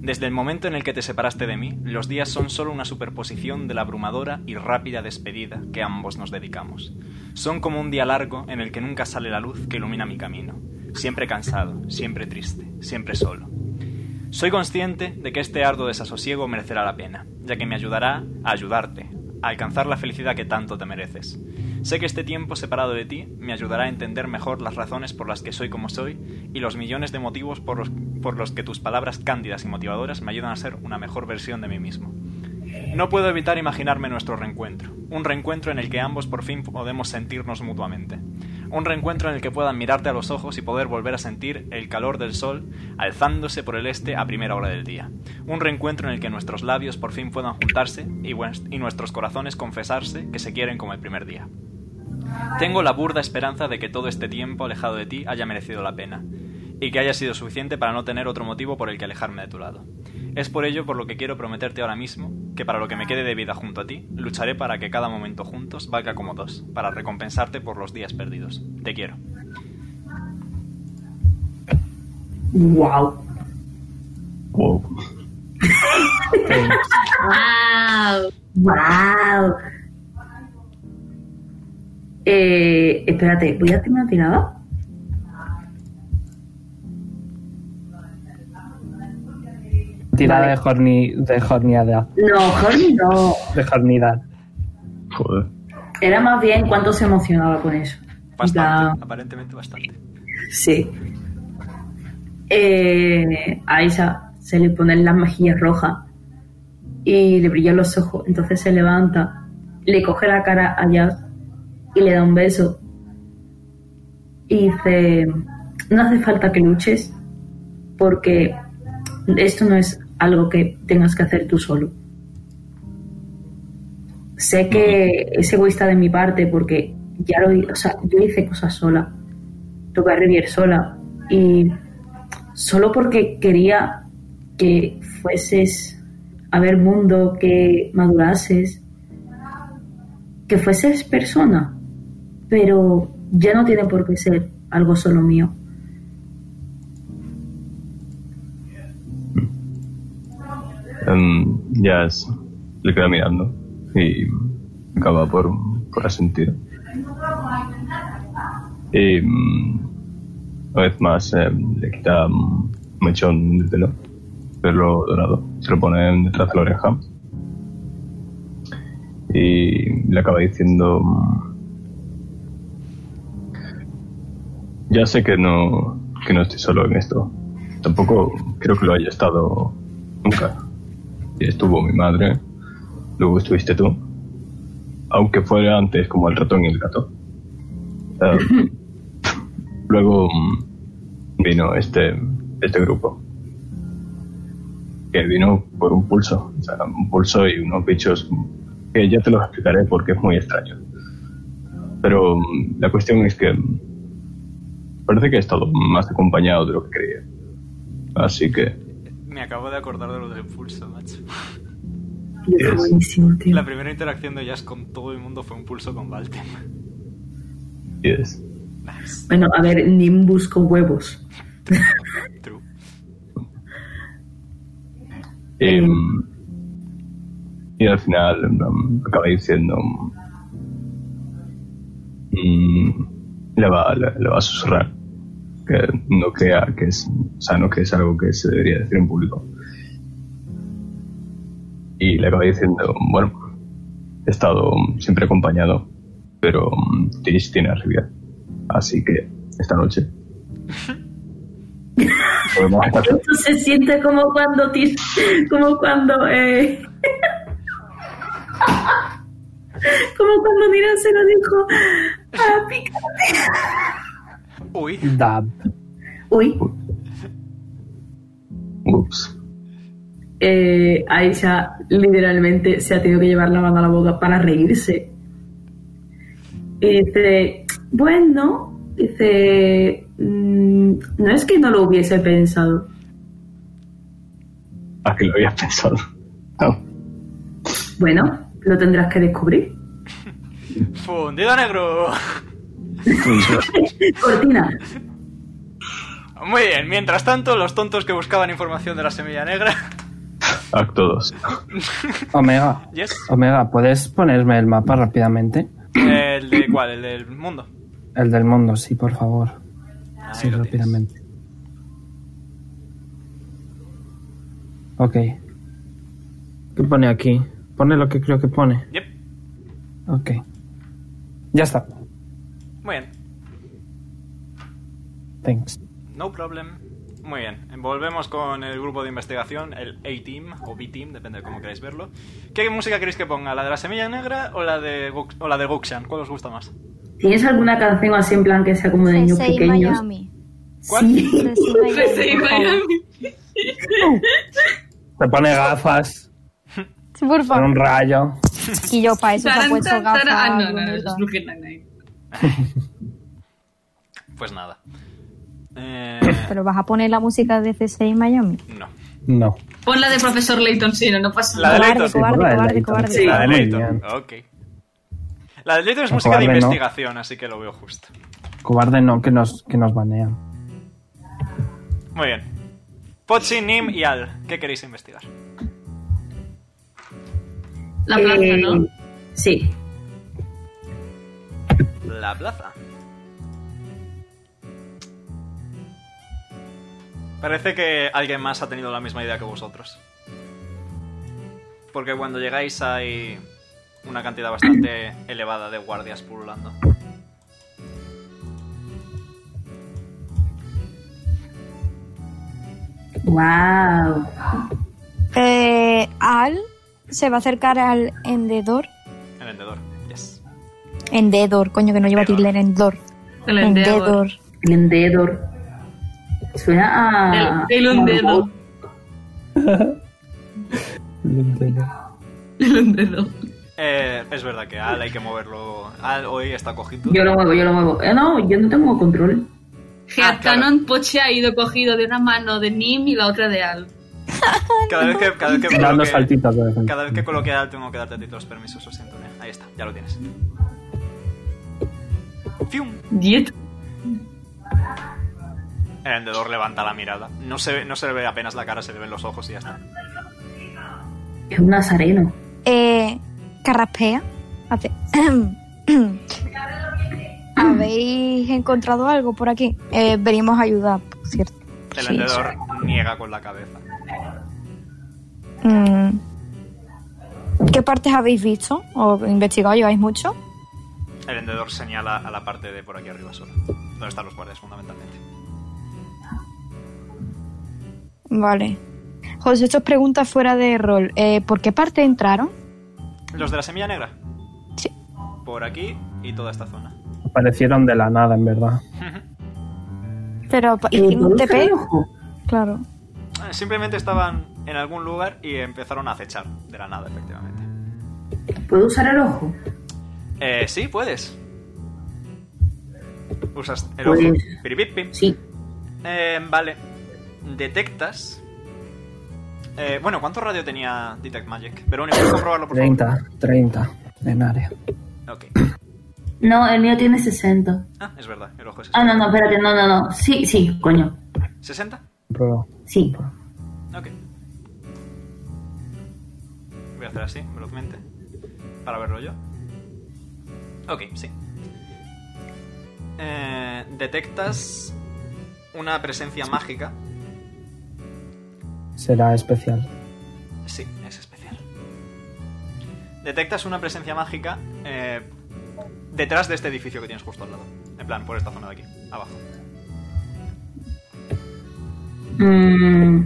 S1: Desde el momento en el que te separaste de mí, los días son solo una superposición de la abrumadora y rápida despedida que ambos nos dedicamos. Son como un día largo en el que nunca sale la luz que ilumina mi camino, siempre cansado, siempre triste, siempre solo. Soy consciente de que este arduo desasosiego merecerá la pena, ya que me ayudará a ayudarte, a alcanzar la felicidad que tanto te mereces. Sé que este tiempo separado de ti me ayudará a entender mejor las razones por las que soy como soy y los millones de motivos por los, por los que tus palabras cándidas y motivadoras me ayudan a ser una mejor versión de mí mismo. No puedo evitar imaginarme nuestro reencuentro, un reencuentro en el que ambos por fin podemos sentirnos mutuamente, un reencuentro en el que puedan mirarte a los ojos y poder volver a sentir el calor del sol alzándose por el este a primera hora del día, un reencuentro en el que nuestros labios por fin puedan juntarse y, vues- y nuestros corazones confesarse que se quieren como el primer día. Tengo la burda esperanza de que todo este tiempo alejado de ti haya merecido la pena y que haya sido suficiente para no tener otro motivo por el que alejarme de tu lado. Es por ello por lo que quiero prometerte ahora mismo que para lo que me quede de vida junto a ti, lucharé para que cada momento juntos valga como dos, para recompensarte por los días perdidos. Te quiero.
S4: ¡Wow!
S11: Wow.
S3: ¡Wow!
S4: ¡Wow! Eh, espérate, ¿voy a hacer una tirada?
S9: Tirada
S4: Vale.
S9: de, jorni, de jornidad.
S4: No, Jordi no.
S9: De jornidad.
S11: Joder.
S4: Era más bien cuánto se emocionaba con eso.
S1: Bastante, aparentemente bastante.
S4: Ya, sí. Eh, a Isa se le ponen las mejillas rojas y le brillan los ojos. Entonces se levanta, le coge la cara a Jazz y le da un beso. Y dice, no hace falta que luches porque esto no es algo que tengas que hacer tú solo. Sé que es egoísta de mi parte porque ya lo hi- o sea, yo hice cosas sola, toqué a Rivier sola y solo porque quería que fueses a ver mundo, que madurases, que fueses persona, pero ya no tiene por qué ser algo solo mío.
S11: Em, ya es- le queda mirando y acaba por, por asentir. Y mm, una vez más em, le quita mm, un mechón de pelo, pelo dorado, se lo pone detrás de la oreja y le acaba diciendo em, mm, ya sé que no que no estoy solo en esto tampoco creo que lo haya estado nunca y estuvo mi madre, luego estuviste tú, aunque fuera antes como el ratón y el gato. Eh, luego mm, vino este, este grupo, que vino por un pulso, o sea, un pulso y unos bichos que ya te los explicaré porque es muy extraño. Pero mm, la cuestión es que mm, parece que he estado más acompañado de lo que creía. Así que
S1: Me acabo de acordar de lo del pulso, macho.
S4: Y es
S11: Yes.
S4: buenísimo, tío.
S1: La primera interacción de Jazz con todo el mundo fue un pulso con Valtem.
S11: yes.
S1: Nice.
S4: Bueno, a ver, Nimbus con huevos.
S1: True.
S11: Eh, y al final en plan, acaba diciendo. mm, le, va, le, le va a susurrar que no crea que es o sea, no que es algo que se debería decir en público. Y le acaba diciendo: Bueno, he estado siempre acompañado, pero mm, Tish tiene arriba. Así que esta noche. podemos estar
S4: Esto se siente como cuando ti- como cuando eh, como cuando Mira se lo dijo a Pika.
S1: Uy,
S9: Dab.
S4: Uy,
S11: Ups.
S4: eh, Aisha literalmente se ha tenido que llevar la mano a la boca para reírse. Y dice, bueno, dice, "mm, no es que no lo hubiese pensado.
S11: ¿A que lo habías pensado? No.
S4: Bueno, lo tendrás que descubrir.
S1: Fundido negro.
S4: Cortina.
S1: Muy bien, mientras tanto, los tontos que buscaban información de la semilla negra.
S11: Acto 2.
S2: Omega,
S1: Yes.
S2: Omega, ¿puedes ponerme el mapa rápidamente?
S1: ¿El de cuál? ¿El del mundo?
S2: El del mundo, sí, por favor.
S1: Ahí
S2: Sí,
S1: lo tienes.
S2: rápidamente. Ok. ¿Qué pone aquí? Pone lo que creo que pone.
S1: Yep.
S2: Ok. Ya está.
S1: Muy bien.
S2: Thanks.
S1: No problem. Muy bien. Volvemos con el grupo de investigación, el A-Team o B-Team, depende de cómo queráis verlo. ¿Qué música queréis que ponga? ¿La de la semilla negra o la de, Gux- o la de Guxian? ¿Cuál os gusta más?
S4: ¿Tienes alguna canción así en plan que sea como de niños
S6: Resei
S4: pequeños? Eh,
S6: Miami.
S1: ¿Cuál?
S4: Sí.
S6: Resei
S3: Resei
S6: Miami.
S3: Miami.
S2: Se pone gafas
S6: Sí, Por
S2: con un
S6: favor.
S2: rayo.
S6: Y yo para eso se Pues ha
S3: Taran,
S6: puesto
S3: tan,
S6: gafas.
S3: taran. Ah, no, no, no,
S6: bonito.
S3: es Brooklyn Nine-Nine.
S1: Pues nada. Eh,
S6: Pero vas a poner la música de C6 Miami.
S1: no.
S2: No.
S3: Pon la de Profesor Layton, sí, no, no pasa
S1: La de
S3: nada.
S1: Leighton.
S6: Cobarde,
S2: Sí,
S6: cobarde,
S2: la de
S6: cobarde,
S2: Leighton.
S6: cobarde.
S3: Sí.
S1: La de
S2: Muy
S1: Leighton.
S2: bien.
S1: Ok. La de Leighton es
S2: No,
S1: música de
S2: cobarde, no.
S1: investigación, así que lo veo justo.
S2: Cobarde no, que nos, que nos banean.
S1: Muy bien. Pochi, Nim y Al, ¿qué queréis investigar?
S3: La plaza,
S4: Eh,
S3: ¿no?
S4: Sí.
S1: La plaza. Parece que alguien más ha tenido la misma idea que vosotros. Porque cuando llegáis hay una cantidad bastante elevada de guardias pululando.
S4: Wow.
S6: Eh, Al se va a acercar al Endedor.
S1: El vendedor. Yes.
S6: Endedor, coño, que no lleva tilde en Endor.
S3: El Endeavor.
S6: Endedor.
S4: El Endedor. Suena a.
S3: El, el Undedo. El Undedo.
S1: Eh, es verdad que Al hay que moverlo. Al hoy está cogido.
S4: Yo lo muevo, yo lo muevo. Eh, no, yo no tengo
S1: Ah,
S4: control.
S1: claro.
S3: Headcanon Poche ha ido cogido de una mano de Nim y la otra de Al.
S1: Cada vez que, cada vez que,
S2: Dando
S1: coloque,
S2: saltitos de vez en
S1: cada vez que coloque Al tengo que darte a ti todos los permisos, lo siento. nena. Ahí está, ya lo tienes. ¡Fium!
S3: Yet.
S1: El vendedor levanta la mirada. No se, ve- no se le ve apenas la cara, se le ven los ojos y ya
S6: Ah,
S1: está.
S4: Es un nazareno.
S6: Eh, carraspea. Hace- ¿Habéis encontrado algo por aquí? Eh, venimos a ayudar, por cierto.
S1: El
S6: Sí,
S1: vendedor niega con la cabeza.
S6: Mm. ¿Qué partes habéis visto o investigado? ¿Lleváis mucho?
S1: El vendedor señala a la parte de por aquí arriba sola. Donde están los guardias, fundamentalmente.
S6: Vale. José, esto es pregunta fuera de rol. Eh, ¿Por qué parte entraron?
S1: ¿Los de la semilla negra?
S6: Sí.
S1: Por aquí y toda esta zona.
S2: Aparecieron de la nada, en verdad.
S6: Pero pues, pa-
S4: Eh,
S6: hicimos
S4: ¿puedo
S6: un
S4: usar
S6: TP.
S4: el ojo?
S6: Claro.
S1: Ah, Simplemente estaban en algún lugar y empezaron a acechar de la nada, efectivamente.
S4: ¿Puedo usar el ojo?
S1: Eh, sí, puedes. Usas el
S4: Pues-
S1: ojo. Piripip, pim.
S4: Sí.
S1: Eh, vale. Detectas. Eh, bueno, ¿cuánto radio tenía Detect Magic? Verónica, ¿puedes comprobarlo por favor?
S2: 30, 30 en área.
S1: Ok.
S4: No, el mío tiene 60.
S1: Ah, es verdad, el ojo es
S4: Ah,
S1: 60.
S4: no, no, espérate, no, no, no. Sí, sí, coño.
S1: ¿60?
S2: Prueba.
S4: Sí.
S1: Ok. Voy a hacer así, velozmente. Para verlo yo. Ok, sí. Eh, detectas una presencia mágica.
S2: Será especial.
S1: Sí, es especial. Detectas una presencia mágica eh, detrás de este edificio que tienes justo al lado. En plan, por esta zona de aquí, abajo.
S4: Mm.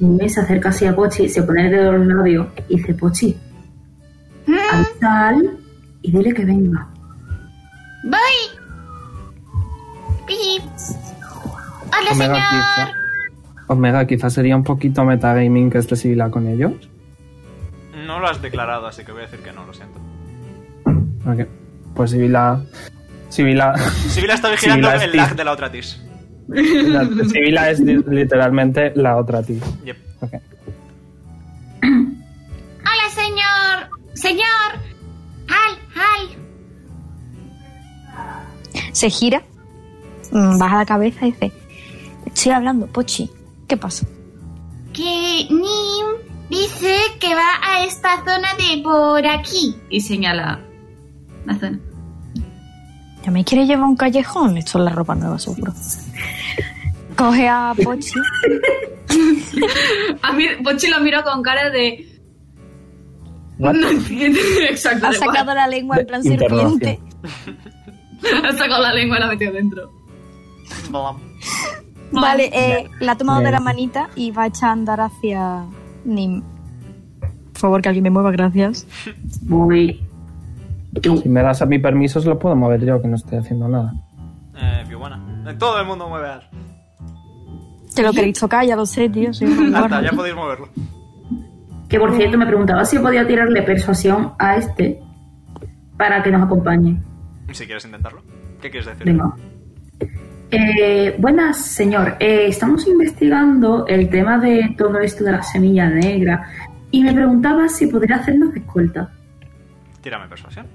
S4: Nime se acerca así a Pochi, se pone el dedo en los labios y dice, Pochi, avisa a Al y dile que venga.
S7: Voy. Pips. Hola,
S2: Omega ¿eh?
S7: señor.
S2: quizá, Omega, quizá sería un poquito metagaming que estés hila con ellos.
S1: No lo has declarado, así que voy a decir que no, lo siento.
S2: Ok. Pues Sibila. Sibila.
S1: Sibila está vigilando
S2: Sibila es
S1: el lag
S2: Tiff.
S1: de la otra Tish.
S2: la- Sibila es li- literalmente la otra tía.
S1: Yep.
S2: Ok.
S7: Hola, señor. Señor, Hal, Hal.
S6: Se gira, mm, baja la cabeza y dice: Estoy hablando, Pochi. ¿Qué pasa?
S7: Que Nim dice que va a esta zona de por aquí.
S3: Y señala la zona.
S6: Ya me quiere llevar a un callejón. Esto es la ropa nueva, seguro. Coge a Pochi.
S3: A mí, Pochi lo miro con cara de. No entiendo exacto.
S6: Ha
S3: de what.
S6: sacado la lengua en plan
S10: Interrogación.
S6: serpiente.
S3: Ha sacado la lengua y la ha metido dentro.
S1: Blam.
S6: Vale, eh, la ha tomado de
S10: Bien.
S6: la manita y va a echar a andar hacia Nim. Por favor, que alguien me mueva, gracias.
S4: Voy.
S10: Si me das a mi permiso, se lo puedo mover yo, que no estoy haciendo nada.
S1: Eh, Pihuana. Todo el mundo mueve Ar.
S6: Te lo queréis tocar, ya lo sé, tío. soy muy
S1: Hasta,
S6: gorda.
S1: ya podéis moverlo.
S4: Que por cierto me preguntaba si podía tirarle persuasión a este para que nos acompañe.
S1: Si quieres intentarlo. ¿Qué quieres decir?
S4: Venga. Eh, buenas, señor. Eh, estamos investigando el tema de todo esto de la semilla negra y me preguntaba si podría hacernos de escolta.
S1: Tírame persuasión.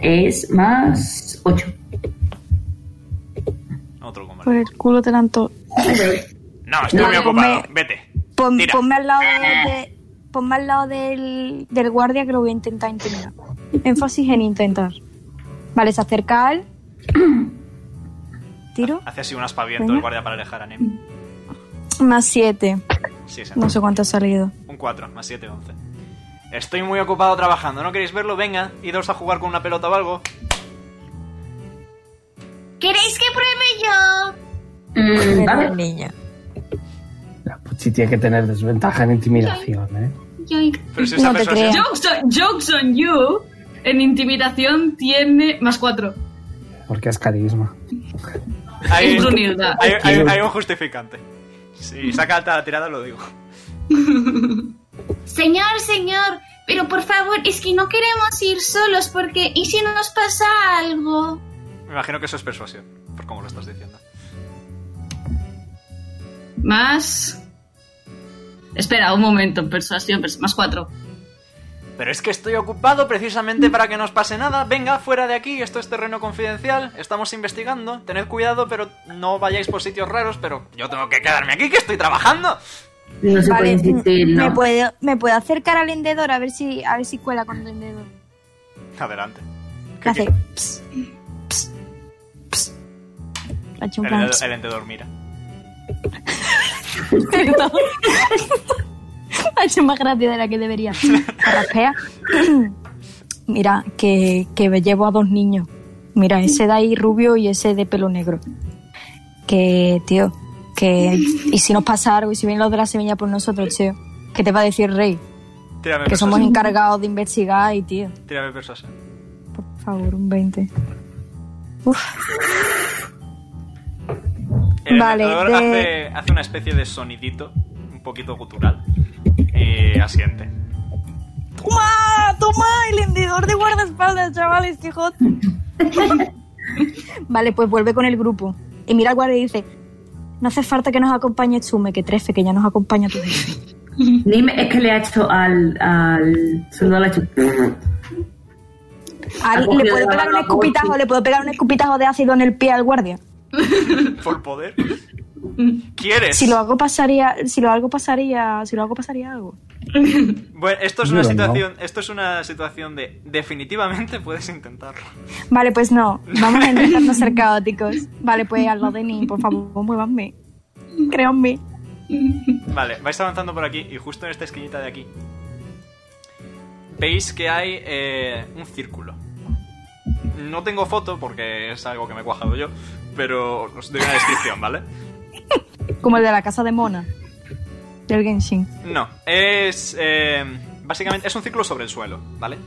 S4: Es más 8.
S1: Otro combate.
S6: Por el culo te la han to-
S1: No, estoy
S6: No,
S1: muy
S6: ponme-
S1: ocupado. Vete.
S6: Pon-
S1: Tira.
S6: ponme al lado, de, de- ponme al lado del, del guardia que lo voy a intentar intimidar. Énfasis en intentar. Vale, se acerca al. Tiro.
S1: Hace así un aspaviento
S6: Venga.
S1: el guardia para alejar a Nim.
S6: Más 7.
S1: Sí, sí.
S6: No sé cuánto ha salido.
S1: Un 4, más 7, 11. Estoy muy ocupado trabajando, ¿no queréis verlo? Venga, idos a jugar con una pelota o algo.
S7: ¿Queréis que pruebe yo?
S6: Pero
S4: vale.
S6: niña.
S10: La
S2: pues
S10: Pochi tiene que tener desventaja en intimidación, ¿eh?
S1: Pero si esa
S6: No te
S1: persuasión-
S6: creo.
S3: Jokes on, jokes on you. En intimidación tiene más cuatro.
S10: Porque es carisma.
S1: Hay,
S3: Es brunilda.
S1: hay- hay- hay un justificante. Si saca alta la tirada, lo digo.
S7: Señor, señor, pero por favor, es que no queremos ir solos porque ¿y si nos pasa algo?
S1: Me imagino que eso es persuasión, por cómo lo estás diciendo.
S3: Más. Espera, un momento. Persuasión, pers- más cuatro.
S1: Pero es que estoy ocupado precisamente para que no os pase nada. Venga, fuera de aquí, esto es terreno confidencial, estamos investigando, tened cuidado, pero no vayáis por sitios raros, pero yo tengo que quedarme aquí, que estoy trabajando.
S4: No se puede
S6: Vale,
S4: insistir,
S6: me
S4: ¿no?
S6: puedo, me puedo acercar al vendedor a ver si a ver si cuela con el vendedor.
S1: Adelante. ¿Qué-
S6: Le hace
S1: qué-
S6: ps, ps, ps. Le hace un
S1: El,
S6: plan,
S1: el entendedor mira.
S6: Perdón. ha hecho más gracia de la que debería. Carraspea. Mira, que, que me llevo a dos niños. Mira, ese de ahí rubio y ese de pelo negro. Que, tío, que... Y si nos pasa algo y si vienen los de la semilla por nosotros, tío. ¿Qué te va a decir Rey?
S1: Tírame
S6: Que somos
S1: persuasión.
S6: encargados de investigar y, tío,
S1: Tírame persuasión.
S6: por favor, un 20. Uf,
S1: El
S6: Vale,
S1: entendedor
S6: de-
S1: hace, hace una especie de sonidito, un poquito gutural, y asiente.
S6: ¡Toma! ¡Toma! El hendidor de guardaespaldas, chavales, Quijote. vale, pues vuelve con el grupo. Y mira al guardia y dice: No hace falta que nos acompañe Tsume, que trefe, que ya nos acompaña tu jefe".
S4: Dime, es que le ha hecho al, al soldado le ha hecho-
S6: Al-
S4: cogido
S6: Ah, ¿Le puedo
S4: la
S6: pegar un
S4: barba,
S6: escupitajo?
S4: Pochi.
S6: ¿Le puedo pegar un escupitajo de ácido en el pie al guardia?
S1: Full poder. ¿Quieres?
S6: Si lo hago pasaría, si lo hago pasaría, si lo hago pasaría algo.
S1: Bueno, esto es una
S10: Yo no.
S1: situación, esto es una situación de definitivamente puedes intentarlo.
S6: Vale, pues no. Vamos a intentar no ser caóticos. Vale, pues al lado de Nin, por favor, muévanme. Créanme.
S1: Vale, vais avanzando por aquí y justo en esta esquinita de aquí veis que hay eh, un círculo. No tengo foto porque es algo que me he cuajado yo, pero os doy una descripción, ¿vale?
S6: Como el de la casa de Mona. Del Genshin.
S1: No, es. eh, básicamente es un círculo sobre el suelo, ¿vale?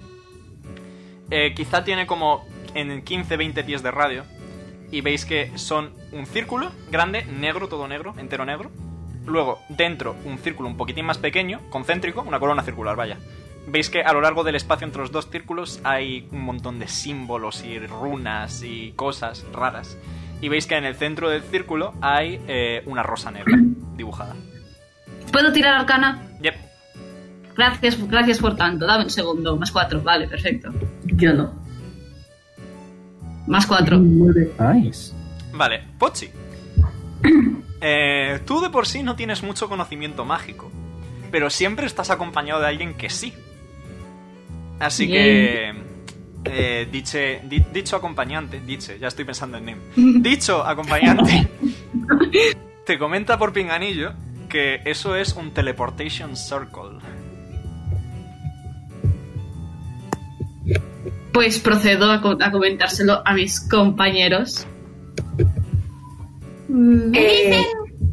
S1: Eh, quizá tiene como en 15-20 pies de radio. Y veis que son un círculo grande, negro, todo negro, entero negro. Luego, dentro, un círculo un poquitín más pequeño, concéntrico, una corona circular, vaya. Veis que a lo largo del espacio entre los dos círculos hay un montón de símbolos y runas y cosas raras. Y veis que en el centro del círculo hay eh, una rosa negra dibujada.
S3: ¿Puedo tirar arcana?
S1: Yep.
S3: Gracias, gracias por tanto. Dame un segundo. Más cuatro. Vale, perfecto.
S4: Yo no.
S3: Más cuatro.
S4: Nueve.
S2: Nice.
S1: Vale, Pochi. Eh, tú de por sí no tienes mucho conocimiento mágico, pero siempre estás acompañado de alguien que sí. Así que... eh, diche- di- dicho acompañante, diche, ya estoy pensando en Nim. Dicho acompañante te comenta por pinganillo que eso es un teleportation circle.
S3: Pues procedo a, co- a comentárselo a mis compañeros.
S7: Me dicen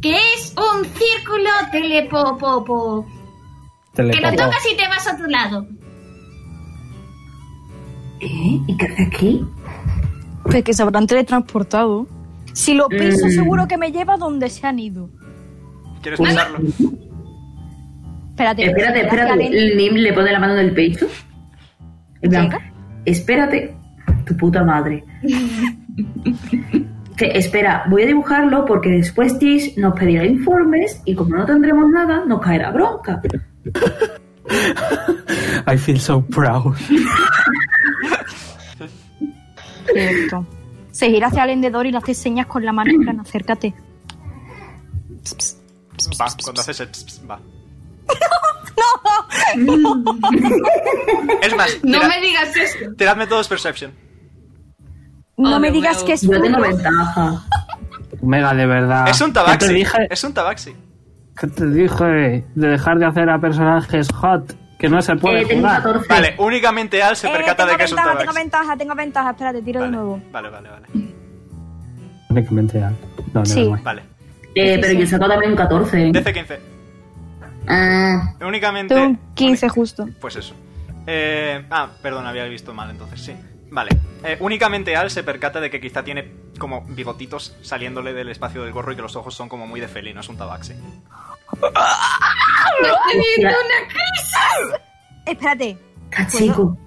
S7: que es un círculo telepopopo. Que lo
S10: Teleporto.
S7: tocas y te vas a tu lado.
S4: ¿Eh? ¿Y qué hace aquí?
S6: Pues que se habrán teletransportado. Si lo piso,
S4: Mm.
S6: seguro que me lleva donde se han ido.
S1: ¿Quieres pensarlo?
S6: Espérate,
S4: Espérate, espérate.
S6: Karen.
S4: Nim le pone la mano en el pecho. En plan, espérate, tu puta madre. Que, espera, voy a dibujarlo porque después Tish nos pedirá informes y como no tendremos nada, nos caerá bronca.
S10: I feel so proud.
S6: Cierto. Se gira hacia el vendedor y le hace señas con la mano. en plan, acércate. Psst, psst.
S1: Va, cuando haces el pss, pss, va. ¡No! Es más,
S3: No
S1: tira-
S3: me digas esto.
S1: tiradme todos Perception.
S6: No
S3: Oh,
S6: me
S3: no
S6: digas
S3: veo.
S6: que es Eh,
S4: Yo tengo
S6: furro.
S4: ventaja.
S2: Omega, de verdad.
S1: es un
S2: ¿Qué
S1: tabaxi.
S2: te dije?
S1: Es un tabaxi.
S2: ¿Qué te dije? De dejar de hacer a personajes hot. Que no se puede
S4: Eh, tengo
S2: jugar.
S4: 14.
S1: Vale, únicamente Al se
S6: Eh,
S1: percata
S6: tengo
S1: de que es un
S6: ventaja, tengo
S1: tabaxi.
S6: ventaja, tengo ventaja. Espérate, tiro de nuevo.
S1: Vale, vale, vale, vale.
S10: Únicamente ya. No, no,
S6: Sí.
S10: no.
S1: Vale.
S4: Eh, pero yo saco también un 14.
S1: DC 15.
S4: Ah,
S1: Únicamente.
S6: Tengo un 15 justo.
S1: Pues eso. Eh, ah, perdón, había visto mal entonces, sí. Vale. Eh, únicamente Al se percata de que quizá tiene como bigotitos saliéndole del espacio del gorro y que los ojos son como muy de felino, es un tabaxi.
S4: hostia,
S6: Espérate.
S4: cachico.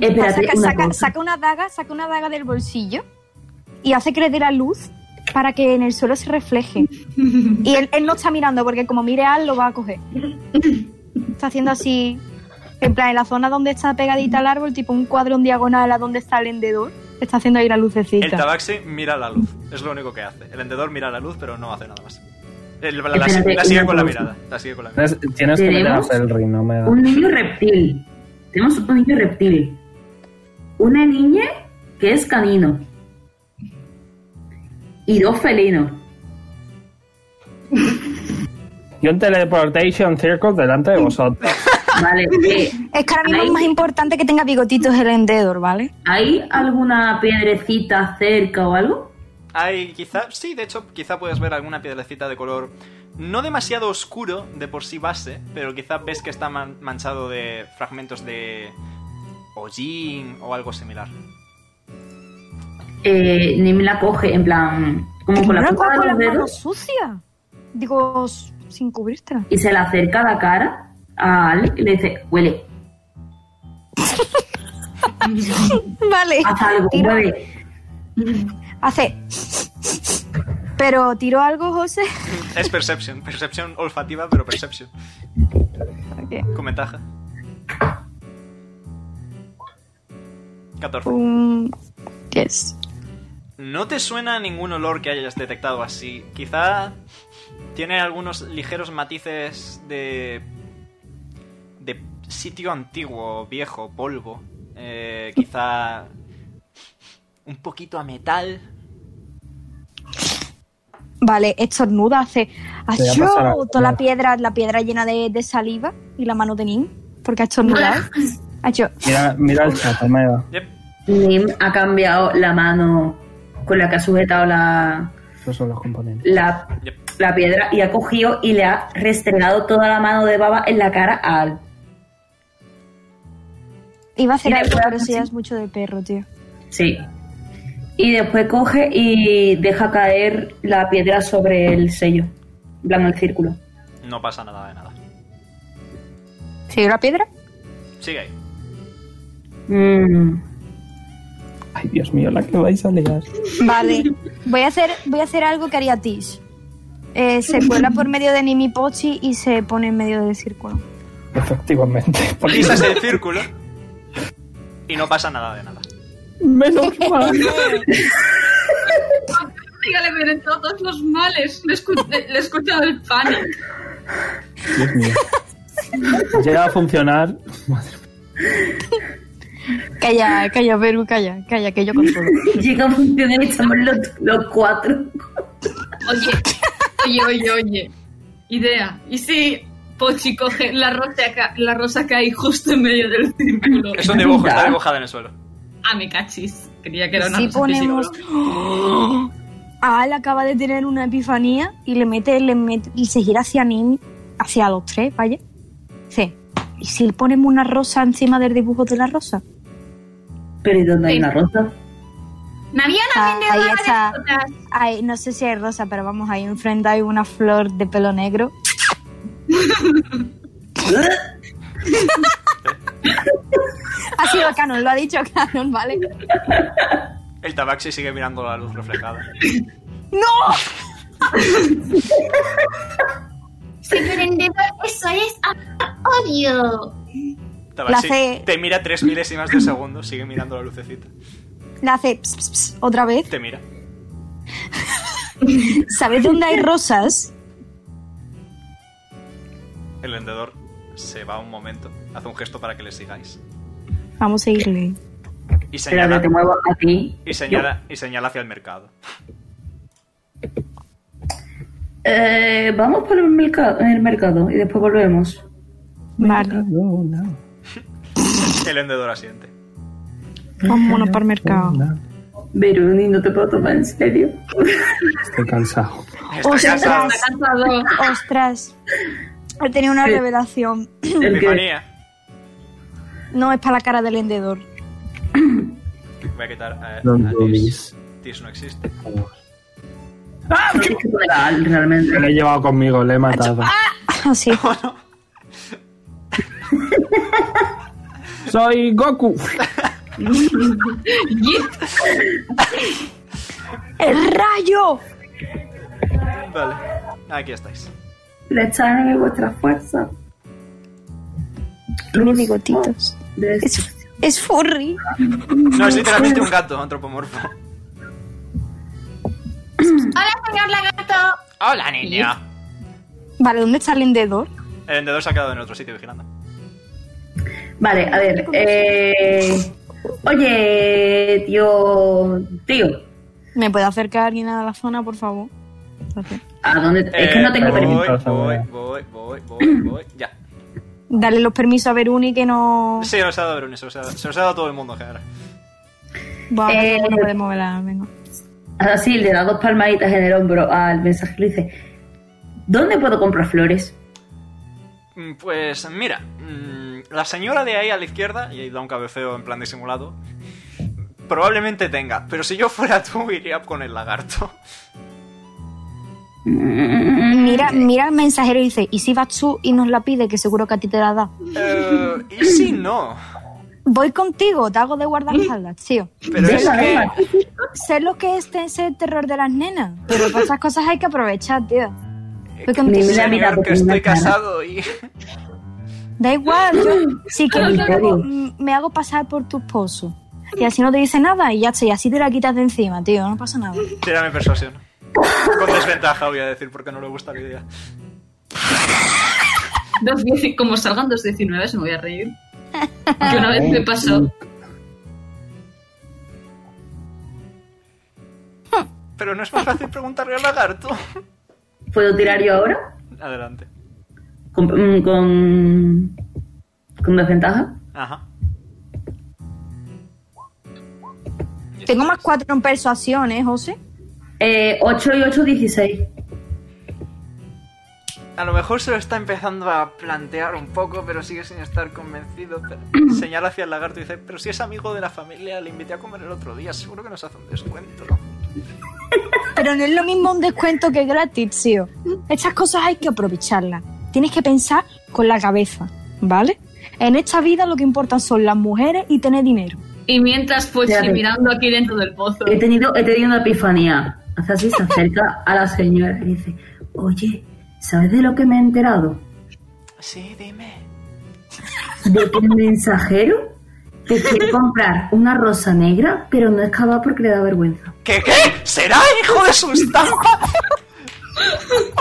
S4: Espérate,
S6: saca,
S4: una
S6: saca-
S4: cosa.
S6: saca una daga, saca una daga del bolsillo y hace que le dé la luz para que en el suelo se refleje. Y él, él no está mirando porque como mire a él lo va a coger. Está haciendo así, en plan, en la zona donde está pegadita al árbol, tipo un cuadro en diagonal a donde está el vendedor, está haciendo ahí la
S1: El
S6: lucecita.
S1: tabaxi mira la luz, es lo único que hace. El vendedor mira la luz, pero no hace nada más. El- la, la- la
S4: Espérate,
S1: sigue
S4: una
S1: con la
S4: cosa.
S1: mirada. La sigue con la mirada.
S2: Tienes, tienes que meter a
S4: ¿Tenemos?
S2: Felry, no Omega.
S4: Un niño reptil. Tenemos un niño reptil. Una niña que es canino. Y dos felinos.
S2: Y un teleportation circle delante de vosotros.
S4: Vale. eh,
S6: Es que ahora mismo
S4: Ahí.
S6: es más importante que tenga bigotitos el vendedor, ¿vale?
S4: ¿Hay alguna piedrecita cerca o algo?
S1: Hay quizá, sí, de hecho, quizá puedes ver alguna piedrecita de color no demasiado oscuro de por sí base, pero quizá ves que está man- manchado de fragmentos de hollín o algo similar.
S4: Eh, ni me la coge, en plan, como
S6: No
S4: con la
S6: la
S4: punta
S6: cojas
S4: de los
S6: con las manos
S4: dedos
S6: sucias. Digo, s- sin cubrírtela.
S4: y se le acerca a la cara a Ale y le dice, huele,
S6: Vale.
S4: haz algo,
S6: Tiro-
S4: huele.
S6: Hace. Pero tiro algo, José.
S1: Es perception, percepción olfativa, pero perception,
S6: Ok.
S1: con ventaja. 14.
S6: Un 10.
S1: No te suena ningún olor que hayas detectado así. Quizá tiene algunos ligeros matices de. de sitio antiguo, viejo, polvo. Eh, quizá. un poquito a metal.
S6: Vale, estornuda, hace.
S2: Te voy a pasar a-
S6: ¡Achú! Toda la piedra, la piedra llena de, de saliva y la mano de Nin, porque ha estornudado. Achú.
S2: Mira, mira el chat, Omega.
S1: Yep.
S4: Nim ha cambiado la mano con la que ha sujetado la,
S2: Esos son los componentes.
S4: la,
S1: Yep.
S4: la piedra y ha cogido y le ha restregado toda la mano de baba en la cara a Al.
S6: Iba a hacer
S4: Mira,
S6: algo,
S4: voy a
S6: pero
S4: hacer
S6: si ya
S4: así.
S6: es mucho de perro, tío.
S4: Sí. Y después coge y deja caer la piedra sobre el sello, en plan el círculo.
S1: No pasa nada de nada.
S6: ¿Se dio la piedra?
S1: Sigue ahí.
S4: Mm.
S10: Ay, Dios mío, la que vais a liar.
S6: Vale. Voy a hacer, voy a hacer algo que haría Tish. Eh, se cuela por medio de Nimi Pochi y se pone en medio del círculo.
S9: Efectivamente.
S1: Pisas el círculo y no pasa nada de nada.
S9: Menos mal.
S3: Dígale, pero en todos los males. Le, escu- le he escuchado el pánico.
S9: Dios mío.
S2: Llega a funcionar.
S6: Calla, calla, Beru, calla, calla, que yo controlo.
S4: Llega a funcionar y estamos los, los cuatro.
S3: Oye, oye, oye, oye. Idea. ¿Y si Pochi coge la rosa, ca- la rosa que hay justo en medio del círculo?
S1: Es un dibujo, está dibujada en el suelo.
S3: Ah, me cachis. Creía que era una
S6: Si
S3: rosa
S6: ponemos.
S3: física,
S6: A Al acaba de tener una epifanía y le mete, le mete y se gira hacia Nim, hacia los tres, vaya. Sí. ¿Y si ponemos una rosa encima del dibujo de la rosa?
S4: Pero ¿y dónde hay una rosa?
S6: Ah, ahí está. Ahí, no sé si hay rosa, pero vamos, ahí enfrente hay una flor de pelo negro. ha sido Canon, lo ha dicho Canon, ¿vale?
S1: El tabaxi sigue mirando la luz reflejada.
S7: Sorprendedor, eso es amor, odio.
S1: Tabaxi
S6: La hace-
S1: te mira tres milésimas de segundo, sigue mirando la lucecita.
S6: Le hace ps, ps, ps, otra vez.
S1: Te mira.
S6: ¿Sabes dónde hay rosas?
S1: El vendedor se va un momento, hace un gesto para que le sigáis.
S6: Vamos a irle.
S1: Y
S4: Espera,
S1: señala,
S4: que te muevo a ti.
S1: y señala, y señala hacia el mercado.
S4: Eh, vamos para el mercado, el mercado y después volvemos.
S6: Vale,
S1: El vendedor asiente.
S6: vámonos para el mercado.
S4: Veruni, no te puedo tomar en serio.
S2: Estoy cansado.
S4: Oh,
S1: Está cansado.
S6: Ostras, ostras. He tenido una revelación.
S4: El que,
S1: Epifanía.
S6: No es para la cara del vendedor.
S1: Voy a quitar eh, a, a
S2: Don't do
S1: Tis.
S2: this.
S1: Tis no existe.
S4: Ah, realmente.
S2: Lo he llevado conmigo, le he matado.
S6: Así.
S2: Soy Goku.
S6: ¡El rayo!
S1: Vale. Aquí estáis.
S4: Echarme vuestra fuerza.
S6: Tiene bigotitos.
S4: De-
S6: Es, es furry.
S1: No, es literalmente un gato antropomorfo.
S7: Hola, señor lagarto.
S1: ¡Hola, niño!
S6: Vale, ¿dónde está el vendedor?
S1: El vendedor se ha quedado en otro sitio vigilando.
S4: Vale, a ver. Eh, oye, tío. Tío,
S6: ¿Me puede acercar alguien a la zona, por favor? Gracias.
S4: ¿a dónde? es que
S1: Eh,
S4: no tengo
S1: voy,
S4: permiso.
S1: Voy, voy, voy, voy, voy. Ya.
S6: Dale los permisos a Veruni que no...
S1: Sí, os he dado Bruni, se os ha dado, se os ha dado a todo el mundo en general.
S6: Vamos,
S4: Eh,
S6: no podemos velar, venga.
S4: Así, le da dos palmaditas en el hombro al mensaje y le dice: ¿Dónde puedo comprar flores?
S1: Mm, Pues mira, mm, la señora de ahí a la izquierda, y ahí da un cabeceo en plan disimulado, probablemente tenga, pero si yo fuera tú iría con el lagarto.
S6: Mira, mira al mensajero y dice, ¿y si vas tú y nos la pide, que seguro que a ti te la da?
S1: Eh, y si no,
S6: Voy contigo, te hago de guardaespaldas, tío.
S1: pero es
S4: Venga,
S1: que...
S4: venga.
S6: Sé lo que es ese terror de las nenas, pero para esas cosas hay que aprovechar, tío. Voy contigo.
S4: Ni la mira
S1: Señor,
S4: porque
S1: que
S4: ni la
S1: estoy
S4: cara.
S1: casado y...
S6: Da igual, yo sí que
S4: ¿En
S6: me hago,
S4: serio?
S6: m- me hago pasar por tu esposo. Y así no te dice nada y ya está, y así te la quitas de encima, tío, no pasa nada.
S1: Tírame persuasión. Con desventaja voy a decir porque no le gusta la idea.
S3: Dos dieci- como salgan dos 19 se me voy a reír. Que una vez me pasó.
S1: Pero no es más fácil preguntarle al lagarto.
S4: ¿Puedo tirar yo ahora?
S1: Adelante.
S4: ¿Con, mm, con, con desventaja?
S1: Ajá.
S6: Tengo más cuatro en persuasión, ¿eh, José?
S4: Eh, 8 y 8, 16.
S1: A lo mejor se lo está empezando a plantear un poco, pero sigue sin estar convencido. Pero señala hacia el lagarto y dice, pero si es amigo de la familia, le invité a comer el otro día, seguro que nos hace un descuento.
S6: Pero no es lo mismo un descuento que gratis, tío. Estas cosas hay que aprovecharlas. Tienes que pensar con la cabeza, ¿vale? En esta vida lo que importan son las mujeres y tener dinero.
S3: Y mientras Pochi
S4: Espérate.
S3: mirando aquí dentro del pozo.
S4: He tenido, he tenido una epifanía. Hace así, se acerca a la señora y dice, oye, ¿sabes de lo que me he enterado?
S1: Sí, dime.
S4: de que el mensajero te quiere comprar una rosa negra, pero no es capaz porque le da vergüenza.
S1: ¿Qué qué? ¿Será hijo de su estampa?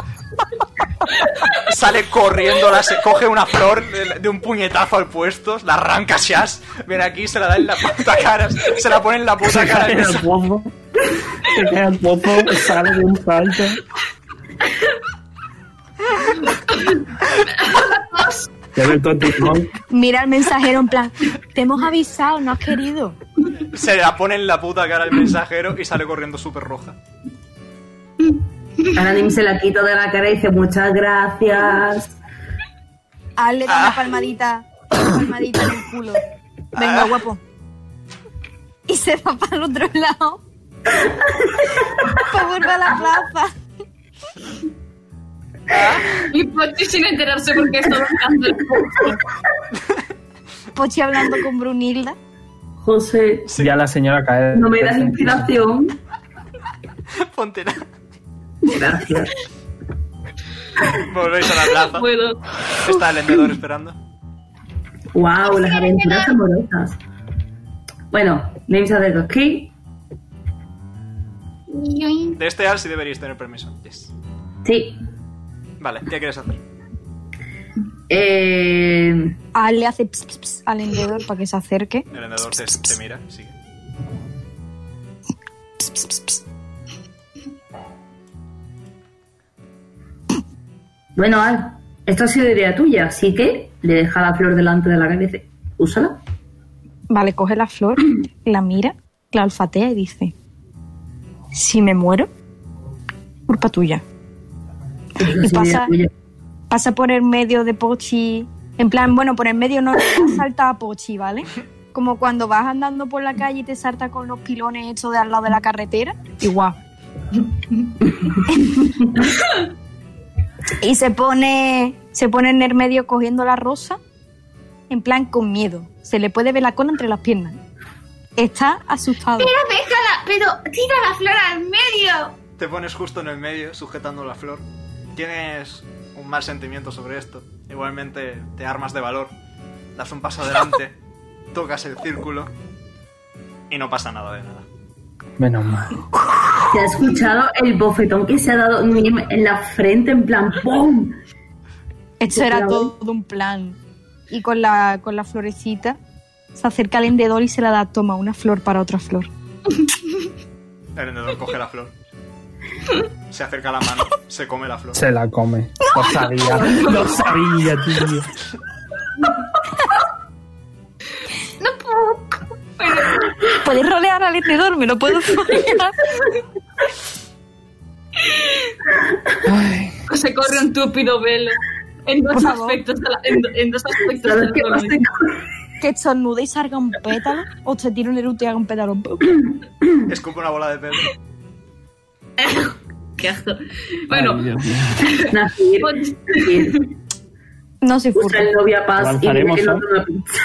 S1: Sale corriendo, la se coge una flor de, de un puñetazo al puesto, la arranca Shaz, viene aquí, se la da en la puta cara, se la pone en la puta
S9: Se
S1: cara.
S9: cae en el pozo. Se cae en el pozo, sale de un salto. Ya ve todo Digimon.
S6: Mira al mensajero en plan, te hemos avisado, no has querido.
S1: Se la pone en la puta cara el mensajero y sale corriendo súper roja.
S4: Aranim se la quito de la cara y dice muchas gracias.
S6: Hazle con
S1: Ah.
S6: una palmadita, una palmadita en el culo. Venga,
S1: Ah.
S6: guapo. Y se va para el otro lado. para volver a la plaza.
S3: Y Pochi sin enterarse porque está buscando el pozo.
S6: Pochi hablando con Brunilda.
S4: José,
S10: Ya la señora cae.
S4: no me das inspiración.
S1: Ponte la. Gracias. Volvéis a la plaza.
S3: Bueno,
S1: Está el vendedor esperando.
S4: Wow, las aventuras amorosas. Bueno, Nim se acerca aquí.
S7: Yoink.
S1: De este al sí deberíais tener permiso. Yes.
S4: Sí.
S1: Vale, ¿qué quieres hacer?
S4: Eh,
S6: Ah, le hace ps, ps, ps al vendedor para que se acerque.
S1: El vendedor te, te mira, sigue.
S6: Ps, ps, ps, ps.
S4: bueno, Al, esto ha sido idea tuya, así que le deja la flor delante de la cara y dice, úsala.
S6: Vale, coge la flor, la mira, la olfatea y dice: Si me muero, culpa tuya.
S4: Esto ha sido idea
S6: pasa?
S4: tuya.
S6: pasa por el medio de Pochi. En plan, bueno, por el medio no no salta a Pochi, ¿vale? Como cuando vas andando por la calle y te salta con los pilones hechos de al lado de la carretera. Igual. y se pone, se pone en el medio cogiendo la rosa. En plan, con miedo. Se le puede ver la cola entre las piernas. Está asustado.
S7: Pero Ah, déjala, pero tira la flor al medio.
S1: Te pones justo en el medio, sujetando la flor. Tienes un mal sentimiento sobre esto. Igualmente te armas de valor, das un paso adelante, tocas el círculo y no pasa nada de nada.
S10: Menos mal.
S4: ¿Te ha escuchado el bofetón que se ha dado Nim en la frente en plan ¡pum!
S6: Esto era
S4: Claro.
S6: todo un plan. Y con la, con la florecita se acerca al vendedor y se la da, toma una flor para otra flor.
S1: El vendedor coge la flor, se acerca a la mano, se come la flor.
S10: Se la come. Lo sabía. Lo sabía, tío.
S6: ¿Puedes rolear al vendedor? ¿Me lo puedo soñar?
S3: pues se corre un túpido velo. En
S6: Por
S3: dos
S6: favor.
S3: aspectos, de la- en, en dos aspectos
S4: ¿Sabes
S3: del
S4: qué más
S3: dolor.
S4: te corre?
S6: Que estornude y salga un pétalo. O te tira un eruto y haga un pétalo.
S1: Escupe una bola de pelo.
S3: Qué asco. Bueno,
S4: Nacir,
S3: Pochi-
S4: Nacir.
S6: No se
S4: Usa
S6: furra.
S4: el novia paz y
S9: Lanzaremos,
S4: el
S9: ¿no?
S4: otro una pizza.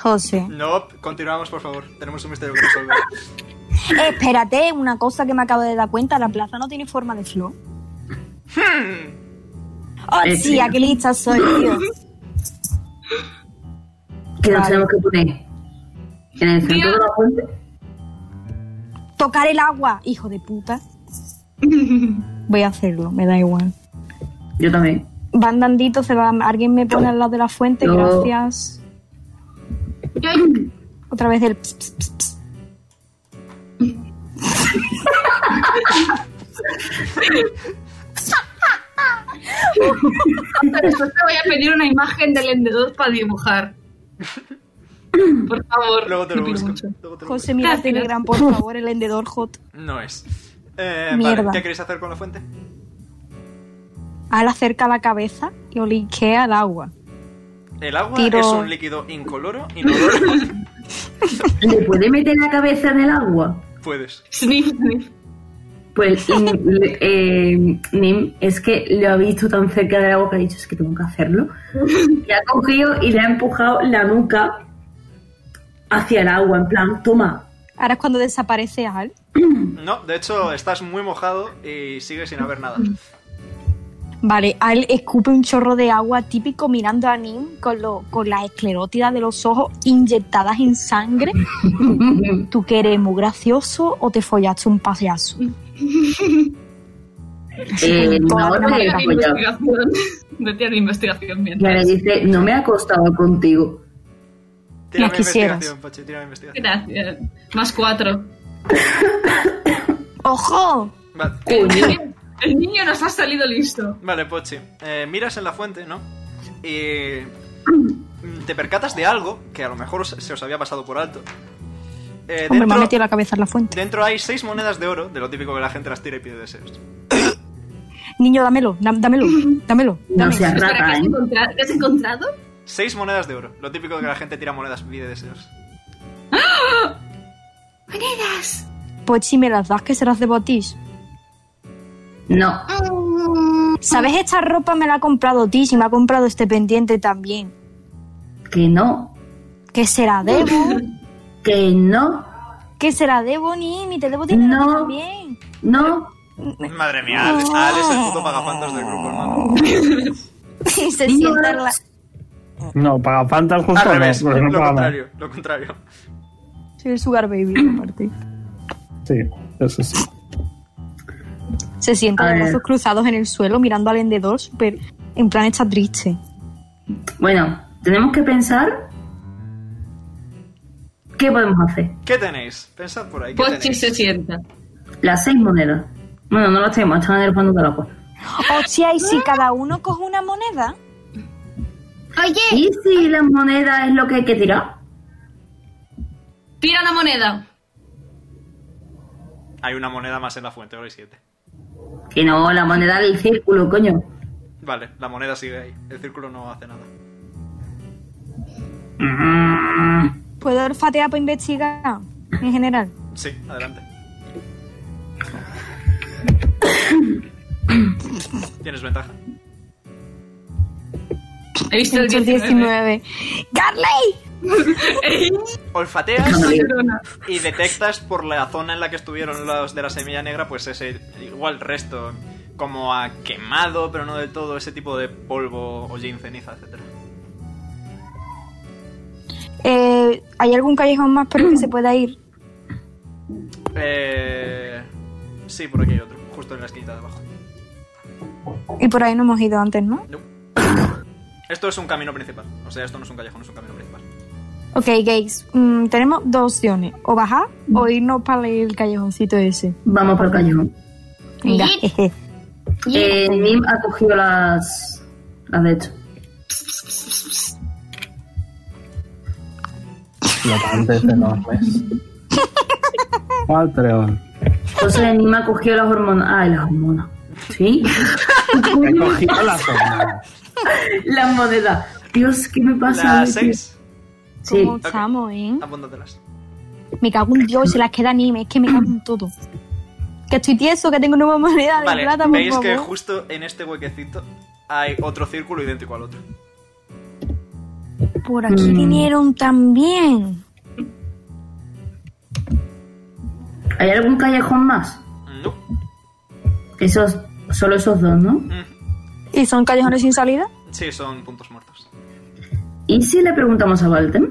S6: José.
S1: No, continuamos por favor. Tenemos un misterio que resolver.
S6: Eh, espérate, una cosa que me acabo de dar cuenta. La plaza no tiene forma de flor. ¡Oh,
S4: Eh,
S6: Hmm. sí!
S4: sí.
S6: ¡Qué lista soy, tío!
S4: Que nos
S6: Vale.
S4: tenemos que poner en el centro de la fuente.
S6: Tocar el agua, hijo de puta. Voy a hacerlo, me da igual.
S4: Yo también.
S6: Va andandito, se va. Alguien me pone al lado de la fuente,
S4: No.
S6: gracias.
S7: Yoink.
S6: Otra vez el ps, ps, ps, ps.
S3: después te voy a pedir una imagen del vendedor para dibujar. Por favor.
S1: Luego te
S3: te
S1: lo
S3: pido
S1: busco.
S3: mucho.
S1: Luego te lo
S6: José, mira
S3: Gracias.
S6: Telegram, por favor, el vendedor hot.
S1: busco. No es. Eh, vale,
S6: Mierda.
S1: ¿Qué queréis hacer con la fuente?
S6: Al acerca la cabeza y oliquea el agua.
S1: El agua
S6: Tiro-
S1: es un líquido incoloro, inoloro.
S4: ¿Le puede meter la cabeza en el agua?
S1: Puedes.
S3: Sniff, sniff.
S4: Pues y- le- eh, Nim es que lo ha visto tan cerca del agua que ha dicho es que tengo que hacerlo. Y ha cogido y le ha empujado la nuca hacia el agua, en plan, toma.
S6: Ahora es cuando desaparece Al.
S1: No, de hecho, estás muy mojado y sigues sin haber nada.
S6: Vale, a él escupe un chorro de agua típico mirando a Nim con, lo- con las esclerótidas de los ojos inyectadas en sangre. ¿Tú que eres muy gracioso o te follaste un payaso? Así
S4: Eh,
S6: con toda
S4: no,
S6: la
S4: no,
S6: marca.
S4: no, no.
S3: investigación. Vete a la investigación
S4: Y ahora
S3: mientras.
S4: dice, no me he acostado contigo.
S1: Tírame
S6: quisieras.
S1: investigación, Pochi, tírame investigación.
S3: Gracias. Más cuatro.
S6: ¡Ojo!
S1: Vale,
S3: El niño, el niño nos ha salido listo.
S1: Vale, Pochi. Eh, miras en la fuente, ¿no? Y mm, te percatas de algo que a lo mejor se se os había pasado por alto. Eh,
S6: Hombre, me ha
S1: dentro-
S6: metido la cabeza en la fuente.
S1: Dentro hay seis monedas de oro, de lo típico que la gente las tira y pide deseos.
S6: Niño, dámelo, dam- dámelo, dámelo.
S4: No
S6: dame.
S4: seas
S3: Espera, ¿qué
S4: rata,
S3: has
S4: ¿eh?
S3: encontrado? ¿Qué has encontrado?
S1: Seis monedas de oro, lo típico que la gente tira monedas y pide deseos.
S6: Pues si me las das, que serás de botis.
S4: ¿eh? No.
S6: ¿Sabes? Esta ropa me la ha comprado Tish y me ha comprado este pendiente también.
S4: Que no.
S6: ¿Qué será Debo?
S4: Que no.
S6: ¿Qué será Debo, Nim? Y te debo dinero
S4: No.
S6: también.
S4: No.
S1: Madre mía, Alex, Alex, el puto pagafantos del grupo, hermano.
S6: Y se sienta en la...
S2: No, paga fantas
S1: Al
S2: justo no,
S1: revés, eh,
S2: pero no
S1: lo
S2: paga nada.
S1: contrario, lo contrario.
S6: Soy el sugar baby, aparte.
S2: Sí, eso sí.
S6: Se sienta
S4: A
S6: de
S4: ver.
S6: brazos cruzados en el suelo mirando al vendedor súper... En plan, está triste.
S4: Bueno, tenemos que pensar qué podemos hacer.
S1: ¿Qué tenéis? Pensad por ahí, ¿qué
S3: Pochi
S1: tenéis?
S3: Pues se sienta.
S4: Las seis monedas. Bueno, no las tenemos, están en el fondo del agua.
S6: Hostia, ¿y si cada uno coge una moneda?
S7: Oye,
S4: ¿Y si las monedas es lo que hay que tirar?
S3: Tira la moneda.
S1: Hay una moneda más en la fuente, ahora hay siete.
S4: Que no, la moneda del círculo, coño.
S1: Vale, la moneda sigue ahí, el círculo no hace nada.
S6: ¿Puedo olfatear para investigar? En general.
S1: Sí, adelante. Tienes ventaja.
S3: He visto el
S6: He hecho el
S3: 19.
S6: 19. ¡Carly!
S1: Olfateas
S4: No,
S1: y detectas por la zona en la que estuvieron los de la semilla negra, pues ese igual resto, como a quemado, pero no del todo, ese tipo de polvo, hollín, ceniza, etcétera.
S6: Eh, ¿Hay algún callejón más por el que se pueda ir?
S1: Eh... Sí, por aquí hay otro, justo en la esquinita de abajo.
S6: Y por ahí no hemos ido antes, ¿no?
S1: No. Esto es un camino principal, o sea, esto no es un callejón, es un camino principal.
S6: Ok, gays, mm, tenemos dos opciones. O bajar o irnos para el callejoncito ese.
S4: Vamos por el callejón.
S6: Venga,
S7: Sí.
S6: jeje.
S4: Eh, Nim ha cogido las. las de hecho.
S2: Flotantes enormes. Patreon.
S4: Entonces Nim ha cogido las hormonas. Ay, las hormonas. Sí.
S2: He cogido las hormonas.
S4: las monedas. Dios, ¿qué me pasa?
S1: Las seis,
S4: Sí.
S6: ¿Cómo estamos, eh?
S1: apúntatelas.
S6: Me cago en Dios, se las queda anime, es que me cago en todo. Que estoy tieso, que tengo nueva moneda de
S1: Vale,
S6: plata, por
S1: veis que
S6: favor.
S1: justo en este huequecito hay otro círculo idéntico al otro.
S6: Por aquí
S4: Mm.
S6: vinieron también.
S4: ¿Hay algún callejón más?
S1: No.
S4: Esos. Solo esos dos, ¿no?
S1: Mm.
S6: ¿Y son callejones sin salida?
S1: Sí, son puntos muertos.
S4: ¿Y si le preguntamos a Valtem?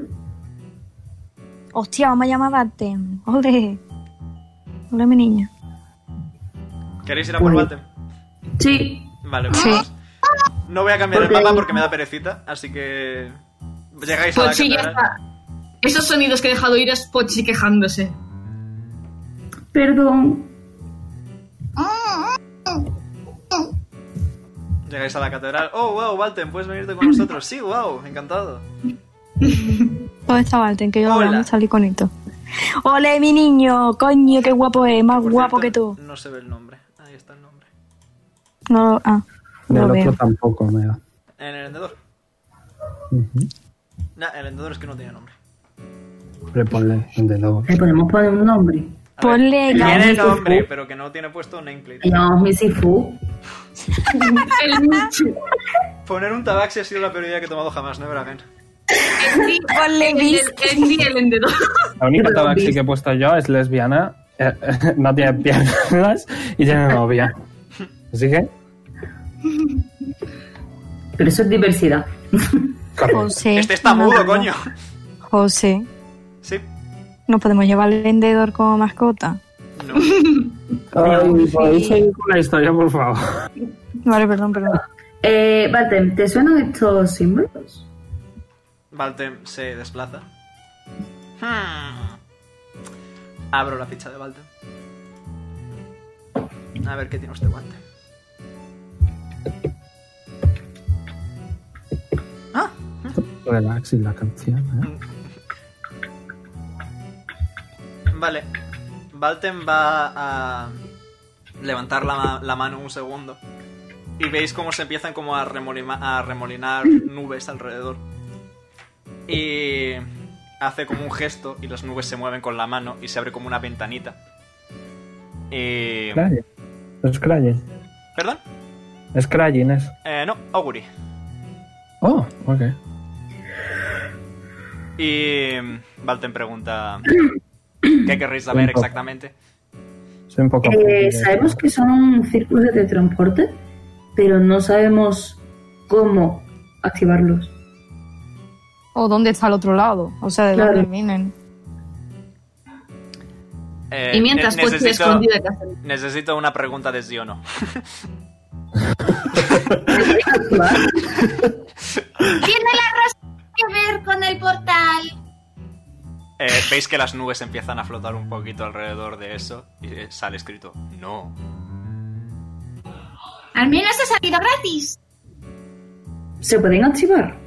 S6: Hostia, vamos a llamar a Batem. Ole. Ole, mi niña.
S1: ¿Queréis ir a por
S6: Pues
S4: Uy.
S1: Valtem?
S4: Sí.
S1: Vale,
S6: Sí.
S1: vamos. No voy a cambiar
S4: Porque-
S1: el mapa porque me da perecita, así que. Llegáis
S6: Pues
S1: a la
S3: Pochi Pues ya
S1: catedral.
S3: está. Esos sonidos que he dejado ir es Pochi quejándose.
S4: Perdón.
S1: Llegáis a la catedral. Oh, wow, Valtem, puedes venirte con nosotros. Sí, wow, encantado.
S6: ¿Dónde está Valten? Que yo
S1: Hola.
S6: ahora vamos a salir con esto. Ole, mi niño, coño, qué guapo es, más
S1: Por
S6: guapo que
S1: cierto,
S6: tú.
S1: No se ve el nombre. Ahí está el nombre.
S6: No, ah,
S2: Y
S6: no
S2: el
S6: lo
S2: otro
S6: veo.
S2: tampoco me da.
S1: En el vendedor. Nah, el vendedor es que no tiene nombre.
S2: Le ponle el dedo.
S4: Le podemos poner un nombre.
S1: A ver,
S6: Ponle
S1: Tiene
S6: Gabriel.
S1: nombre, pero que no tiene puesto nameplate.
S4: Le llamamos Missy Fu.
S3: El Michi.
S1: Poner un tabaxi ha sido la peor idea que he tomado jamás, never again.
S3: Andy,
S6: Ponle
S1: Este
S3: el,
S6: bis.
S3: Andy, el vendedor.
S2: La única
S4: Pero
S2: tabaxi
S4: viste.
S2: que he puesto yo es lesbiana, eh, no tiene piernas y tiene novia. Así que
S4: Pero eso es diversidad. Pues,
S6: José.
S1: Este está
S6: no,
S1: mudo,
S6: no.
S1: coño.
S6: José,
S1: Sí.
S6: ¿no podemos llevar al vendedor como mascota?
S1: No.
S9: Ay,
S2: pues,
S9: podéis seguir con la historia, por favor.
S6: Vale, perdón, perdón.
S4: Eh, Valtem, ¿te suenan estos símbolos?
S1: Valtem se desplaza. Hmm. Abro la ficha de Valtem. A ver qué tiene usted, Valtem. Ah,
S2: Relax y la canción. ¿eh?
S1: Vale. Valten va a levantar la, ma- la mano un segundo. Y veis cómo se empiezan como a, remolima- a remolinar nubes alrededor. Y hace como un gesto y las nubes se mueven con la mano y se abre como una ventanita. Y...
S2: Crayen. Es Crayen.
S1: ¿Perdón?
S2: Es Crayen, es.
S1: Eh, no, Auguri.
S2: Oh, ok.
S1: Y mm, Valten pregunta... ¿Qué querréis saber exactamente?
S2: Soy un poco.
S4: Eh, sabemos que son círculos de transporte, pero no sabemos cómo activarlos.
S6: ¿O dónde está el otro lado? O sea, ¿de
S4: Claro.
S6: dónde vienen?
S1: Eh,
S3: Y mientras pues,
S1: ne-
S3: Pochi escondida que hace.
S1: necesito una pregunta de sí o no.
S7: ¿Tiene la rosa que ver con el portal?
S1: Eh, Veis que las nubes empiezan a flotar un poquito alrededor de eso y eh, sale escrito no.
S7: Al menos ha salido gratis.
S4: ¿Se pueden activar?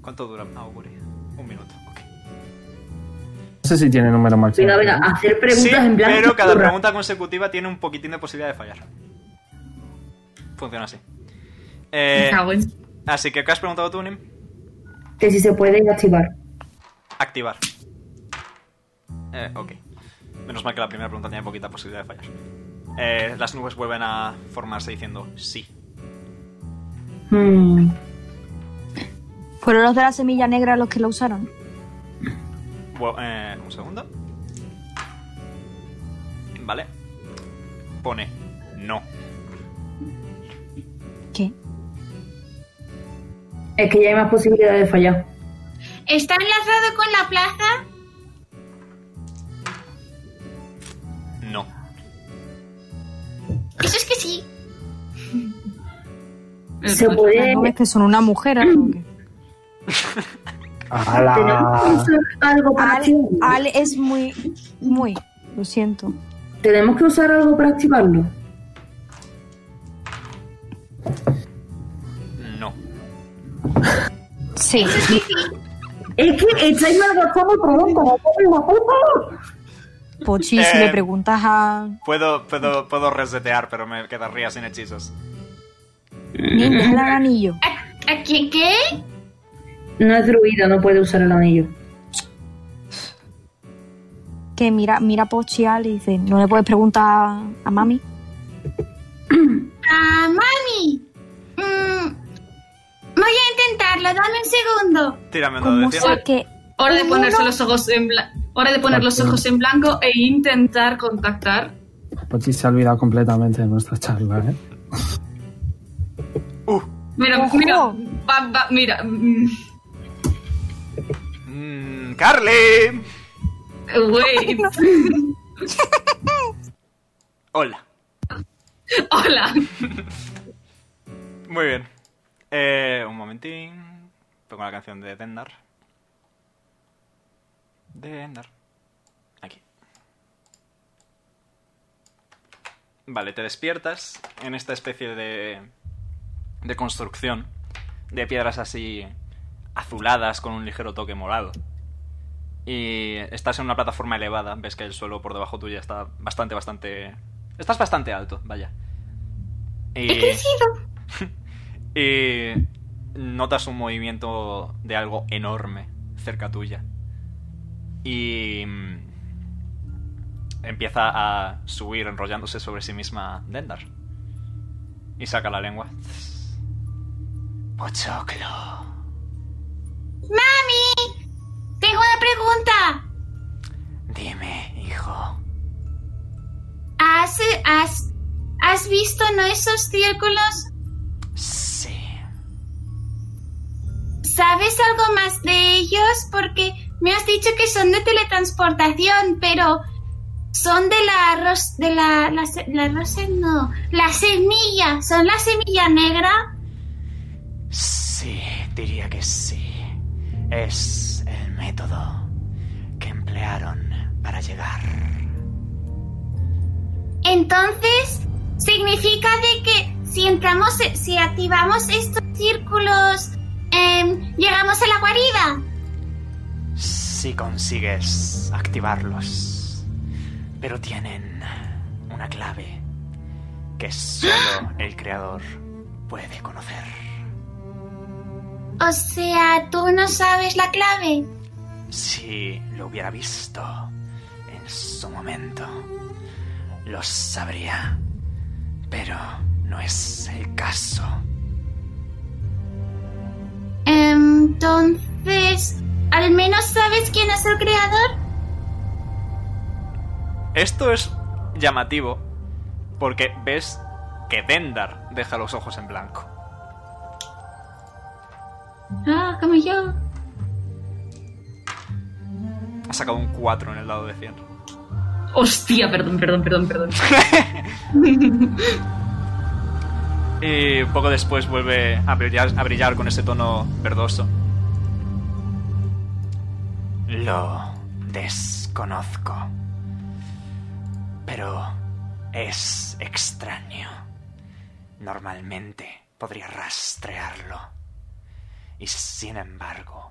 S1: ¿Cuánto dura Auguri? Un minuto. ok.
S2: No sé si tiene número máximo.
S4: Venga, venga, hacer preguntas
S1: Sí,
S4: en blanco.
S1: pero cada
S4: churra.
S1: pregunta consecutiva tiene un poquitín de posibilidad de fallar. Funciona así. Eh,
S3: Me cago en-
S1: así que, ¿qué has preguntado tú, Nim?
S4: Que si se pueden activar.
S1: Activar. Eh, ok. Menos mal que la primera pregunta tenía poquita posibilidad de fallar. Eh, las nubes vuelven a formarse diciendo sí.
S4: Hmm.
S6: ¿Fueron los de la semilla negra los que lo usaron?
S1: Bu- eh, un segundo. Vale. Pone no.
S6: ¿Qué?
S4: Es que ya hay más posibilidades de fallar.
S7: ¿Está enlazado con la plaza?
S1: No.
S7: Eso es que sí.
S4: Se puede.
S6: ¿No ves que son una mujer o algo? o qué?
S4: Tenemos
S1: Ah.
S4: que usar algo para
S6: Ale,
S4: activarlo.
S6: Ale es muy, muy, lo siento.
S4: Tenemos que usar algo para activarlo.
S1: No.
S6: Sí.
S4: Es que estáis mal gastados como como como como.
S6: Pochi, si
S1: Eh.
S6: le preguntas a...
S1: Puedo, puedo, puedo resetear, pero me quedaría sin hechizos.
S6: Nim, deja el anillo.
S7: ¿A quién qué?
S4: No es druida, no puede usar el anillo.
S6: Que mira, mira a Pochi a Ale y dice, ¿no le puedes preguntar a mami?
S7: Ah, mami. Mm, voy a intentarlo, dame un segundo.
S1: Tírame un dado de
S6: ¿Cómo
S1: cien.
S6: sé que
S3: Hora de ponerse los ojos en blanco. Hora de poner los ojos en blanco e intentar contactar.
S2: Pochi Pues se ha olvidado completamente de nuestra charla, ¿eh?
S1: Uh,
S3: Mira,
S6: Ojo.
S3: mira, va- va- mira. mm,
S1: Mm, ¡Carly!
S3: Güey.
S1: Hola.
S3: Hola.
S1: Muy bien. Eh, un momentín. Pongo la canción de Dendar. Dendar. Aquí. Vale, te despiertas en esta especie de. de construcción. De piedras así. azuladas con un ligero toque morado. Y estás en una plataforma elevada. Ves que el suelo por debajo tuya está bastante, bastante. Estás bastante alto, vaya. Y...
S7: He crecido.
S1: Y notas un movimiento de algo enorme cerca tuya. Y mm, empieza a subir enrollándose sobre sí misma Dendar. Y saca la lengua. Pochoclo.
S7: Mami, tengo una pregunta.
S1: Dime, hijo.
S7: ¿Has, has, has ¿Has visto no esos círculos?
S1: Sí.
S7: ¿Sabes algo más de ellos? Porque me has dicho que son de teletransportación, pero son de la arroz, de la, la, se- la rosa, no, la semilla, son la semilla negra.
S1: Sí, diría que sí. Es el método que emplearon para llegar.
S7: Entonces, significa de que si entramos, si activamos estos círculos, em, llegamos a la guarida.
S1: Si consigues activarlos. Pero tienen una clave que solo el creador puede conocer.
S7: O sea, tú no sabes la clave.
S1: Si lo hubiera visto en su momento, lo sabría. Pero no es el caso.
S7: Em, Entonces, al menos sabes quién es el creador.
S1: Esto es llamativo porque ves que Dendar deja los ojos en blanco.
S7: Ah, como yo.
S1: Ha sacado un 4 en el lado de 100.
S3: Hostia, perdón, perdón, perdón, perdón.
S1: Y poco después vuelve a brillar, a brillar con ese tono verdoso. Lo desconozco. Pero es extraño. Normalmente podría rastrearlo. Y sin embargo,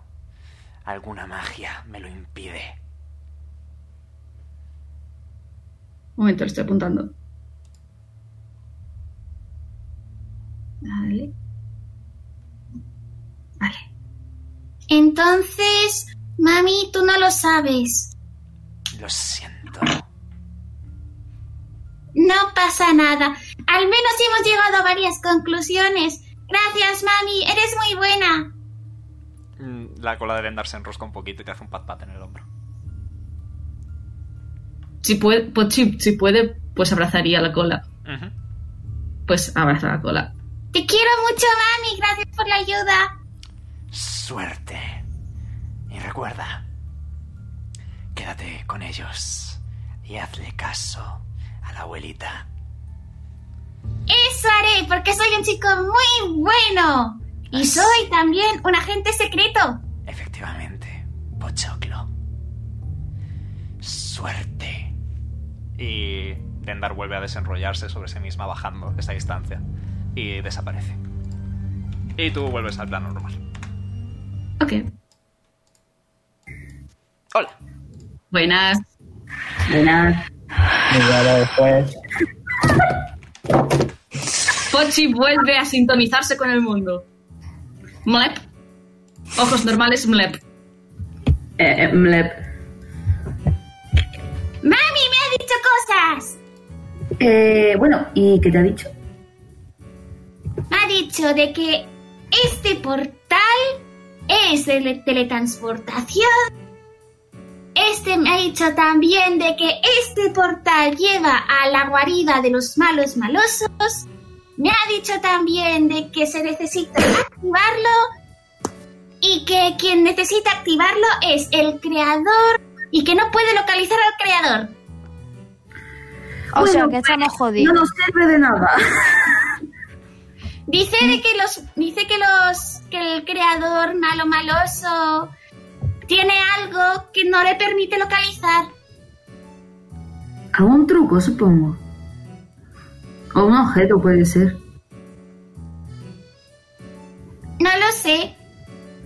S1: alguna magia me lo impide.
S3: Un momento, lo estoy apuntando. Vale. Vale.
S7: Entonces, mami, tú no lo sabes.
S1: Lo siento.
S7: No pasa nada. Al menos hemos llegado a varias conclusiones. Gracias, mami. Eres muy buena.
S1: Mm, La cola de Lendar se enrosca un poquito y te hace un pat pat en el hombro.
S3: Si puede, pues, si, si puede, pues abrazaría la cola. Pues abraza la cola.
S7: Te quiero mucho, mami. Gracias por la ayuda.
S1: Suerte. Y recuerda, quédate con ellos y hazle caso a la abuelita.
S7: Eso haré, porque soy un chico muy bueno. Y soy también un agente secreto.
S1: Efectivamente, Pochoclo. Suerte. Y Dendar vuelve a desenrollarse sobre sí misma bajando esa distancia. Y desaparece. Y tú vuelves al plano normal.
S3: Ok.
S1: Hola.
S3: Buenas.
S4: Buenas.
S9: Y ahora después.
S3: Pochi vuelve a sintonizarse con el mundo. Mlep. Ojos normales, mlep.
S4: Eh, eh, mlep.
S7: Mami, me ha dicho cosas.
S4: Eh, bueno, ¿y qué te ha dicho?
S7: Me ha dicho de que este portal es de le- teletransportación. Este me ha dicho también de que este portal lleva a la guarida de los malos malosos. Me ha dicho también de que se necesita activarlo y que quien necesita activarlo es el creador y que no puede localizar al creador.
S6: O sea,
S4: Bueno,
S6: que estamos
S4: No
S6: jodidos.
S4: nos sirve de nada.
S7: Dice de que los dice que los que el creador malo maloso tiene algo que no le permite localizar.
S4: Algún truco, supongo. O un objeto puede ser.
S7: No lo sé.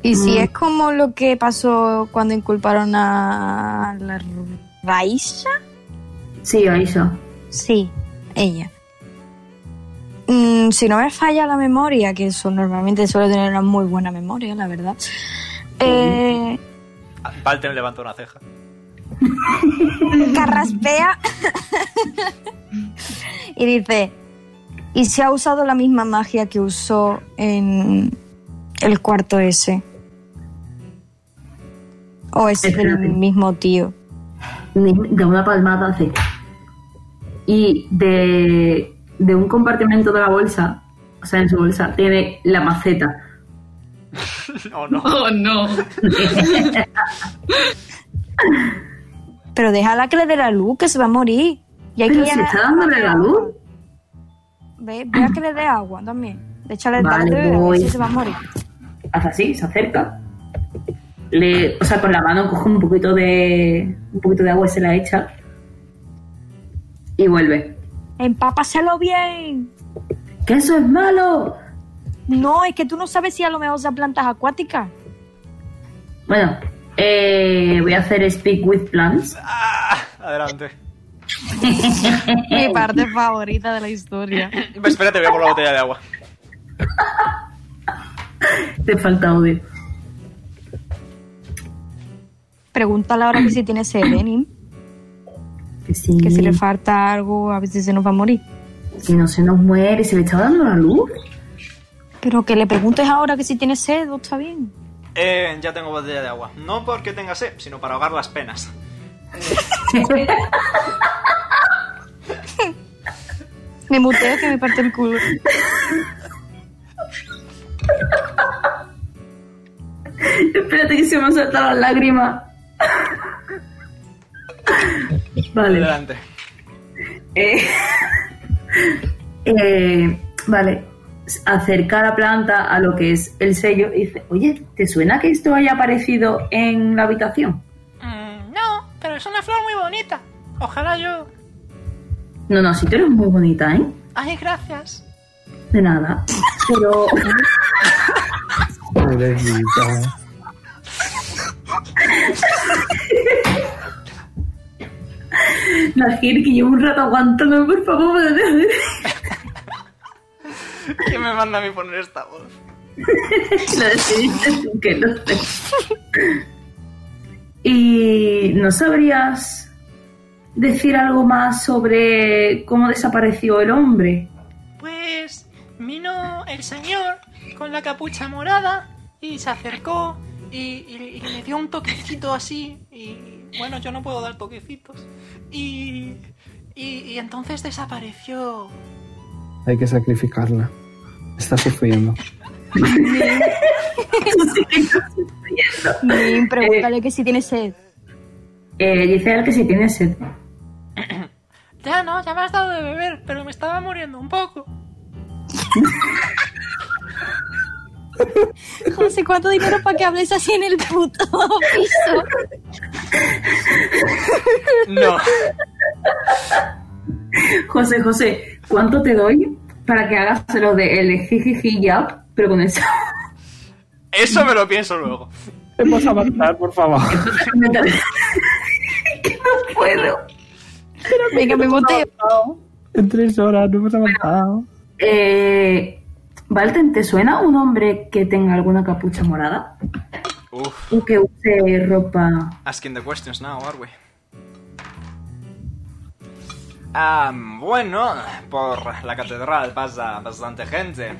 S6: Y si es como lo que pasó cuando inculparon a la Raisha.
S4: Sí, Aisha.
S6: Sí, ella. Mm, si no me falla la memoria, que eso normalmente suelo tener una muy buena memoria, la verdad. Eh,
S1: Valten levanta una ceja.
S6: carraspea y dice, ¿y si ha usado la misma magia que usó en el cuarto ese? ¿O es del
S4: Espérate.
S6: mismo tío?
S4: Ni- De una palmada hace. Y de de un compartimento de la bolsa, o sea, en su bolsa, tiene la maceta.
S1: No, no.
S3: Oh, no.
S6: Pero déjala que le dé la luz, que se va a morir. Y hay
S4: Pero
S6: que
S4: si
S6: llenar-
S4: está dándole la luz.
S6: Ve, ve a que le dé agua también. De echarle
S4: Vale,
S6: tanto y a ver
S4: voy.
S6: si se va a morir.
S4: hace así, se acerca. Le, o sea, con la mano coge un poquito de un poquito de agua y se la echa y vuelve.
S6: Empápaselo bien.
S4: ¡Que eso es malo!
S6: No, es que tú no sabes si a lo mejor son plantas acuáticas.
S4: Bueno, eh, voy a hacer speak with plants.
S1: Ah, adelante.
S6: Mi parte favorita de la historia.
S1: Eh, Espérate, voy a por la botella de agua.
S4: Te falta audio.
S6: Pregúntale ahora que si tiene serenim,
S4: Que si,
S6: que si le falta algo, a ver si se nos va a morir.
S4: si no se nos muere, se le está dando la luz.
S6: Pero que le preguntes ahora que si tiene sed, ¿o está bien.
S1: Eh, ya tengo botella de agua. No porque tenga sed, sino para ahogar las penas.
S6: Me muteo que me parte el culo.
S4: Espérate que se me han saltado las lágrimas. vale.
S1: Adelante.
S4: Eh, eh, vale, acerca la planta a lo que es el sello y dice, oye, ¿te suena que esto haya aparecido en la habitación?
S14: Mm, no, pero es una flor muy bonita. Ojalá yo.
S4: No, no, si tú eres muy bonita, ¿eh?
S14: Ay, gracias.
S4: De nada. Pero...
S2: Pobrecita.
S4: La Gil, que llevo un rato aguantándome, por favor, me dejes.
S1: ¿Quién me manda a mí poner esta voz?
S4: Lo decidiste tú, que no sé. ¿Y no sabrías decir algo más sobre cómo desapareció el hombre?
S14: Pues vino el señor con la capucha morada y se acercó y, y- y le dio un toquecito así. Y bueno, yo no puedo dar toquecitos. Y, y, y entonces desapareció.
S2: Hay que sacrificarla. Está sufriendo.
S6: Nim, pregúntale que si tiene sed.
S4: Eh, dice él que si tiene sed.
S14: Ya no, ya me has dado de beber, pero me estaba muriendo un poco.
S6: No sé cuánto dinero para que hables así en el puto piso.
S1: No.
S4: José, José, ¿cuánto te doy para que hagas lo de el jijiji ya? Pero con eso.
S1: Eso me lo pienso luego.
S2: Podemos avanzar, por favor.
S4: que no puedo.
S6: Venga, me muteo.
S2: En tres horas no hemos avanzado.
S4: Eh, Valten, ¿te suena un hombre que tenga alguna capucha morada?
S1: Uf.
S4: O que use ropa.
S1: Asking the questions now, are we? Ah, bueno, por la catedral pasa bastante gente.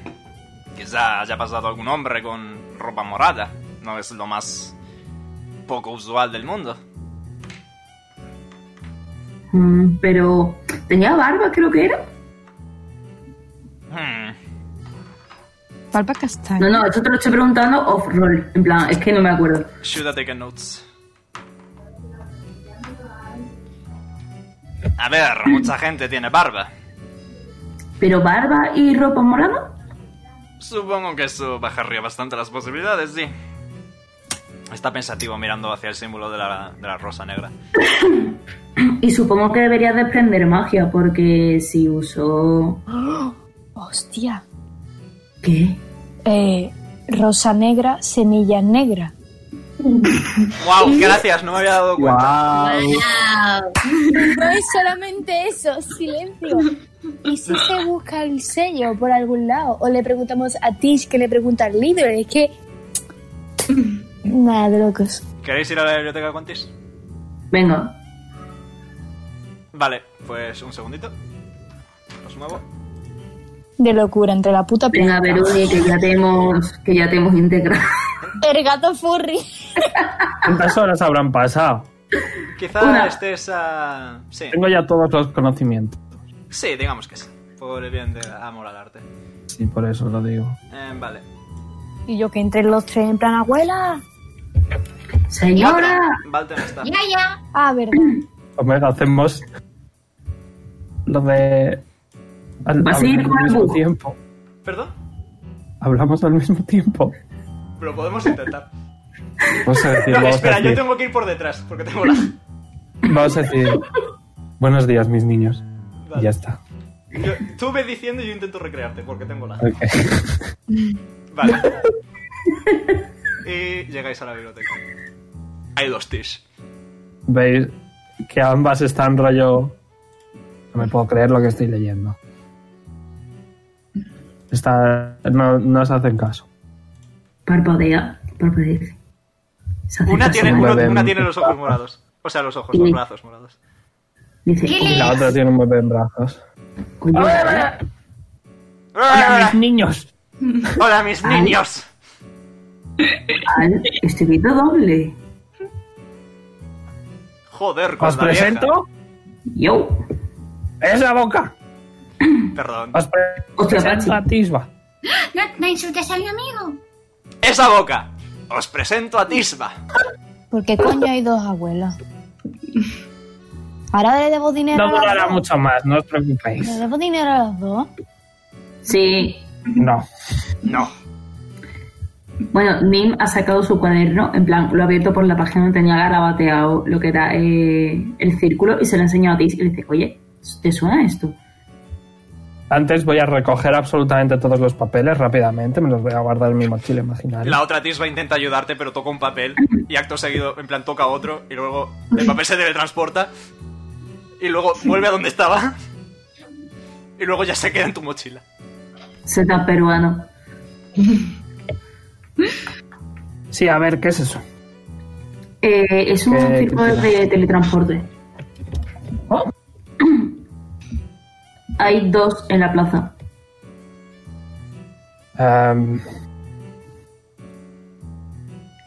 S1: Quizá haya pasado algún hombre con ropa morada. No es lo más poco usual del mundo.
S4: Mm, pero. ¿Tenía barba, creo que era?
S1: Hmm.
S6: Palpa
S4: No,
S6: castaña.
S4: no, esto te lo estoy preguntando off-roll. En plan, es que no me acuerdo.
S1: Should I take notes? A ver, mucha gente tiene barba.
S4: ¿Pero barba y ropa morada?
S1: Supongo que eso bajaría bastante las posibilidades, sí. Está pensativo mirando hacia el símbolo de la, de la rosa negra.
S4: Y supongo que debería desprender magia, porque si usó.
S6: Hostia.
S4: ¿Qué?
S6: Eh, rosa negra, semillas negras.
S1: ¡Wow! Gracias, no me había dado cuenta.
S6: No es solamente eso, silencio. ¿Y si se busca el sello por algún lado? O le preguntamos a Tish que le pregunta al líder. Es que. Nada de locos.
S1: ¿Queréis ir a la biblioteca con Tis?
S4: Venga,
S1: Vale, pues un segundito. Los muevo.
S6: De locura, entre la puta
S4: Venga,
S6: planta.
S4: Veroni, que ya te hemos, que ya te hemos integrado.
S6: El gato furry.
S2: ¿Cuántas horas habrán pasado?
S1: Quizá
S4: Una.
S1: estés a... Sí,
S2: Tengo ya todos los conocimientos.
S1: sí, digamos que sí. por el bien del amor al arte.
S2: Sí, por eso lo digo.
S1: Eh, vale.
S6: Y yo que entre los tres en plan, abuela.
S4: Señora,
S1: Valten está.
S7: Ya, ya.
S6: Ah, verdad.
S2: Hombre, hacemos lo de... al-
S4: Vas a ir
S2: hablamos
S4: con
S2: al mismo
S4: algo.
S2: tiempo.
S1: ¿Perdón?
S2: Hablamos al mismo tiempo.
S1: Lo podemos intentar.
S2: Vamos a decir,
S1: No,
S2: vamos
S1: espera,
S2: a
S1: yo
S2: decir,
S1: tengo que ir por detrás porque tengo la.
S2: vamos a decir, Buenos días, mis niños.
S1: Vale.
S2: Y ya está.
S1: Yo- tú ves diciendo y yo intento recrearte porque tengo la.
S2: Ok.
S1: Vale. y llegáis a la biblioteca. Hay dos tis.
S2: Veis que ambas están rollo... No me puedo creer lo que estoy leyendo. Está, no, no se hacen caso.
S4: parpadea, parpadea. Se hace
S1: Una
S4: caso,
S1: tiene,
S4: ¿vale?
S1: uno-
S2: bebé.
S1: una tiene los ojos morados. O sea, los ojos, los brazos morados.
S4: Dice,
S7: ¿Qué
S2: Y la
S7: lees?
S2: otra tiene un bebé en brazos.
S4: coño,
S1: ¡Ah!
S2: niños!
S1: ¡Hola, mis niños!
S4: al- este grito doble.
S1: Joder, con
S2: Os
S1: la vieja.
S2: presento...
S4: Yo,
S2: ¡Es la boca!
S1: Perdón.
S2: Os pre-
S4: Hostia,
S2: presento a Tisba.
S7: No, no insultes a mi amigo.
S1: ¡Esa boca! Os presento a Tisba.
S6: ¿Por qué coño hay dos abuelas? Ahora le debo dinero
S2: No
S6: a las
S2: durará
S6: dos.
S2: mucho más, no os
S6: ¿Le
S2: preocupéis.
S6: debo dinero a las dos?
S4: sí.
S2: No.
S1: No.
S4: Bueno, Nim ha sacado su cuaderno, en plan, lo ha abierto por la página donde tenía garabateado lo que era eh, el círculo y se lo ha enseñado a Tis y le dice, oye, ¿te suena esto?
S2: Antes voy a recoger absolutamente todos los papeles rápidamente, me los voy a guardar en mi mochila imaginaria.
S1: La otra Tisba intenta ayudarte, pero toca un papel y acto seguido, en plan, toca otro y luego el papel se teletransporta y luego vuelve a donde estaba y luego ya se queda en tu mochila.
S4: Z peruano.
S2: Sí, a ver, ¿qué es eso?
S4: Eh, es un
S2: Eh,
S4: círculo
S2: Cristina.
S4: de teletransporte.
S2: Oh,
S4: Hay dos en la plaza.
S2: em,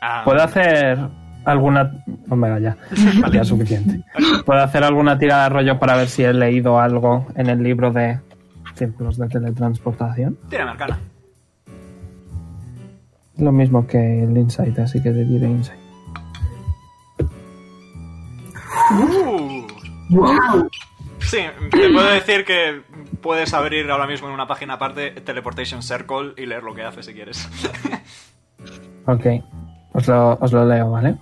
S1: Ah,
S2: ¿Puedo hacer alguna... Omega, ya. Ya es suficiente. ¿Puedo hacer alguna tirada de rollo para ver si he leído algo en el libro de círculos de teletransportación?
S1: Tira marcana.
S2: Lo mismo que el Insight, así que te diré Insight.
S1: Uh,
S4: ¡Wow!
S1: sí, te puedo decir que puedes abrir ahora mismo en una página aparte Teleportation Circle y leer lo que hace si quieres.
S2: Ok, os lo, os lo leo, ¿vale?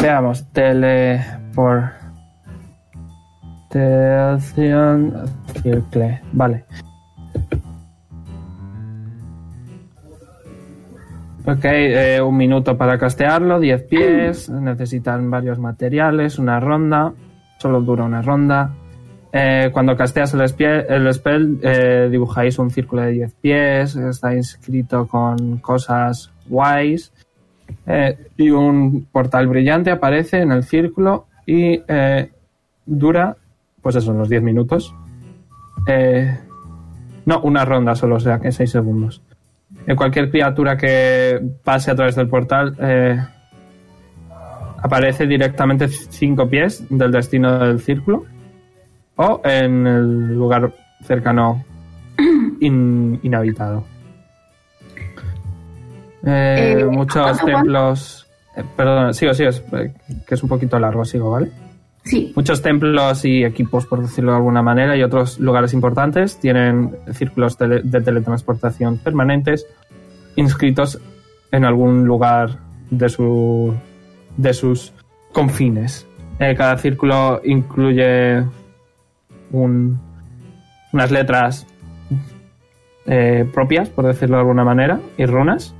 S2: Veamos, teleport. Teación circle. Vale. Ok, eh, un minuto para castearlo, 10 pies, necesitan varios materiales, una ronda, solo dura una ronda. Eh, cuando casteas el, espie- el spell, eh, dibujáis un círculo de 10 pies, está inscrito con cosas guays eh, y un portal brillante aparece en el círculo y eh, dura, pues eso, unos 10 minutos. Eh, no, una ronda solo, o sea que 6 segundos. Eh, cualquier criatura que pase a través del portal eh, aparece directamente 5 pies del destino del círculo o en el lugar cercano in- inhabitado. Eh,
S4: Eh,
S2: muchos
S4: ¿cuánto, Juan?
S2: templos. eh, perdón, sigo, sigo, es- eh, que es un poquito largo, sigo, ¿vale?
S4: Sí,
S2: Muchos templos y equipos, por decirlo de alguna manera, y otros lugares importantes tienen círculos tele- de teletransportación permanentes inscritos en algún lugar de, su, de sus confines. Eh, cada círculo incluye un- unas letras eh, propias, por decirlo de alguna manera, y runas.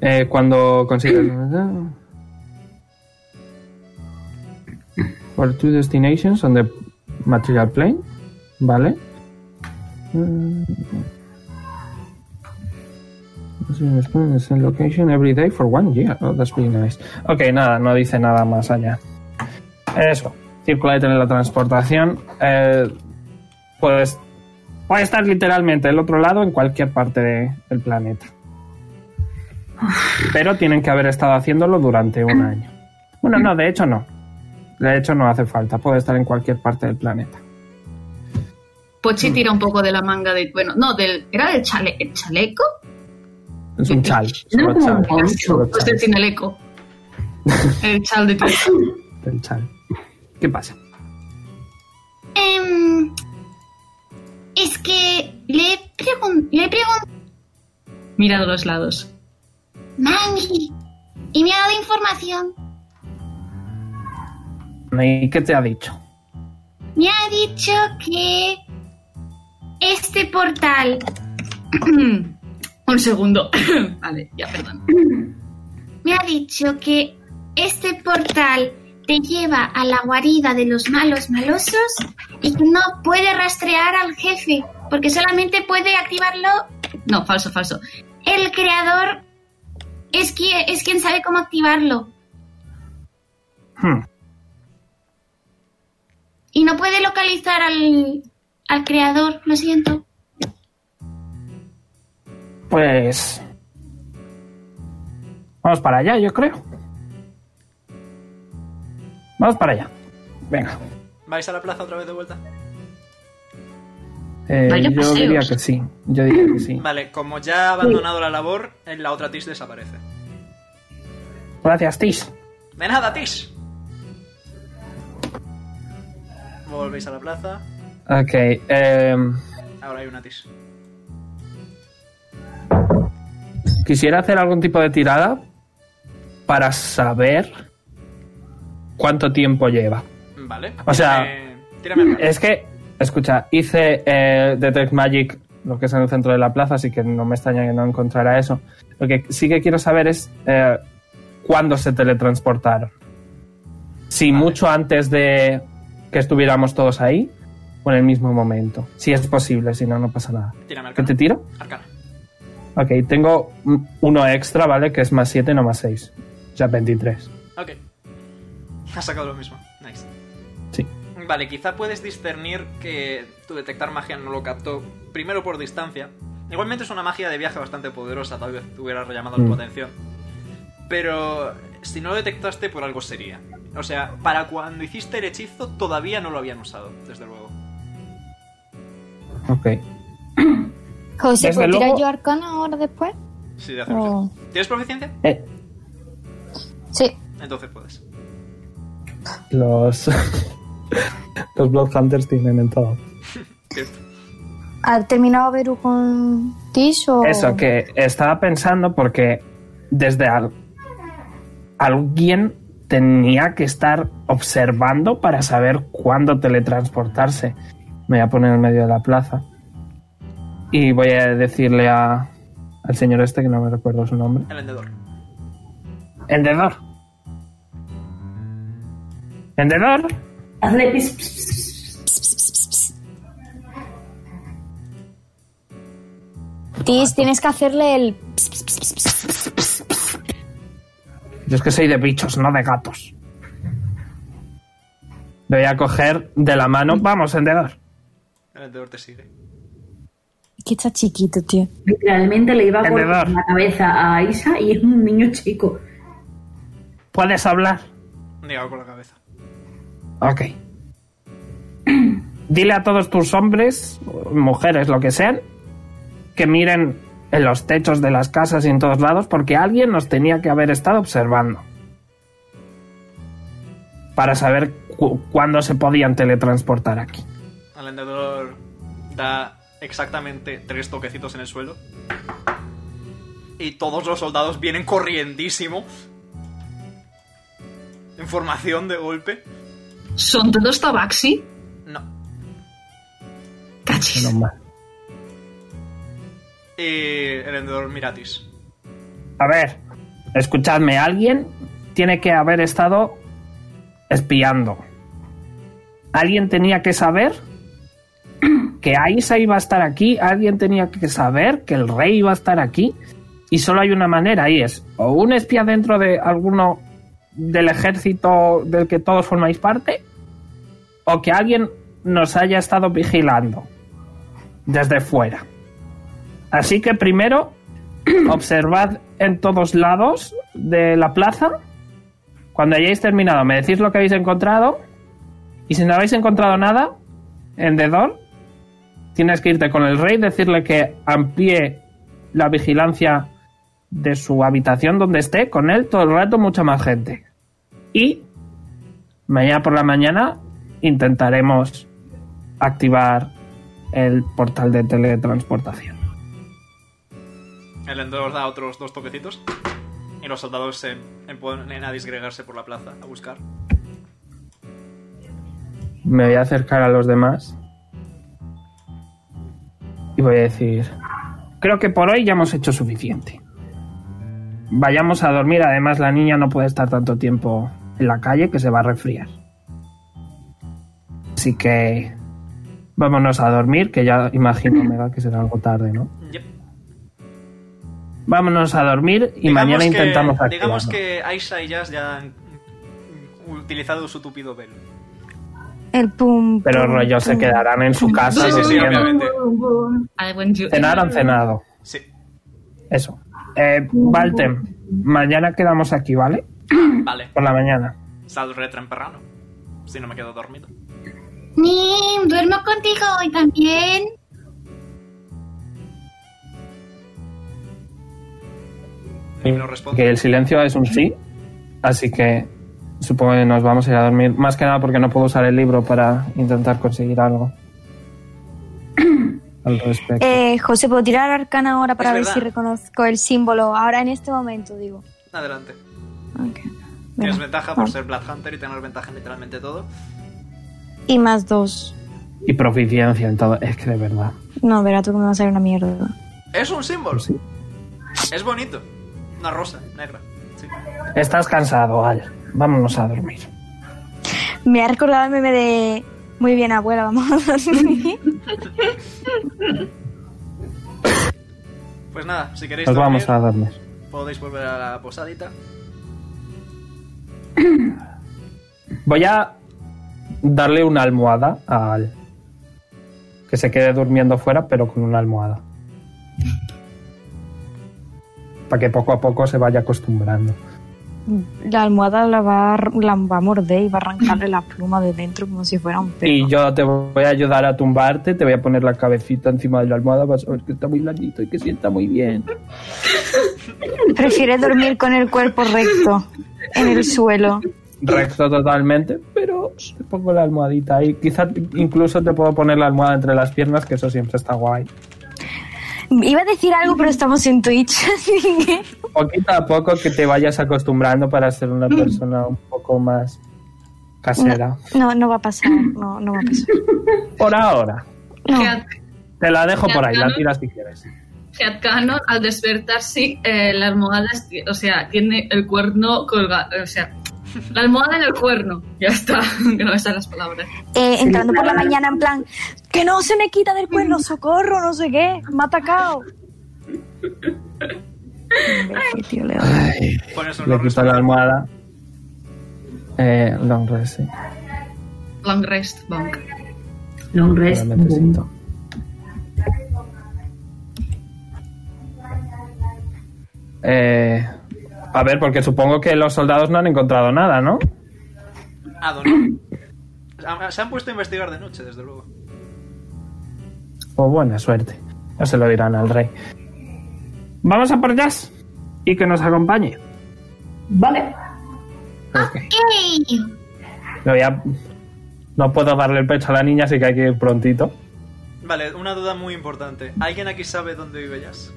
S2: Eh, cuando consigues... for two destinations on the material plane, ¿vale? Mm. Response and location every day for one year. Oh, that's really nice. Ok, nada, no dice nada más allá. Eso. Círculo de teletransportación. Eh, puedes, puede estar literalmente del otro lado en cualquier parte de- del planeta. Pero tienen que haber estado haciéndolo durante un año. Bueno, no, de hecho no. De hecho, no hace falta. Puede estar en cualquier parte del planeta.
S3: Pochi tira un poco de la manga de. Bueno, no, del. ¿Era del chale, el chaleco?
S2: Es un chal.
S4: Era
S2: solo
S4: como un
S2: chal,
S4: poncho.
S2: solo
S3: Pues
S2: chal,
S3: del tinaleco. El chal de Pochi.
S2: del chal. ¿Qué pasa?
S7: Em, es que le pregun- le pregunto
S3: Mira a los lados.
S7: Mangi y me ha dado información.
S2: ¿Y qué te ha dicho?
S7: Me ha dicho que este portal
S3: un segundo. vale, ya, perdón.
S7: me ha dicho que este portal te lleva a la guarida de los malos malosos y que no puede rastrear al jefe porque solamente puede activarlo
S3: No, falso, falso.
S7: el creador es quien, es quien sabe cómo activarlo
S2: Hmm.
S7: y no puede localizar al, al creador, lo siento.
S2: Pues... Vamos para allá, yo creo. Vamos para allá. Venga.
S1: ¿Vais a la plaza otra vez de vuelta?
S2: Eh,
S3: Vaya
S2: yo
S3: paseos.
S2: diría que sí. Yo diría que sí.
S1: Vale, como ya ha abandonado la labor, en la otra Tish desaparece.
S2: Gracias, Tis.
S1: ¡De nada, Tish! Volvéis a la plaza.
S2: Ok. em,
S1: Ahora hay una Tish.
S2: quisiera hacer algún tipo de tirada para saber cuánto tiempo lleva.
S1: Vale.
S2: O sea-
S1: Tírame- Tírame el
S2: Es que, escucha, hice eh, Detect Magic, lo que es en el centro de la plaza, así que no me extraña que no encontrara eso. Lo que sí que quiero saber es eh, cuándo se teletransportaron. Si mucho antes de que estuviéramos todos ahí o en el mismo momento. Si es posible, si no, no pasa nada.
S1: Tírame
S2: ¿Qué te
S1: arcana.
S2: tiro?
S1: Arcana.
S2: Ok, tengo un- uno extra, ¿vale? Que es más 7, no más 6. O sea, 23.
S1: Ok. Has sacado lo mismo. Nice.
S2: Sí.
S1: Vale, quizá puedes discernir que tu detectar magia no lo captó primero por distancia. Igualmente es una magia de viaje bastante poderosa, tal vez te hubiera llamado la
S2: Mm.
S1: atención. Pero si no lo detectaste, por algo sería. O sea, para cuando hiciste el hechizo, todavía no lo habían usado, desde luego.
S2: Ok.
S6: José,
S2: Desde
S6: ¿puedo tirar
S2: luego-
S6: yo arcana ahora después?
S1: Sí, de hacer
S6: O-
S1: ¿Tienes proficiencia?
S2: Eh,
S6: Sí.
S1: Entonces puedes.
S2: los. los Bloodhunters tienen en todo.
S6: ¿Ha terminado Beru con Tish o...?
S9: Oh.
S2: Eso, que estaba pensando porque desde al- alguien tenía que estar observando para saber cuándo teletransportarse. Me voy a poner en medio de la plaza. Y voy a decirle a, al señor este, que no me recuerdo su nombre.
S1: El vendedor.
S2: Vendedor. Vendedor.
S4: Hazle pis, pis, pis.
S6: Tish, tienes que hacerle el...
S2: Yo es que soy de bichos, no de gatos. Le voy a coger de la mano. Vamos, vendedor.
S1: El vendedor te sigue.
S6: Que está chiquito, tío.
S4: Literalmente le iba a
S2: Vendedor.
S4: cortar la cabeza a Isa y es un niño chico.
S2: ¿Puedes hablar?
S1: Negado con la cabeza.
S2: Ok. Dile a todos tus hombres, mujeres, lo que sean, que miren en los techos de las casas y en todos lados, porque alguien nos tenía que haber estado observando. Para saber cu- cuándo se podían teletransportar aquí.
S1: El vendedor da exactamente tres toquecitos en el suelo. Y todos los soldados vienen corriendísimo. En formación de golpe.
S3: ¿Son todos tabaxi?
S1: No.
S3: Cachis.
S2: Menos mal.
S1: Y el vendedor Miratis.
S2: A ver, escuchadme, alguien tiene que haber estado espiando. Alguien tenía que saber que Aisa iba a estar aquí, alguien tenía que saber que el rey iba a estar aquí, y solo hay una manera, y es o un espía dentro de alguno del ejército del que todos formáis parte, o que alguien nos haya estado vigilando desde fuera. Así que primero observad en todos lados de la plaza Cuando hayáis terminado, me decís lo que habéis encontrado. Y si no habéis encontrado nada, en The Dawn, tienes que irte con el rey, decirle que amplíe la vigilancia de su habitación donde esté, con él todo el rato, mucha más gente. Y mañana por la mañana intentaremos activar el portal de teletransportación.
S1: El Endor da otros dos toquecitos y los soldados se ponen a disgregarse por la plaza a buscar.
S2: Me voy a acercar a los demás y voy a decir, creo que por hoy ya hemos hecho suficiente. Vayamos a dormir, además la niña no puede estar tanto tiempo en la calle que se va a resfriar. Así que vámonos a dormir, que ya imagino Mega que será algo tarde, ¿no?
S1: Yep.
S2: Vámonos a dormir y
S1: Digamos
S2: mañana
S1: que-
S2: intentamos activarlo.
S1: Digamos que Aisha y Jazz ya han utilizado su tupido velo.
S6: El pum.
S2: Pero
S6: pum,
S2: rollo se
S6: pum.
S2: quedarán en su casa
S1: Sí, sí, sí,
S2: durmiendo.
S1: obviamente.
S3: I want you.
S2: Cenar han cenado.
S1: Sí.
S2: Eso. Eh, Valtem, mañana quedamos aquí, ¿vale?
S1: Vale.
S2: Por la mañana.
S1: Sal retramperrano. Si no me quedo dormido.
S7: Nim, duermo contigo hoy también.
S1: Y no responde.
S2: Que el silencio es un sí, así que supongo que nos vamos a ir a dormir. Más que nada porque no puedo usar el libro para intentar conseguir algo al respecto.
S6: Eh, José, ¿puedo tirar arcana ahora para
S1: Es
S6: ver
S1: verdad.
S6: si reconozco el símbolo? Ahora en este momento, digo.
S1: Adelante.
S6: Ok. Venga.
S1: Tienes ventaja por
S6: Ah.
S1: ser Black Hunter y tener ventaja en literalmente todo.
S6: Y más dos.
S2: Y proficiencia en todo. Es que de verdad.
S6: No, verá tú que me va a salir una mierda.
S1: Es un símbolo. Es bonito. Una rosa negra. Sí.
S2: Estás cansado, Al. Vámonos a dormir.
S6: Me ha recordado el meme de. Muy bien, abuela, vamos a dormir.
S1: Pues nada, si queréis
S2: Nos vamos a
S1: dormir,
S2: dormir.
S1: podéis volver a la posadita.
S2: Voy a darle una almohada a Al. Que se quede durmiendo fuera, pero con una almohada. Para que poco a poco se vaya acostumbrando.
S6: La almohada la va, a, la va a morder y va a arrancarle la pluma de dentro como si fuera un perro.
S2: Y yo te voy a ayudar a tumbarte, te voy a poner la cabecita encima de la almohada, vas a ver que está muy blandito y que sienta muy bien.
S6: Prefiere dormir con el cuerpo recto en el suelo.
S2: Recto totalmente, pero te pongo la almohadita ahí. Quizá incluso te puedo poner la almohada entre las piernas, que eso siempre está guay.
S6: Iba a decir algo, pero estamos en Twitch, así que.
S2: Poquito a poco que te vayas acostumbrando para ser una persona un poco más casera.
S6: No, no va a pasar. No, no va a pasar.
S2: Por ahora.
S6: No.
S3: Head-
S2: Te la dejo
S3: Ya,
S2: por ahí, la
S3: claro.
S2: tiras si quieres.
S3: Headcanon, al despertarse, eh, la almohada, es- o sea, tiene el cuerno colgado, o sea, la almohada en el cuerno. Ya está, que no me salen las palabras.
S6: Eh, entrando por la mañana en plan, que no se me quita del cuerno, socorro, no sé qué, me ha atacado. Imbécil, tío, Leo.
S1: Pones un
S2: Eh,
S1: no
S2: Le quito la
S1: responde.
S2: almohada. Eh, long rest, sí.
S3: Long rest, bunk.
S4: Long
S2: que
S4: rest.
S2: la necesito. Eh, a ver, porque supongo que los soldados no han encontrado nada, ¿no?
S1: Ah, don- Ah, Se han puesto a investigar de noche, desde luego.
S2: O Pues buena suerte. Ya se lo dirán al rey. Vamos a por Jazz y que nos acompañe.
S4: Vale.
S7: ¡Ey!
S2: Me voy a- No puedo darle el pecho a la niña, así que hay que ir prontito.
S1: Vale, una duda muy importante. ¿Alguien aquí sabe dónde vive Jazz?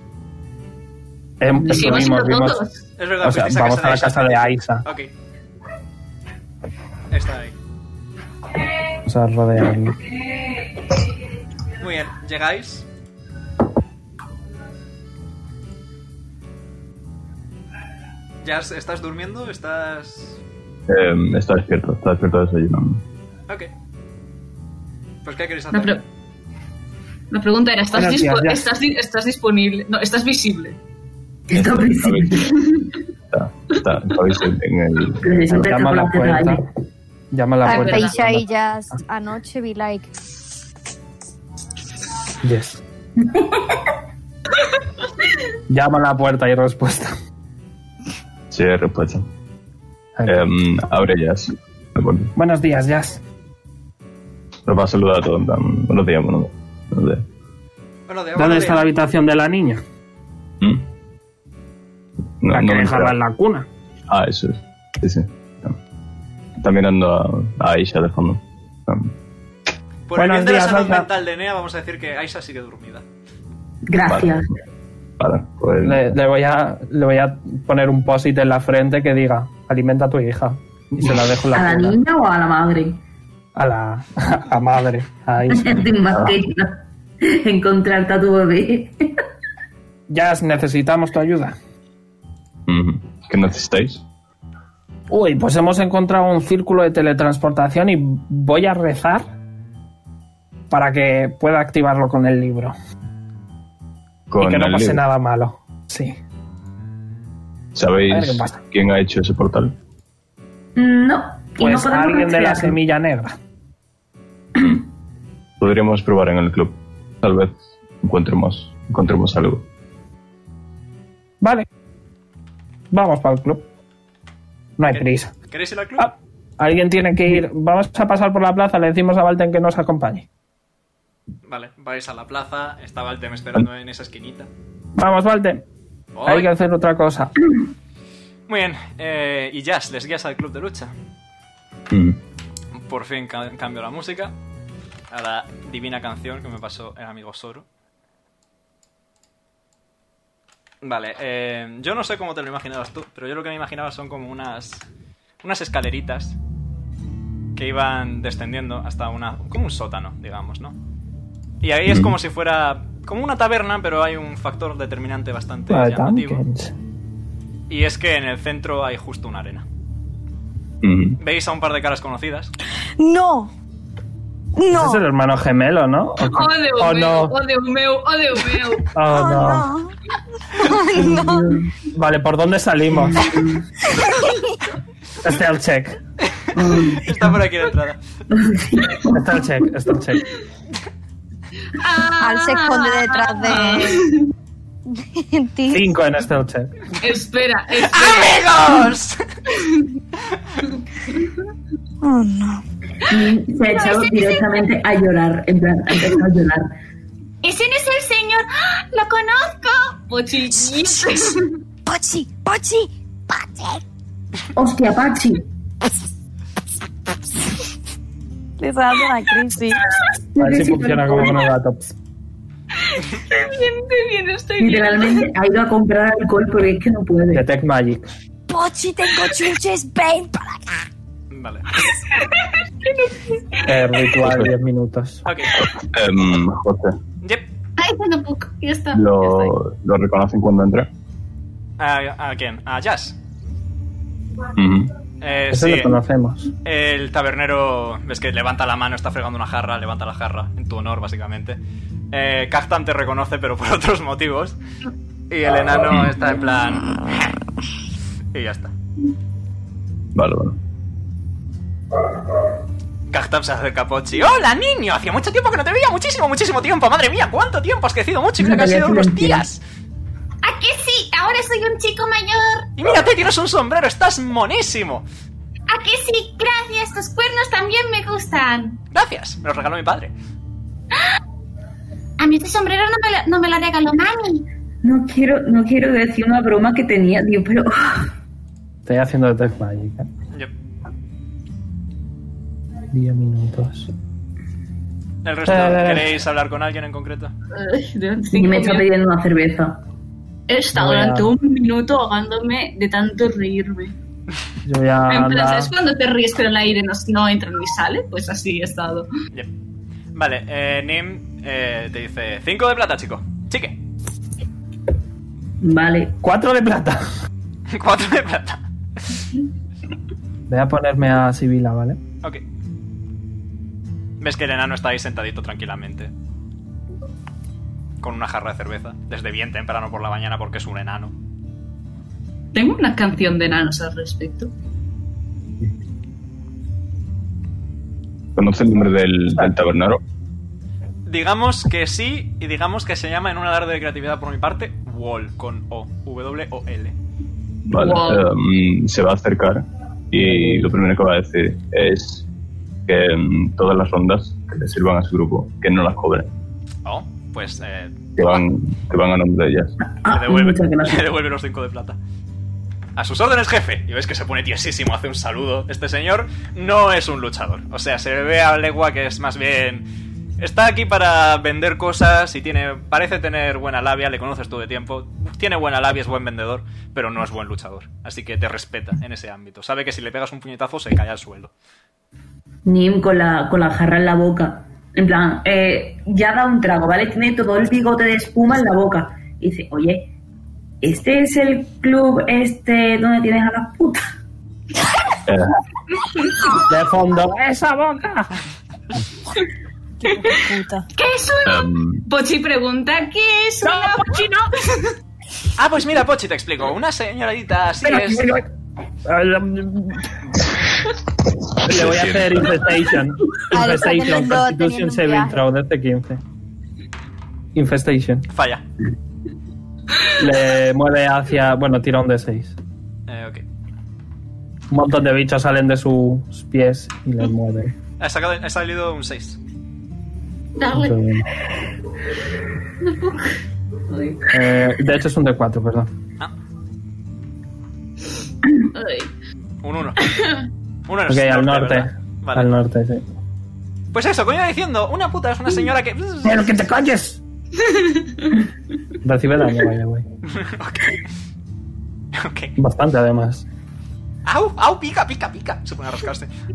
S2: Eh,
S3: Sí, hemos ido todos.
S1: Es verdad,
S2: O sea,
S1: fuisteis
S2: vamos a la casa de Aiza.
S1: Ok. Está ahí.
S2: Vamos a rodearlo.
S1: Muy bien, llegáis. Jazz, ¿estás durmiendo? ¿Estás...?
S11: Em, está despierto, está despierto desayunando.
S1: Ok. Pues ¿qué queréis
S3: La,
S1: hacer?
S3: pre- la pregunta era, ¿estás,
S2: Buenos días,
S3: dispo-
S2: ya.
S3: estás, di- estás disponible? No, estás visible.
S4: Está visible.
S11: Está, está, está visible en el...
S4: Pero si se te
S2: Llama a
S4: escapa
S2: la
S4: la
S2: puerta.
S4: calle.
S2: Llama a la
S3: Ay,
S2: puerta.
S3: verdad.
S6: Aisha y Jazz, anoche vi like.
S2: Yes. Llama a la puerta y respuesta.
S11: Sí, hay respuesta. pues, eh. Em, abre Jazz. Me pone.
S9: Buenos días, Jazz.
S11: Nos va a saludar a todos. en plan, Buenos días, buenos días. Buenos días.
S1: Bueno, de
S9: ¿Dónde está la habitación de la niña?
S11: ¿Mm? No,
S9: La
S11: no
S9: que
S11: me
S9: dejaba en
S11: enteraba.
S9: la cuna.
S11: Ah, eso es. Sí, sí. No. Está mirando a, a Aisha de fondo. No.
S1: Por el
S9: Buenos
S1: bien de la
S9: días,
S1: salud
S9: Alza.
S1: mental de Nea, vamos a decir que Aisha sigue dormida.
S4: Gracias.
S11: Vale, pues.
S2: Le, le voy a, le voy a poner un post-it en la frente que diga, alimenta a tu hija. Y se la dejo en
S4: ¿A
S2: la
S4: la
S2: cuna.
S4: niña o a la madre?
S2: A la a madre. Ahí.
S4: Te imagino encontrarte a tu bebé.
S2: Jazz, necesitamos tu ayuda.
S11: ujú. ¿Qué necesitáis?
S2: Uy, pues hemos encontrado un círculo de teletransportación y voy a rezar para que pueda activarlo con el libro.
S11: Con
S2: y que no
S11: el
S2: pase
S11: libro.
S2: nada malo. Sí. A ver qué
S11: ¿Sabéis
S2: pasa.
S11: quién ha hecho ese portal?
S4: No. y no
S2: Pues
S4: podemos
S2: alguien de la
S4: rastrearlo.
S2: semilla negra.
S11: Podríamos probar en el club. Tal vez encontremos, encontremos algo.
S2: Vale. Vamos para el club. No hay prisa.
S1: ¿Queréis ir al club?
S2: Ah, alguien tiene que ir. Vamos a pasar por la plaza, le decimos a Valten que nos acompañe.
S1: Vale, vais a la plaza. Estaba el tema esperando en esa esquinita.
S2: Vamos, Valten. Hay que
S1: ¡Ay!
S2: hacer otra cosa.
S1: Muy bien, eh, y Jazz, les guías al club de lucha.
S11: Ujú.
S1: Por fin ca- cambio la música a la divina canción que me pasó el amigo Soro. Vale, eh, yo no sé cómo te lo imaginabas tú, pero yo lo que me imaginaba son como unas, unas escaleritas que iban descendiendo hasta una... como un sótano, digamos, ¿no? Y ahí es como si fuera... como una taberna, pero hay un factor determinante bastante
S2: Vale,
S1: llamativo.
S2: Tompkins.
S1: Y es que en el centro hay justo una arena.
S11: Ujú.
S1: Veis a un par de caras conocidas.
S6: ¡No!
S2: Ese
S6: ¡No!
S2: es el hermano gemelo, ¿no? ¿O qué?
S3: Oh, Déu
S2: Oh,
S3: meu,
S2: no.
S3: oh, Déu meu, oh, Déu meu.
S2: Oh,
S6: Oh,
S2: no.
S6: no. Ay, no.
S2: Vale, ¿por dónde salimos? Stealth check.
S1: Está por aquí la entrada.
S2: Stealth check, stealth check.
S6: Al se esconde detrás de... de ti.
S2: Cinco en stealth check.
S3: Espera, espera.
S1: ¡Amigos!
S6: Oh, no.
S4: Y se ha echado directamente a llorar. En plan, ha empezado a llorar.
S7: Ese no es el señor. ¡Ah! ¡Lo conozco!
S3: Pochillitos.
S6: ¡Pochi! ¡Pochi! ¡Pochi!
S4: Hostia, Pachi.
S6: Le está dando una crisis.
S2: A ver si funciona como con un gato.
S3: Estoy bien, estoy bien, estoy bien.
S4: Literalmente ha ido a comprar alcohol porque es que no puede.
S2: Detect Magic.
S6: ¡Pochi, tengo chuches! ¡Ven para acá!
S1: Vale.
S2: Eh, ritual, 10 minutos.
S1: Ok.
S11: Em, José,
S1: Yep.
S7: Ay, bueno, poco. Ya está.
S11: ¿lo, lo reconocen cuando entra?
S1: ¿A, a quién? A Ah, Jazz.
S11: Ujú.
S1: Eh,
S2: Eso
S1: sí,
S2: lo conocemos.
S1: el tabernero ves que levanta la mano, está fregando una jarra, levanta la jarra, en tu honor, básicamente. Eh, Cactan te reconoce, pero por otros motivos. Y el enano está en plan. "Eh". Y ya está.
S11: Vale, vale.
S1: Cactan se acerca a Pochi. ¡Hola, niño! Hacía mucho tiempo que no te veía, muchísimo, muchísimo tiempo. Madre mía, ¿cuánto tiempo? Has crecido mucho y
S2: Mm,
S1: creo que han sido unos días.
S7: ¿A qué sí? Ahora soy un chico mayor.
S1: Y mírate, tienes un sombrero, estás monísimo.
S7: ¿A qué sí? Gracias, tus cuernos también me gustan.
S1: Gracias, me lo regaló mi padre.
S7: A mí este sombrero no me lo, no me lo regaló mami.
S4: No quiero, no quiero decir una broma que tenía, Dios, pero.
S2: Estoy haciendo Detect Magic. ¿eh?
S1: Yep.
S2: 10 minutos.
S1: El resto,
S2: Eh, eh, eh.
S1: ¿queréis hablar con alguien en concreto?
S3: Ay, durante
S4: Y
S3: cinco
S4: me está
S3: minutos.
S4: pidiendo una cerveza.
S3: He estado
S2: Voy a-
S3: durante un minuto ahogándome de tanto reírme.
S2: Yo voy a
S3: en plan,
S2: andar-
S3: ¿sabes cuando te ríes pero el aire no, no entra ni sale? Pues así he estado.
S1: Yep. Vale, eh, Nim eh, te dice: 5 de plata, chico. Chique,
S4: Vale.
S2: Cuatro de plata.
S1: 4 de plata.
S2: Voy a ponerme a Sibila, ¿vale?
S1: Ok. Ves que el enano está ahí sentadito tranquilamente. Con una jarra de cerveza. Desde bien temprano por la mañana porque es un enano.
S3: Tengo una canción de enanos al respecto.
S11: ¿Conoce el nombre del, del tabernero?
S1: Digamos que sí, y digamos que se llama en un alarde de creatividad por mi parte, Wall, con O, W-O-L.
S11: Vale.
S3: Wow.
S11: em, se va a acercar Y lo primero que va a decir es que mm, todas las rondas que le sirvan a su grupo, que no las cobren,
S1: Oh, pues eh,
S11: que van, que van a nombre de ellas.
S4: Ah,
S1: le, devuelve,
S4: muchas gracias.
S1: le devuelve los 5 de plata. A sus órdenes, jefe. Y ves que se pone tiesísimo, hace un saludo. Este señor no es un luchador. O sea, se ve a legua que es más bien... Está aquí para vender cosas y tiene parece tener buena labia, le conoces tú de tiempo. Tiene buena labia, es buen vendedor, pero no es buen luchador. Así que te respeta en ese ámbito. Sabe que si le pegas un puñetazo se cae al suelo.
S4: Nim con la, con la jarra en la boca. En plan, eh, ya da un trago, ¿vale? Tiene todo el bigote de espuma en la boca. Y dice, oye, ¿este es el club este donde tienes a las putas?
S11: Eh,
S2: De fondo, esa boca.
S6: Puta.
S3: ¿Qué es una?
S11: em,
S3: Pochi pregunta, ¿qué es una? Pochi no.
S1: Ah, pues mira, Pochi, te explico. Una señorita así es...
S2: Le voy a hacer Infestation.
S6: Vale, está
S2: Infestation,
S6: teniendo- teniendo
S2: Constitution
S6: un
S2: Saving
S6: viaje.
S2: Throw de 15 Infestation.
S1: Falla.
S2: Le mueve hacia. Bueno, tira un D6.
S1: Eh, ok.
S2: Un montón de bichos salen de sus pies y les mueve.
S1: Ha, sacado- ha salido un 6.
S7: Dale.
S2: Eh, de hecho, es un D4, perdón.
S1: Ah. Un 1. Uno en el
S2: Ok, al norte.
S1: ¿verdad? Vale.
S2: Al norte, sí.
S1: Pues eso, como iba diciendo, una puta es una señora que.
S9: ¡Pero que te calles!
S2: Recibe daño, vaya, güey.
S1: Ok.
S2: Bastante, además.
S1: ¡Au! ¡Au! ¡Pica, pica, pica! Se pone a rascarse.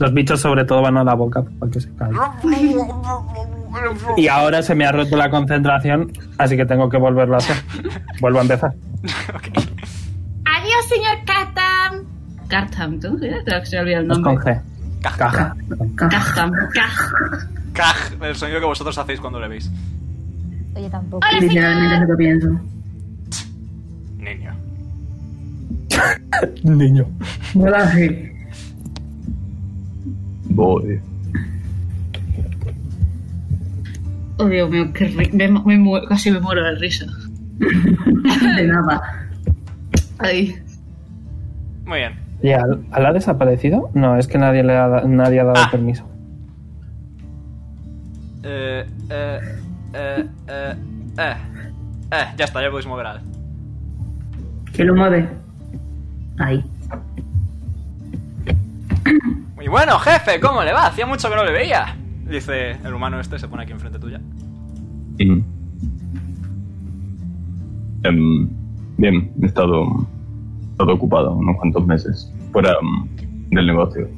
S2: Los bichos, sobre todo, van a la boca para que se caigan. Y ahora se me ha roto la concentración, así que tengo que volverlo a hacer. Vuelvo a empezar.
S1: Ok.
S7: Adiós, señor Katam.
S3: Cartam, ¿tú? ¿Eh? Te has olvidado el
S2: Es con
S3: nombre.
S2: G.
S1: Caj.
S2: Caja.
S3: Cartam, caj.
S1: Caj. El sonido que vosotros hacéis cuando le veis.
S6: Oye, tampoco.
S7: Hola,
S4: Literalmente es
S7: señor.
S4: lo que pienso.
S1: Niño.
S2: Niño.
S4: No la sé.
S11: voy.
S3: Oh, Dios mío, qué ri- me, me mu- casi me muero de risa.
S4: De nada.
S3: Ay.
S1: Muy bien.
S2: ¿Y Al- Al ha desaparecido? No, es que nadie le ha, da- nadie ha dado
S1: Ah.
S2: permiso.
S1: Eh. Eh. Eh. Eh. Eh. eh, Ya está, ya podéis mover al.
S4: ¿Quién lo mueve? Ahí.
S1: Muy bueno, jefe, ¿cómo le va? Hacía mucho que no le veía. Dice el humano este, se pone aquí enfrente tuya.
S11: Mm. Em, bien, he estado, he estado ocupado unos cuantos meses fuera mm, del negocio.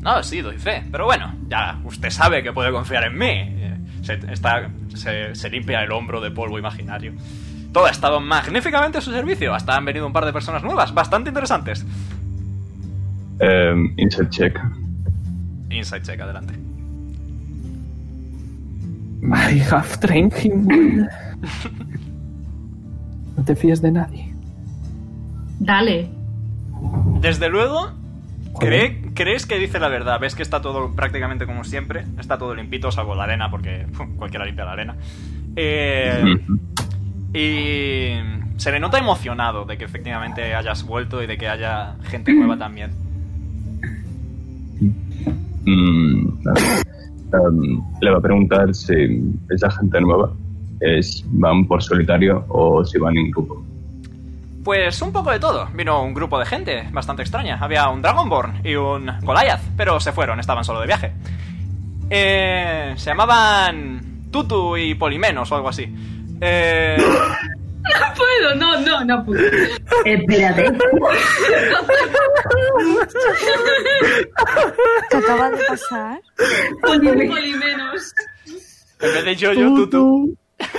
S1: No, sí, doy fe. Pero bueno, ya usted sabe que puede confiar en mí. Eh, Se, está- se- se limpia el hombro de polvo imaginario. Todo ha estado magníficamente a su servicio. Hasta han venido un par de personas nuevas, bastante interesantes.
S11: Em, insert check.
S1: Inside check, adelante.
S2: I have trained him well. No te fíes de nadie.
S3: Dale.
S1: Desde luego, cree- crees que dice la verdad. Ves que está todo prácticamente como siempre. Está todo limpito, salvo la arena, porque puf, cualquiera limpia la arena. Eh,
S11: Mm.
S1: Y se le nota emocionado de que efectivamente hayas vuelto y de que haya gente nueva también.
S11: Mm, a ver. Em, le va a preguntar si esa gente nueva es van por solitario o si van en grupo.
S1: Pues un poco de todo. Vino un grupo de gente bastante extraña. Había un Dragonborn y un Goliath, pero se fueron, estaban solo de viaje. Eh, se llamaban Tutu y Polimenos o algo así. Eh,
S3: No puedo, no, no, no puedo.
S4: Espérate.
S6: ¿Qué acaba de pasar?
S3: Poli polimenos.
S1: en vez de yo, yo, Tutu.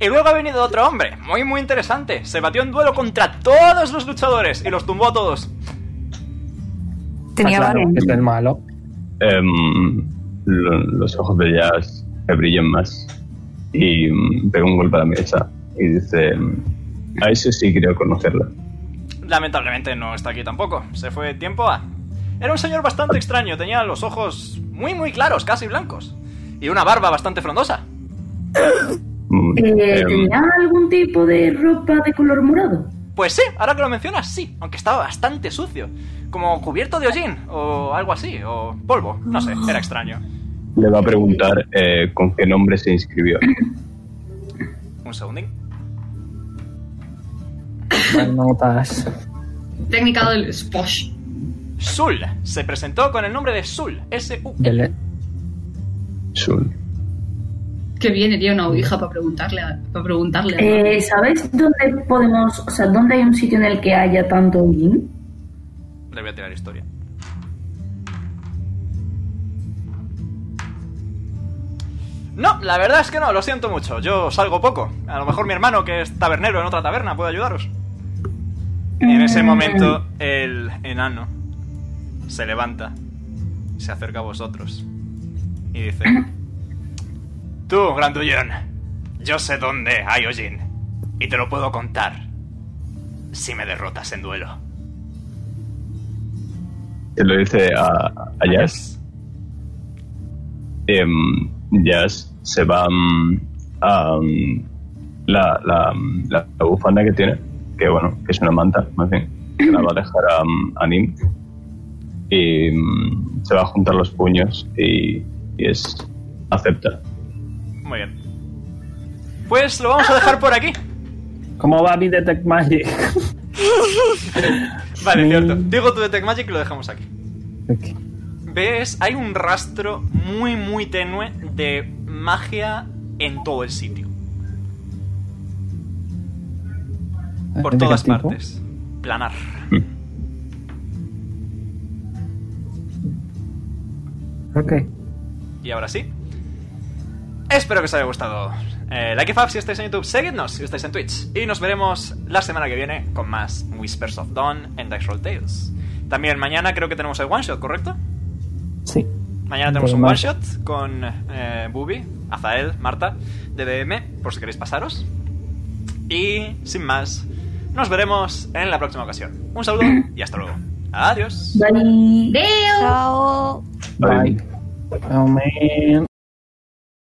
S1: Y luego ha venido otro hombre, muy, muy interesante. Se batió en duelo contra todos los luchadores y los tumbó a todos.
S6: Tenía
S2: Ah, claro,
S6: valor.
S2: es el malo.
S11: em, lo- los ojos de Jazz que brillan más y mm, pega un golpe a la mesa y dice, em, a ese sí creo conocerla.
S1: Lamentablemente no está aquí tampoco. Se fue tiempo a. Era un señor bastante extraño. Tenía los ojos muy, muy claros, casi blancos. Y una barba bastante frondosa.
S11: Mm,
S4: Eh,
S11: em,
S4: ¿Tenía algún tipo de ropa de color morado?
S1: Pues sí, ahora que lo mencionas, sí. Aunque estaba bastante sucio. Como cubierto de hollín, o algo así, o polvo. No sé, era extraño.
S11: le va a preguntar eh, con qué nombre se inscribió.
S1: Un segundín.
S9: notas.
S3: Técnica del Sposh.
S1: Sul. Se presentó con el nombre de Sul. S-U.
S9: Dele.
S11: Sul.
S3: Que viene, tío, una ouija para preguntarle a, para preguntarle a-
S4: Eh, ¿Sabes dónde podemos, o sea, dónde hay un sitio en el que haya tanto hollín?
S1: Le voy a tirar historia. No, la verdad es que no, lo siento mucho. Yo salgo poco. A lo mejor mi hermano, que es tabernero en otra taberna, puede ayudaros. Y en ese momento, el enano se levanta, se acerca a vosotros y dice: Tú, grandullón, yo sé dónde hay Ojin y te lo puedo contar si me derrotas en duelo.
S11: Se lo dice a, a Jazz. Em, Jazz se va mm, a mm, la, la, mm, la- la bufanda que tiene, que bueno, que es una manta, más bien, que la va a dejar a, mm, a Nim. Y mm, se va a juntar los puños y, y es acepta.
S1: Muy bien. Pues lo vamos a dejar por aquí.
S9: ¿Cómo va mi Detect Magic?
S1: Vale, cierto. Digo tu Detect Magic y lo dejamos aquí.
S9: Ok.
S1: Ves, hay un rastro muy, muy tenue de magia en todo el sitio. Por
S2: Ah,
S9: ¿De qué
S1: todas
S9: tipo?
S1: partes. Planar.
S9: Ok.
S1: Y ahora sí. Espero que os haya gustado. Eh, like y fab si estáis en YouTube, seguidnos si estáis en Twitch. Y nos veremos la semana que viene con más Whispers of Dawn en Dice Roll Tales. También mañana creo que tenemos el one shot, ¿correcto?
S9: Sí.
S1: Mañana tenemos un one
S9: Además-
S1: shot con eh, Bubi, Azael, Marta, DDM, por si queréis pasaros. Y sin más, nos veremos en la próxima ocasión. Un saludo y hasta luego. Adiós.
S4: Bye.
S7: Veo.
S6: Chao.
S9: Bye. Oh, man.